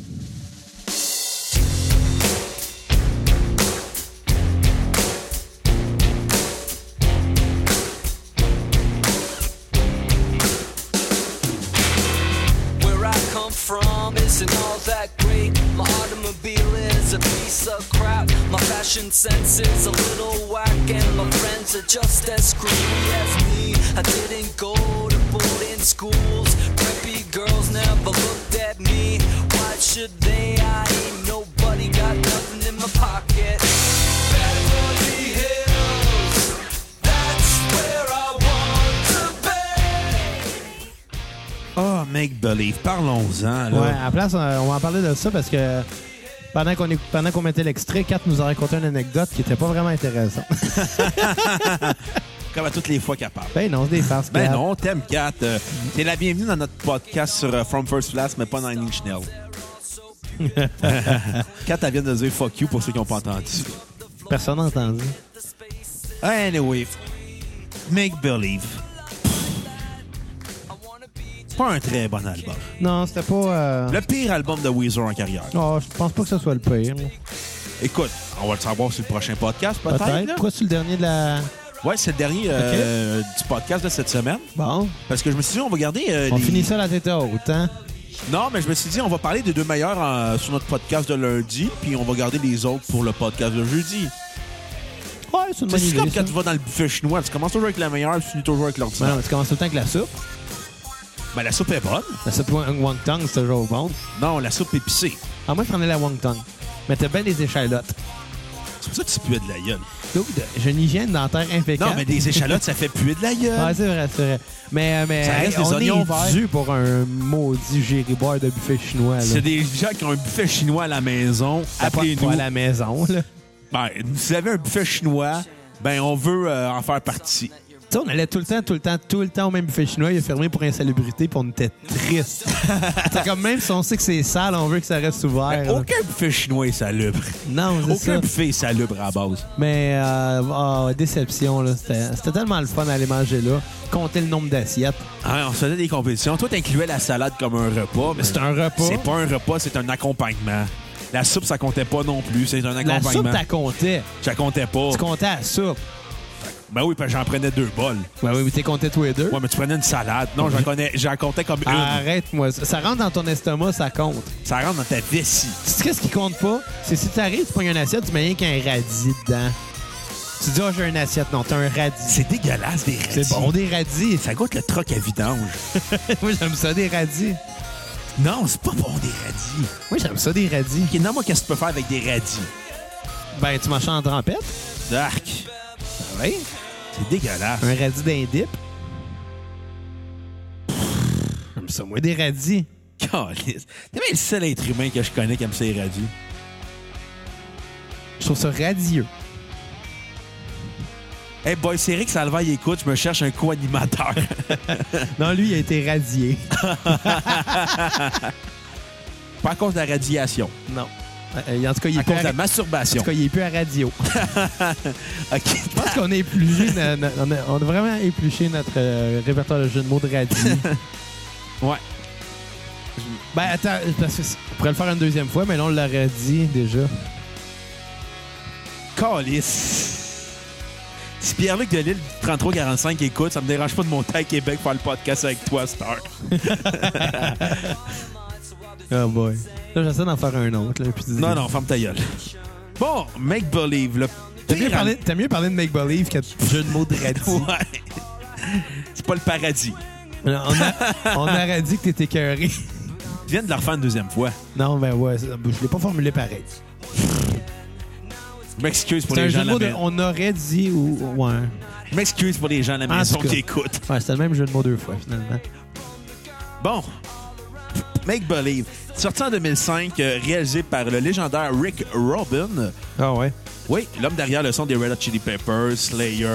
Speaker 2: Where I come from isn't all that great. My automobile is a piece of crap. My fashion sense is a little whack, and my friends are just as screwy as me. I didn't go to boarding schools. Preppy girls never looked at me. Why should they? I ain't nobody got nothing in my pocket. Beverly Hills, that's where I want to be.
Speaker 3: Oh, make believe. Parlons-en, là.
Speaker 1: Ouais, à la place, euh, on va en parler de ça parce que pendant qu'on éc- pendant qu'on mettait l'extrait, Kat nous a raconté une anecdote qui était pas vraiment intéressante.
Speaker 3: Comme à toutes les fois qu'elle parle.
Speaker 1: ben non, c'est des farces.
Speaker 3: Ben
Speaker 1: Kat.
Speaker 3: non, on t'aime, Kat. Euh, T'es la bienvenue dans notre podcast sur euh, From First Class, mais pas Nine Inch Nails. Kat, elle vient de dire fuck you pour ceux qui n'ont pas entendu.
Speaker 1: Personne n'a entendu.
Speaker 3: Anyway, Make Believe. C'est Pas un très bon album.
Speaker 1: Non, c'était pas. euh,
Speaker 3: Le pire album de Weezer en carrière.
Speaker 1: Oh, je pense pas que ce soit le pire.
Speaker 3: Écoute, on va le savoir sur le prochain podcast, peut-être.
Speaker 1: Peut-être.
Speaker 3: là.
Speaker 1: Pourquoi c'est le dernier de la.
Speaker 3: Ouais, c'est le dernier euh, du podcast de cette semaine.
Speaker 1: Bon.
Speaker 3: Parce que je me suis dit, on va garder. euh,
Speaker 1: On
Speaker 3: les-
Speaker 1: finit ça la tête haute, hein?
Speaker 3: Non, mais je me suis dit, on va parler des deux meilleurs euh, sur notre podcast de lundi, puis on va garder les autres pour le podcast de jeudi.
Speaker 1: Ouais, c'est une
Speaker 3: Tu
Speaker 1: bonne
Speaker 3: sais, C'est
Speaker 1: idée.
Speaker 3: comme
Speaker 1: ça. Ben
Speaker 3: quand tu vas dans le buffet chinois, tu commences toujours avec la meilleure, tu finis toujours avec l'ordinaire.
Speaker 1: Non, mais tu commences tout le temps avec la soupe.
Speaker 3: Ben, la soupe est bonne.
Speaker 1: La soupe Wong Wong Tang, c'est toujours bon.
Speaker 3: Non, la soupe épicée.
Speaker 1: Ah, moi, je prenais la Wong Tang. Mais t'as bien des échalotes.
Speaker 3: C'est pour ça que tu puais de la gueule.
Speaker 1: Donc, j'ai une hygiène dentaire impeccable.
Speaker 3: Non, mais des échalotes, ça fait puer de la gueule.
Speaker 1: Ouais, c'est vrai, c'est vrai. Mais, euh, mais
Speaker 3: Ça reste
Speaker 1: hey,
Speaker 3: des
Speaker 1: on
Speaker 3: oignons
Speaker 1: est
Speaker 3: verts.
Speaker 1: dû pour un maudit gériboire de buffet chinois. Là.
Speaker 3: C'est des gens qui ont un buffet chinois à la maison.
Speaker 1: Ça porte
Speaker 3: Appelez-nous.
Speaker 1: pas à la maison. Là.
Speaker 3: Ben, si vous avez un buffet chinois, ben on veut euh, en faire partie.
Speaker 1: Tu sais, on allait tout le temps, tout le temps, tout le temps au même buffet chinois. Il a fermé pour insalubrité, puis on était tristes. c'est comme même si on sait que c'est sale, on veut que ça reste ouvert. là.
Speaker 3: Ben, Aucun buffet chinois est salubre.
Speaker 1: Non, c'est
Speaker 3: Aucun
Speaker 1: ça.
Speaker 3: buffet est salubre à la base.
Speaker 1: Mais euh, ah, déception, là. C'était c'était tellement le fun d'aller manger là. Compter le nombre d'assiettes.
Speaker 3: Ah, on se faisait des compétitions. Toi, t'incluais la salade comme un repas. Mais
Speaker 1: C'est un repas.
Speaker 3: C'est pas un repas, c'est un accompagnement. La soupe, ça comptait pas non plus. C'est un
Speaker 1: La soupe,
Speaker 3: accompagnement.
Speaker 1: t'as compté.
Speaker 3: ça comptait pas.
Speaker 1: Tu comptais la soupe.
Speaker 3: Ben oui, parce que j'en prenais deux bols.
Speaker 1: Ben oui, mais t'es compté tous les deux.
Speaker 3: Ouais, mais tu prenais une salade. Non, j'en connais- j'en comptais comme une.
Speaker 1: Ah. Arrête-moi ça. Ça rentre dans ton estomac, ça compte.
Speaker 3: Ça rentre dans ta vessie.
Speaker 1: Tu sais qu'est-ce qui compte pas? C'est si t'arrives, tu pognes une assiette, tu mets rien qu'un radis dedans. Tu dis, oh, j'ai une assiette. Non, t'as un radis.
Speaker 3: C'est dégueulasse, des
Speaker 1: C'est
Speaker 3: radis.
Speaker 1: bon, des radis.
Speaker 3: Ça goûte le troc à vidange.
Speaker 1: Moi, j'aime ça, des radis.
Speaker 3: Non, c'est pas bon, des radis.
Speaker 1: Moi, j'aime ça, des radis.
Speaker 3: OK, non, moi, qu'est-ce que tu peux faire avec des radis?
Speaker 1: Ben, tu manges ça en trempette? Ben
Speaker 3: Dark.
Speaker 1: Oui.
Speaker 3: C'est dégueulasse.
Speaker 1: Un radis d'un dip. J'aime ça, moi, des radis.
Speaker 3: Calisse. T'es bien le seul être humain que je connais qui aime ça, les radis.
Speaker 1: Je trouve ça radieux.
Speaker 3: Hey, boy, c'est Rick Salva, il écoute, je me cherche un co-animateur.
Speaker 1: Non, lui, il a été radié.
Speaker 3: Pas à cause de la radiation,
Speaker 1: non. Euh, en tout cas, il est
Speaker 3: à
Speaker 1: plus
Speaker 3: cause de la
Speaker 1: ra- en
Speaker 3: masturbation.
Speaker 1: tout cas, il est plus à radio.
Speaker 3: OK.
Speaker 1: Je pense qu'on a épluché, no- no- on, a, on a vraiment épluché notre euh, répertoire de jeux de mots de radis.
Speaker 3: Ouais.
Speaker 1: ben attends, parce que c'est- on pourrait le faire une deuxième fois, mais là on l'aurait dit déjà.
Speaker 3: Calisse. Si Pierre-Luc de Lille 3345 écoute, ça me dérange pas de monter à Québec faire le podcast avec toi, Star.
Speaker 1: Oh boy. Là j'essaie d'en faire un autre. Là, puis de-
Speaker 3: Non, non, ferme ta gueule. Bon, Make Believe, le
Speaker 1: T'as mieux,
Speaker 3: pire
Speaker 1: parler- t'as mieux parler de Make Believe que de jeu de mots de radis.
Speaker 3: Ouais. C'est pas le paradis.
Speaker 1: Non, On, a- on aurait dit que t'étais écœuré.
Speaker 3: Je viens de la refaire une deuxième fois.
Speaker 1: Non, ben ouais, c'est- je l'ai pas formulé pareil.
Speaker 3: Je m'excuse pour
Speaker 1: C'est un
Speaker 3: les
Speaker 1: jeu
Speaker 3: gens à
Speaker 1: de
Speaker 3: la
Speaker 1: mots de
Speaker 3: maison.
Speaker 1: on aurait dit ou. Ouais.
Speaker 3: Je m'excuse pour les gens à la
Speaker 1: En
Speaker 3: maison
Speaker 1: tout cas.
Speaker 3: qui écoutent.
Speaker 1: Ouais, c'était le même jeu de mots deux fois finalement.
Speaker 3: Bon. Make Believe. Sorti en 2005, euh, réalisé par le légendaire Rick Robin.
Speaker 1: Ah ouais.
Speaker 3: Oui, l'homme derrière le son des Red Hot Chili Peppers, Slayer,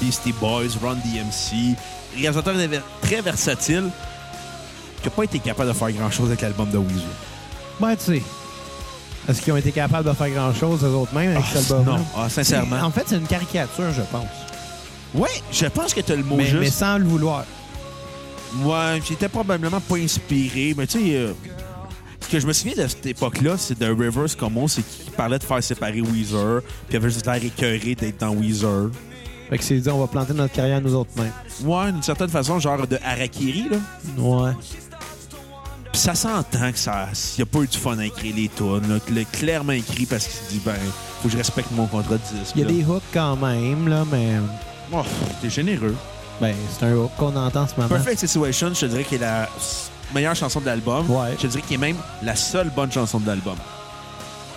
Speaker 3: Beastie Boys, Run DMC. Réalisateur ver- très versatile qui n'a pas été capable de faire grand-chose avec l'album de Weezer.
Speaker 1: Ben, tu sais. Est-ce qu'ils ont été capables de faire grand-chose eux autres mêmes avec
Speaker 3: Ah,
Speaker 1: cet album-là?
Speaker 3: non. Ah, sincèrement.
Speaker 1: En fait, c'est une caricature, je pense.
Speaker 3: Oui, je pense que tu as le mot
Speaker 1: mais, mais
Speaker 3: juste.
Speaker 1: sans le vouloir.
Speaker 3: Moi, j'étais probablement pas inspiré, mais tu sais, euh, ce que je me souviens de cette époque-là, c'est de Rivers Como, c'est qu'il parlait de faire séparer Weezer, puis il avait juste l'air écœuré d'être dans Weezer.
Speaker 1: Fait que c'est dit, on va planter notre carrière nous autres mêmes.
Speaker 3: Ouais, d'une certaine façon, genre de Harakiri, là.
Speaker 1: Ouais.
Speaker 3: Puis ça s'entend que ça, il a pas eu du fun à écrire les tunes, là, qu'il l'a clairement écrit parce qu'il se dit, ben, faut que je respecte mon contrat de disque.
Speaker 1: Il y a
Speaker 3: là.
Speaker 1: des hooks quand même, là, mais.
Speaker 3: Oh, t'es généreux.
Speaker 1: Ben, c'est un hook qu'on entend en ce moment.
Speaker 3: Perfect Situation, je te dirais qu'il est la s- meilleure chanson de l'album.
Speaker 1: Ouais.
Speaker 3: Je te dirais qu'il est même la seule bonne chanson de l'album.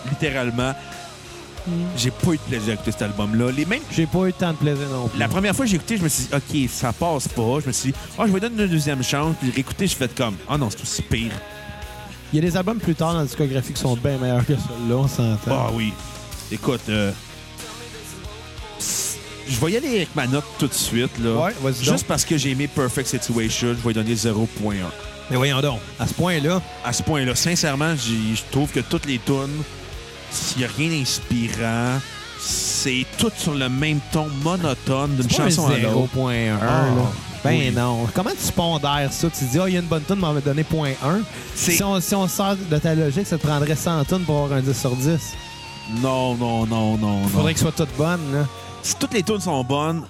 Speaker 3: Littéralement,
Speaker 1: Mm.
Speaker 3: j'ai pas eu de plaisir à écouter cet album-là. Les mêmes.
Speaker 1: J'ai pas eu tant de plaisir non plus.
Speaker 3: La première fois que j'ai écouté, je me suis dit, OK, ça passe pas. Je me suis dit, oh, je vais donner une deuxième chance. Puis réécouter, je fais comme, oh non, c'est aussi pire.
Speaker 1: Il y a des albums plus tard dans la discographie qui sont bien meilleurs que celui-là, on s'entend.
Speaker 3: Ah oui. Écoute, euh, je vais y aller avec ma note tout de suite. Là.
Speaker 1: Ouais, vas-y
Speaker 3: Juste
Speaker 1: donc.
Speaker 3: parce que j'ai aimé Perfect Situation, je vais lui donner 0.1.
Speaker 1: Mais voyons donc. À ce point-là,
Speaker 3: À ce point-là, sincèrement, j'ai- je trouve que toutes les tunes, s'il n'y a rien d'inspirant, c'est tout sur le même ton monotone d'une
Speaker 1: C'est pas un
Speaker 3: chanson à l'autre.
Speaker 1: 0.1.
Speaker 3: Ah,
Speaker 1: là. ben
Speaker 3: oui.
Speaker 1: non. Comment tu pondères ça? Tu dis, ah, il y a une bonne tune, mais on va donner 0.1.
Speaker 3: C'est-
Speaker 1: Si on, si on sort de ta logique, ça te prendrait 100 tonnes pour avoir un 10 sur 10.
Speaker 3: Ah. Non, non, non, non, non.
Speaker 1: Il faudrait qu'elles soient toutes bonnes. Là.
Speaker 3: Si toutes les tunes sont bonnes,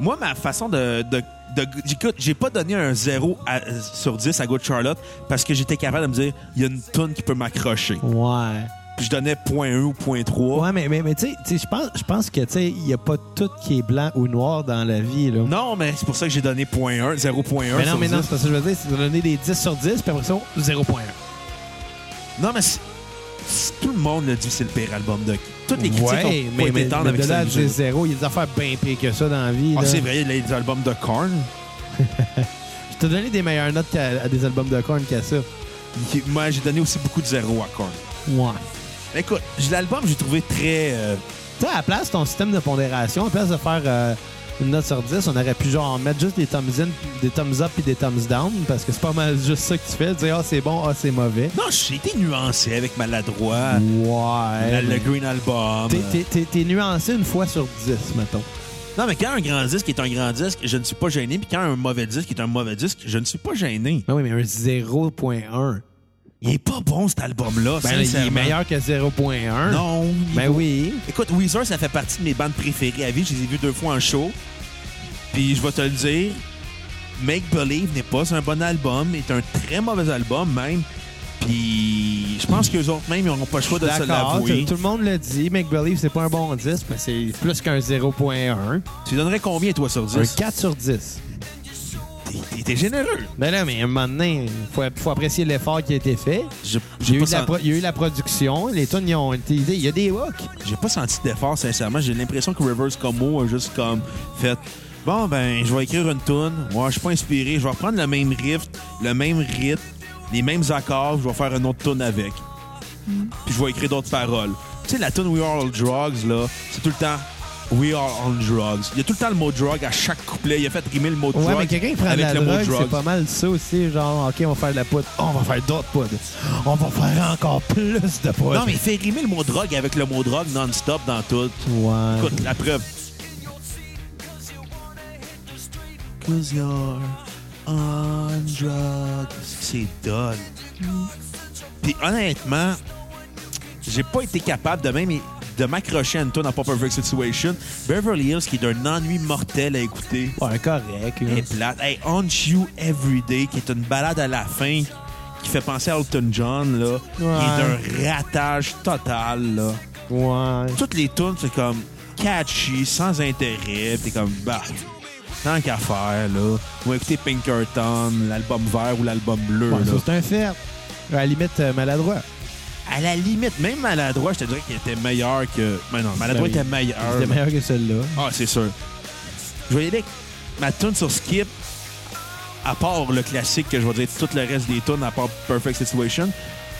Speaker 3: moi, ma façon de... de, de- j'écoute, j'ai pas donné un 0 à- sur 10 à Good Charlotte parce que j'étais capable de me dire, il y a une tune qui peut m'accrocher.
Speaker 1: Ouais.
Speaker 3: Puis je donnais 0.1 ou 0.3.
Speaker 1: Ouais, mais, mais, mais tu sais- tu sais, je pense, je pense que tu sais, il n'y a pas tout qui est blanc ou noir dans la vie. Là.
Speaker 3: Non, mais c'est pour ça que j'ai donné 0.1, 0.1
Speaker 1: mais non,
Speaker 3: sur
Speaker 1: mais non,
Speaker 3: 10.
Speaker 1: c'est pas ça que je veux dire. C'est de donner des 10 sur 10, puis après ça, 0.1.
Speaker 3: Non, mais c'est- c'est- tout le monde le dit, c'est le pire album de... Toutes les critiques ont
Speaker 1: Ouais,
Speaker 3: pas
Speaker 1: mais,
Speaker 3: été
Speaker 1: mais,
Speaker 3: tendres
Speaker 1: mais
Speaker 3: avec
Speaker 1: de là à
Speaker 3: cette
Speaker 1: dire
Speaker 3: musique.
Speaker 1: 0, il y a des affaires bien pires que ça dans la vie.
Speaker 3: Ah,
Speaker 1: là.
Speaker 3: c'est vrai, les albums de Korn.
Speaker 1: Je t'ai donné des meilleures notes qu'à- à des albums de Korn qu'à ça.
Speaker 3: qui- Moi, j'ai donné aussi beaucoup de zéro à Korn.
Speaker 1: Ouais.
Speaker 3: Mais Écoute, j- l'album, j'ai trouvé très... euh,
Speaker 1: Tu sais, à la place, ton système de pondération, à la place de faire euh, une note sur 10, on aurait pu genre mettre juste des thumbs in, des thumbs up et des thumbs down, parce que c'est pas mal juste ça que tu fais, dire ah c'est bon, ah c'est mauvais.
Speaker 3: Non, j'ai été nuancé avec Maladroit,
Speaker 1: Ouais.
Speaker 3: la- le Green Album.
Speaker 1: T'es- t'es- T'es t'es nuancé une fois sur 10, mettons.
Speaker 3: Non, mais quand un grand disque est un grand disque, je ne suis pas gêné. Puis quand un mauvais disque est un mauvais disque, je ne suis pas gêné.
Speaker 1: Mais Ben oui, mais un 0.1.
Speaker 3: Il est pas bon, cet album-là,
Speaker 1: Ben, il
Speaker 3: sincèrement.
Speaker 1: est meilleur que 0.1.
Speaker 3: Non. il-
Speaker 1: Ben oui.
Speaker 3: Écoute, Weezer, ça fait partie de mes bandes préférées à vie. Je les ai vus deux fois en show. Puis je vais te le dire, Make Believe n'est pas un bon album, est un très mauvais album même. Puis je pense qu'eux autres même, ils n'auront pas le choix de se
Speaker 1: D'accord,
Speaker 3: l'avouer.
Speaker 1: tout, tout le monde le dit. Make Believe, c'est pas un bon 10, mais c'est plus qu'un 0.1.
Speaker 3: Tu donnerais combien, toi, sur
Speaker 1: Un
Speaker 3: 10?
Speaker 1: 4 sur 10.
Speaker 3: T'es- T'es généreux.
Speaker 1: Ben là, mais à un moment donné, il faut, faut apprécier l'effort qui a été fait.
Speaker 3: Je-
Speaker 1: Il y, a
Speaker 3: J'ai pas,
Speaker 1: eu la
Speaker 3: sen-
Speaker 1: pro- il y a eu la production, les tunes y ont été idées. Il y a des hooks.
Speaker 3: j'ai pas senti d'effort, sincèrement. J'ai l'impression que Rivers Como a juste comme fait Bon, ben, je vais écrire une tune. Moi, je suis pas inspiré. Je vais reprendre le même riff, le même rythme, les mêmes accords. Je vais faire une autre tune avec. Puis je vais écrire d'autres paroles. Tu sais, la tune We Are All Drugs, là, c'est tout le temps We Are All Drugs. Il y a tout le temps le mot drug à chaque couplet. Il a fait rimer le mot
Speaker 1: Ouais,
Speaker 3: drug
Speaker 1: mais quelqu'un qui prend de
Speaker 3: avec
Speaker 1: la
Speaker 3: le mot
Speaker 1: drogue,
Speaker 3: drug.
Speaker 1: c'est pas mal ça aussi. Genre, OK, on va faire de la poudre. On va faire d'autres poudres. On va faire encore plus de poudre.
Speaker 3: Non, mais il fait rimer le mot drogue avec le mot drogue non-stop dans tout.
Speaker 1: Ouais.
Speaker 3: Écoute, la preuve. Cause you're on drugs. C'est done. Puis honnêtement, j'ai pas été capable de même de m'accrocher à une tune en Pop Perfect Situation. Beverly Hills, qui est d'un ennui mortel à écouter,
Speaker 1: Ouais, correct. là.
Speaker 3: est plate. Hey, Haunt You Everyday, qui est une balade à la fin qui fait penser à Elton John, là. Qui est d'un ratage total, là
Speaker 1: Ouais.
Speaker 3: toutes les tunes, c'est comme catchy, sans intérêt. pis T'es comme, bah, tant qu'à faire, là. On va écouter Pinkerton, l'album vert ou l'album bleu.
Speaker 1: Ouais,
Speaker 3: là.
Speaker 1: ça, c'est un fait. À la limite, euh, maladroit.
Speaker 3: À la limite, même Maladroit, je te dirais qu'il était meilleur que. Mais non, Maladroit
Speaker 1: Ben oui.
Speaker 3: était meilleur.
Speaker 1: C'était meilleur que celle-là.
Speaker 3: Ah, c'est sûr. Je vais y aller avec ma tune sur Skip, à part le classique que je vais dire tout le reste des tunes, à part Perfect Situation.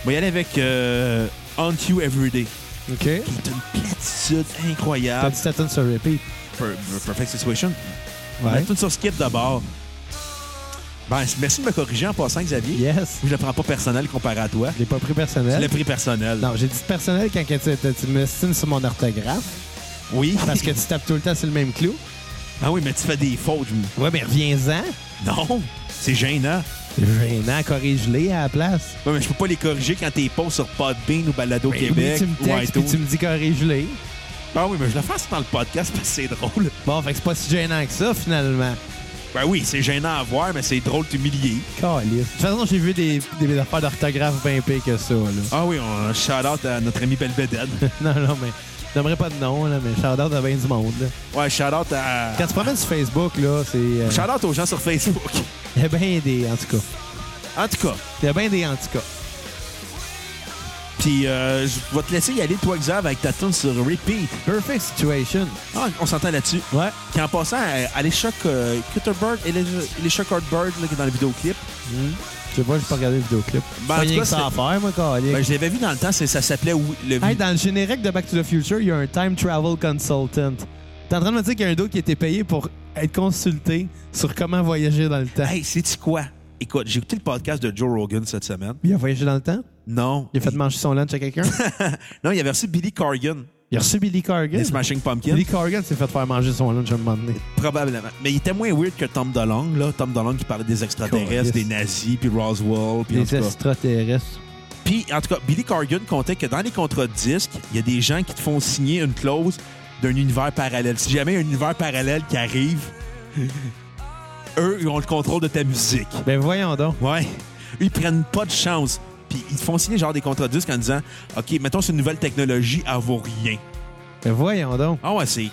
Speaker 3: Je vais y aller avec euh, Haunt You Everyday,
Speaker 1: OK.
Speaker 3: qui est une platitude
Speaker 1: T'as
Speaker 3: incroyable.
Speaker 1: dit ta tune sur repeat.
Speaker 3: Per- Perfect Situation,
Speaker 1: Ouais.
Speaker 3: tout sur Skip d'abord. Ben, merci de me corriger en passant, Xavier.
Speaker 1: Yes.
Speaker 3: Je le prends pas personnel comparé à toi.
Speaker 1: Je l'ai pas pris
Speaker 3: Je l'ai
Speaker 1: personnel.
Speaker 3: pris personnel.
Speaker 1: Non, j'ai dit personnel quand que tu, tu- tu me signes sur mon orthographe
Speaker 3: Oui.
Speaker 1: parce que tu tapes tout le temps sur le même clou.
Speaker 3: Ah oui, mais tu fais des fautes. je-
Speaker 1: Ouais, mais reviens-en.
Speaker 3: Non, c'est gênant.
Speaker 1: Gênant, corrige-les à la place.
Speaker 3: Ouais, mais je peux pas les corriger quand t'es pas sur Podbean ou Balado
Speaker 1: Puis Ben
Speaker 3: Québec
Speaker 1: tu me
Speaker 3: ou
Speaker 1: textes, puis
Speaker 3: iTunes.
Speaker 1: tu me dis corrige-les.
Speaker 3: Ah oui, mais je le fasse dans le podcast parce que c'est drôle.
Speaker 1: Bon, fait que c'est pas si gênant que ça, finalement.
Speaker 3: Ben oui, c'est gênant à voir, mais c'est drôle d'humilier.
Speaker 1: Caliste. De toute façon, j'ai vu des, des affaires d'orthographe bien pires que ça, là.
Speaker 3: Ah oui, on shout-out à notre ami Belvedere.
Speaker 1: Non, non, mais... Je n'aimerais pas de nom, là, mais shout-out à bien du monde. là.
Speaker 3: ouais, shout-out à...
Speaker 1: Quand tu te promènes sur Facebook, là, c'est... euh,
Speaker 3: Shout-out aux gens sur Facebook.
Speaker 1: Il y a bien des, en tout cas.
Speaker 3: En tout cas,
Speaker 1: Il y a bien des, en tout cas.
Speaker 3: Puis euh, je vais te laisser y aller, toi, Xav, avec ta tune sur Repeat.
Speaker 1: Perfect situation.
Speaker 3: Ah, on s'entend là-dessus.
Speaker 1: Ouais.
Speaker 3: Puis en passant, euh, allez choc euh, Cutterbird et les, les Shock Bird là, qui est dans le vidéoclip.
Speaker 1: Hmm. Je sais pas, j'ai pas regardé le vidéoclip.
Speaker 3: Ben, en
Speaker 1: Pas
Speaker 3: tout
Speaker 1: rien
Speaker 3: cas,
Speaker 1: que ça à
Speaker 3: c'est-
Speaker 1: faire, moi, Caliste.
Speaker 3: Ben, je l'avais vu dans le temps, c'est- ça s'appelait oui, le
Speaker 1: Hey, dans le générique de Back to the Future, il y a un time travel consultant. T'es en train de me dire qu'il y a un dos qui était payé pour être consulté sur comment voyager dans le temps.
Speaker 3: Hey, sais-tu quoi? Écoute, j'ai écouté le podcast de Joe Rogan cette semaine.
Speaker 1: Il a voyagé dans le temps?
Speaker 3: Non.
Speaker 1: Il a fait manger son lunch à quelqu'un?
Speaker 3: Non, il avait reçu Billy Corgan.
Speaker 1: Il a reçu Billy Corgan.
Speaker 3: Les Smashing Pumpkins.
Speaker 1: Billy Corgan s'est fait faire manger son lunch à un moment donné.
Speaker 3: Probablement. Mais il était moins weird que Tom DeLonge, là. Tom DeLonge qui parlait des extraterrestres,
Speaker 1: Calisse.
Speaker 3: des nazis, puis Roswell, puis en
Speaker 1: Les
Speaker 3: tout cas.
Speaker 1: extraterrestres.
Speaker 3: Puis, en tout cas, Billy Corgan comptait que dans les contrats de disques, il y a des gens qui te font signer une clause d'un univers parallèle. Si jamais il y a un univers parallèle qui arrive, eux, ils ont le contrôle de ta musique.
Speaker 1: Ben voyons donc.
Speaker 3: Ouais. Ils prennent pas de chance. Puis, ils te font signer genre des contrats de disques en disant OK, mettons, c'est une nouvelle technologie, elle vaut rien.
Speaker 1: Ben voyons donc.
Speaker 3: Ah ouais, c'est. Tu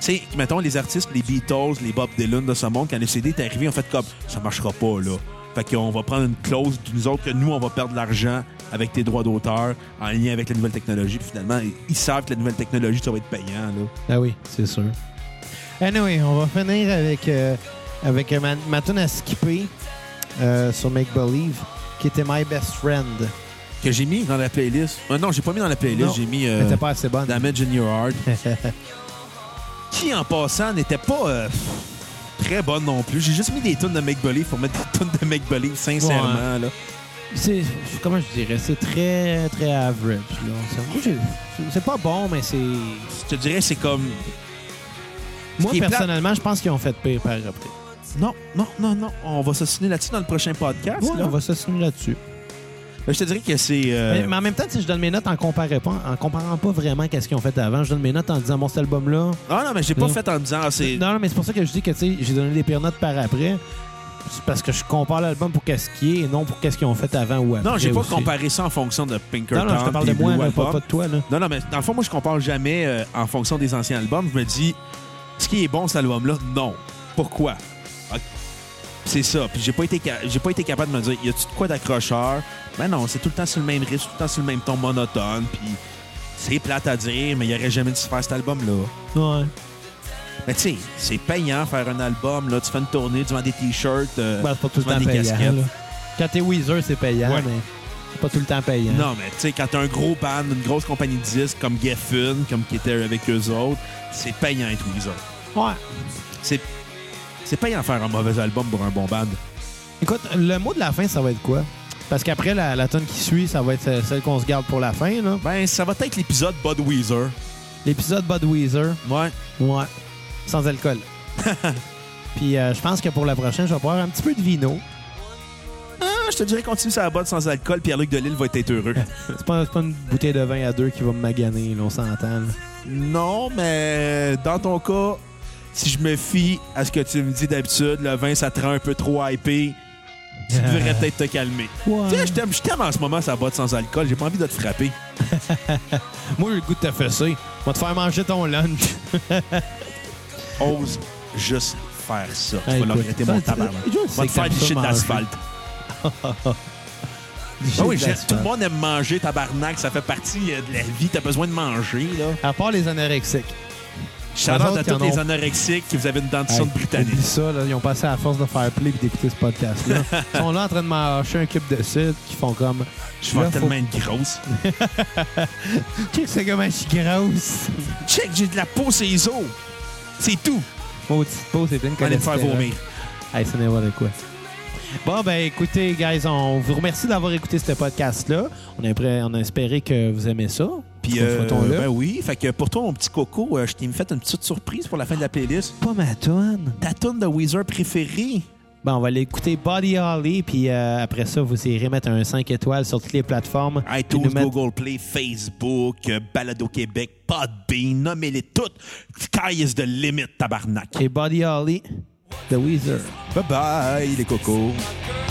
Speaker 3: sais, mettons les artistes, les Beatles, les Bob Dylan de ce monde, quand le CD est arrivé, en fait, comme ça marchera pas, là. Fait qu'on va prendre une clause de nous autres que nous, on va perdre de l'argent avec tes droits d'auteur en lien avec la nouvelle technologie. Puis finalement, ils savent que la nouvelle technologie, ça va être payant, là.
Speaker 1: Ah oui, c'est sûr. Anyway, on va finir avec, euh, avec euh, ma, ma tune à skipper euh, sur Make Believe, qui était My Best Friend.
Speaker 3: Que j'ai mis dans la playlist. Ah non, j'ai pas mis dans la
Speaker 1: Non,
Speaker 3: playlist, j'ai mis
Speaker 1: Elle
Speaker 3: euh,
Speaker 1: était pas assez bonne.
Speaker 3: Damage in Your Heart. Qui, en passant, n'était pas euh, très bonne non plus. J'ai juste mis des tunes de Make Believe pour mettre des tunes de Make Believe, sincèrement, là.
Speaker 1: C'est, comment je dirais, c'est très, très average. Là. C'est, j'ai- c'est pas bon, mais c'est...
Speaker 3: Je te dirais, c'est comme.
Speaker 1: Moi,
Speaker 3: qui est plate-
Speaker 1: personnellement, je pense qu'ils ont fait pire par après.
Speaker 3: Non, non, non, non. On va s'assiner là-dessus dans le prochain podcast.
Speaker 1: Ouais,
Speaker 3: Ah, là.
Speaker 1: on va s'assumer là-dessus.
Speaker 3: Mais Je te dirais que c'est. euh,
Speaker 1: Mais, mais en même temps, si je donne mes notes en comparant pas, en comparant pas vraiment qu'est-ce qu'ils ont fait avant, je donne mes notes en disant, mon cet album-là,
Speaker 3: Ah non, mais j'ai pas
Speaker 1: Non.
Speaker 3: fait en me disant. ah, c'est...
Speaker 1: Non, non, mais c'est pour ça que je dis que tu sais, j'ai donné des pires notes par après. C'est parce que je compare l'album pour qu'est-ce qui est et non pour qu'est-ce qu'ils ont fait avant ou après.
Speaker 3: Non, j'ai pas
Speaker 1: aussi.
Speaker 3: comparé ça en fonction de Pinkerton.
Speaker 1: Non, non, je te parle de
Speaker 3: puis
Speaker 1: moi,
Speaker 3: Blue
Speaker 1: là, pas,
Speaker 3: Album.
Speaker 1: pas de toi. Là.
Speaker 3: Non, non, mais dans le fond, moi, je compare jamais euh, en fonction des anciens albums. Je me dis, ce qui est bon, cet album-là, non. Pourquoi? Ah, C'est ça. Puis j'ai pas, été ca- j'ai pas été capable de me dire, y a-tu de quoi d'accrocheur? Ben non, c'est tout le temps sur le même rythme, tout le temps sur le même ton monotone. Puis c'est plate à dire, mais il aurait jamais dû se faire cet album-là.
Speaker 1: Ouais.
Speaker 3: Mais tu sais, c'est payant faire un album. Là, tu fais une tournée, tu vends des t-shirts, euh,
Speaker 1: Ben, c'est pas tout
Speaker 3: tu
Speaker 1: le
Speaker 3: vends
Speaker 1: temps
Speaker 3: des
Speaker 1: payant.
Speaker 3: casquettes.
Speaker 1: là. Quand t'es Weezer, c'est payant,
Speaker 3: Ouais.
Speaker 1: mais c'est pas tout le temps payant.
Speaker 3: Non, mais tu sais, quand t'as un gros band, une grosse compagnie de disques comme Geffen, comme qui était avec eux autres, c'est payant être Weezer.
Speaker 1: Ouais.
Speaker 3: C'est c'est payant faire un mauvais album pour un bon band.
Speaker 1: Écoute, le mot de la fin, ça va être quoi? Parce qu'après, la, la tonne qui suit, ça va être ce- celle qu'on se garde pour la fin. là.
Speaker 3: Ben, ça va être l'épisode Bud Weezer.
Speaker 1: L'épisode Bud Weezer,
Speaker 3: Ouais.
Speaker 1: ouais, sans alcool. Puis euh, je pense que pour la prochaine, je vais boire un petit peu de vino.
Speaker 3: Ah, je te dirais continue sur la botte sans alcool, Pierre-Luc Delisle va être heureux.
Speaker 1: C'est pas, c'est pas une bouteille de vin à deux qui va me maganer, là, on s'entend. là.
Speaker 3: non, mais euh, dans ton cas, si je me fie à ce que tu me dis d'habitude, le vin, ça te rend un peu trop hypé. Tu devrais peut-être te calmer. Tu sais, je t'aime, je t'aime en ce moment, ça botte sans alcool. J'ai pas envie de te frapper.
Speaker 1: Moi, j'ai le goût de te fesser. Va te faire manger ton lunch.
Speaker 3: Ose juste faire ça. Tu
Speaker 1: Hey,
Speaker 3: vas leur
Speaker 1: écoute,
Speaker 3: regretter
Speaker 1: ça,
Speaker 3: mon
Speaker 1: ça,
Speaker 3: tabarnak.
Speaker 1: je sais
Speaker 3: Va te
Speaker 1: que
Speaker 3: faire
Speaker 1: t'aimes
Speaker 3: du
Speaker 1: ça
Speaker 3: shit
Speaker 1: manger.
Speaker 3: d'asphalte.
Speaker 1: Du
Speaker 3: Ah
Speaker 1: shit
Speaker 3: oui, j'ai-
Speaker 1: d'asphalte.
Speaker 3: tout le monde aime manger, tabarnak. Ça fait partie euh, de la vie. T'as besoin de manger, là.
Speaker 1: À part les anorexiques.
Speaker 3: Shout-out
Speaker 1: autres,
Speaker 3: à
Speaker 1: ils en
Speaker 3: tous les
Speaker 1: ont-
Speaker 3: anorexiques qui vous avez une
Speaker 1: Hey,
Speaker 3: dentition de
Speaker 1: oublie
Speaker 3: britannique.
Speaker 1: ça, là, ils ont passé à la force de faire play et d'écouter ce podcast-là. ils sont là en train de mâcher un cube de sucre qui font comme...
Speaker 3: Je vais
Speaker 1: Là,
Speaker 3: tellement être grosse.
Speaker 1: Check, c'est comme je suis grosse.
Speaker 3: Check, j'ai de la peau, c'est les os. C'est tout.
Speaker 1: Maudite peau, c'est plein de
Speaker 3: Allez me faire
Speaker 1: cholestérol.
Speaker 3: vomir.
Speaker 1: Hey, c'est n'importe quoi. Bon, ben écoutez, guys, on vous remercie d'avoir écouté ce podcast-là. On, a pré- on a espéré que vous aimez ça.
Speaker 3: Puis,
Speaker 1: Contre-
Speaker 3: euh,
Speaker 1: frottons-le.
Speaker 3: ben oui. Fait que pour toi, mon petit coco, euh, je t'ai fait une petite surprise pour la fin de la playlist.
Speaker 1: pas ma toune.
Speaker 3: Ta tune de Weezer préférée?
Speaker 1: Ben, on va aller écouter Body Holly, puis euh, après ça, vous irez mettre un 5 étoiles sur toutes les plateformes. Puis
Speaker 3: iTunes,
Speaker 1: nous mettre-
Speaker 3: Google Play, Facebook, euh, Balado Québec, Podbean, nommez-les toutes. Sky is the limit, tabarnak.
Speaker 1: Et Body Holly, The Weezer.
Speaker 3: Bye-bye, les cocos.
Speaker 2: Girl, Oh, Oh,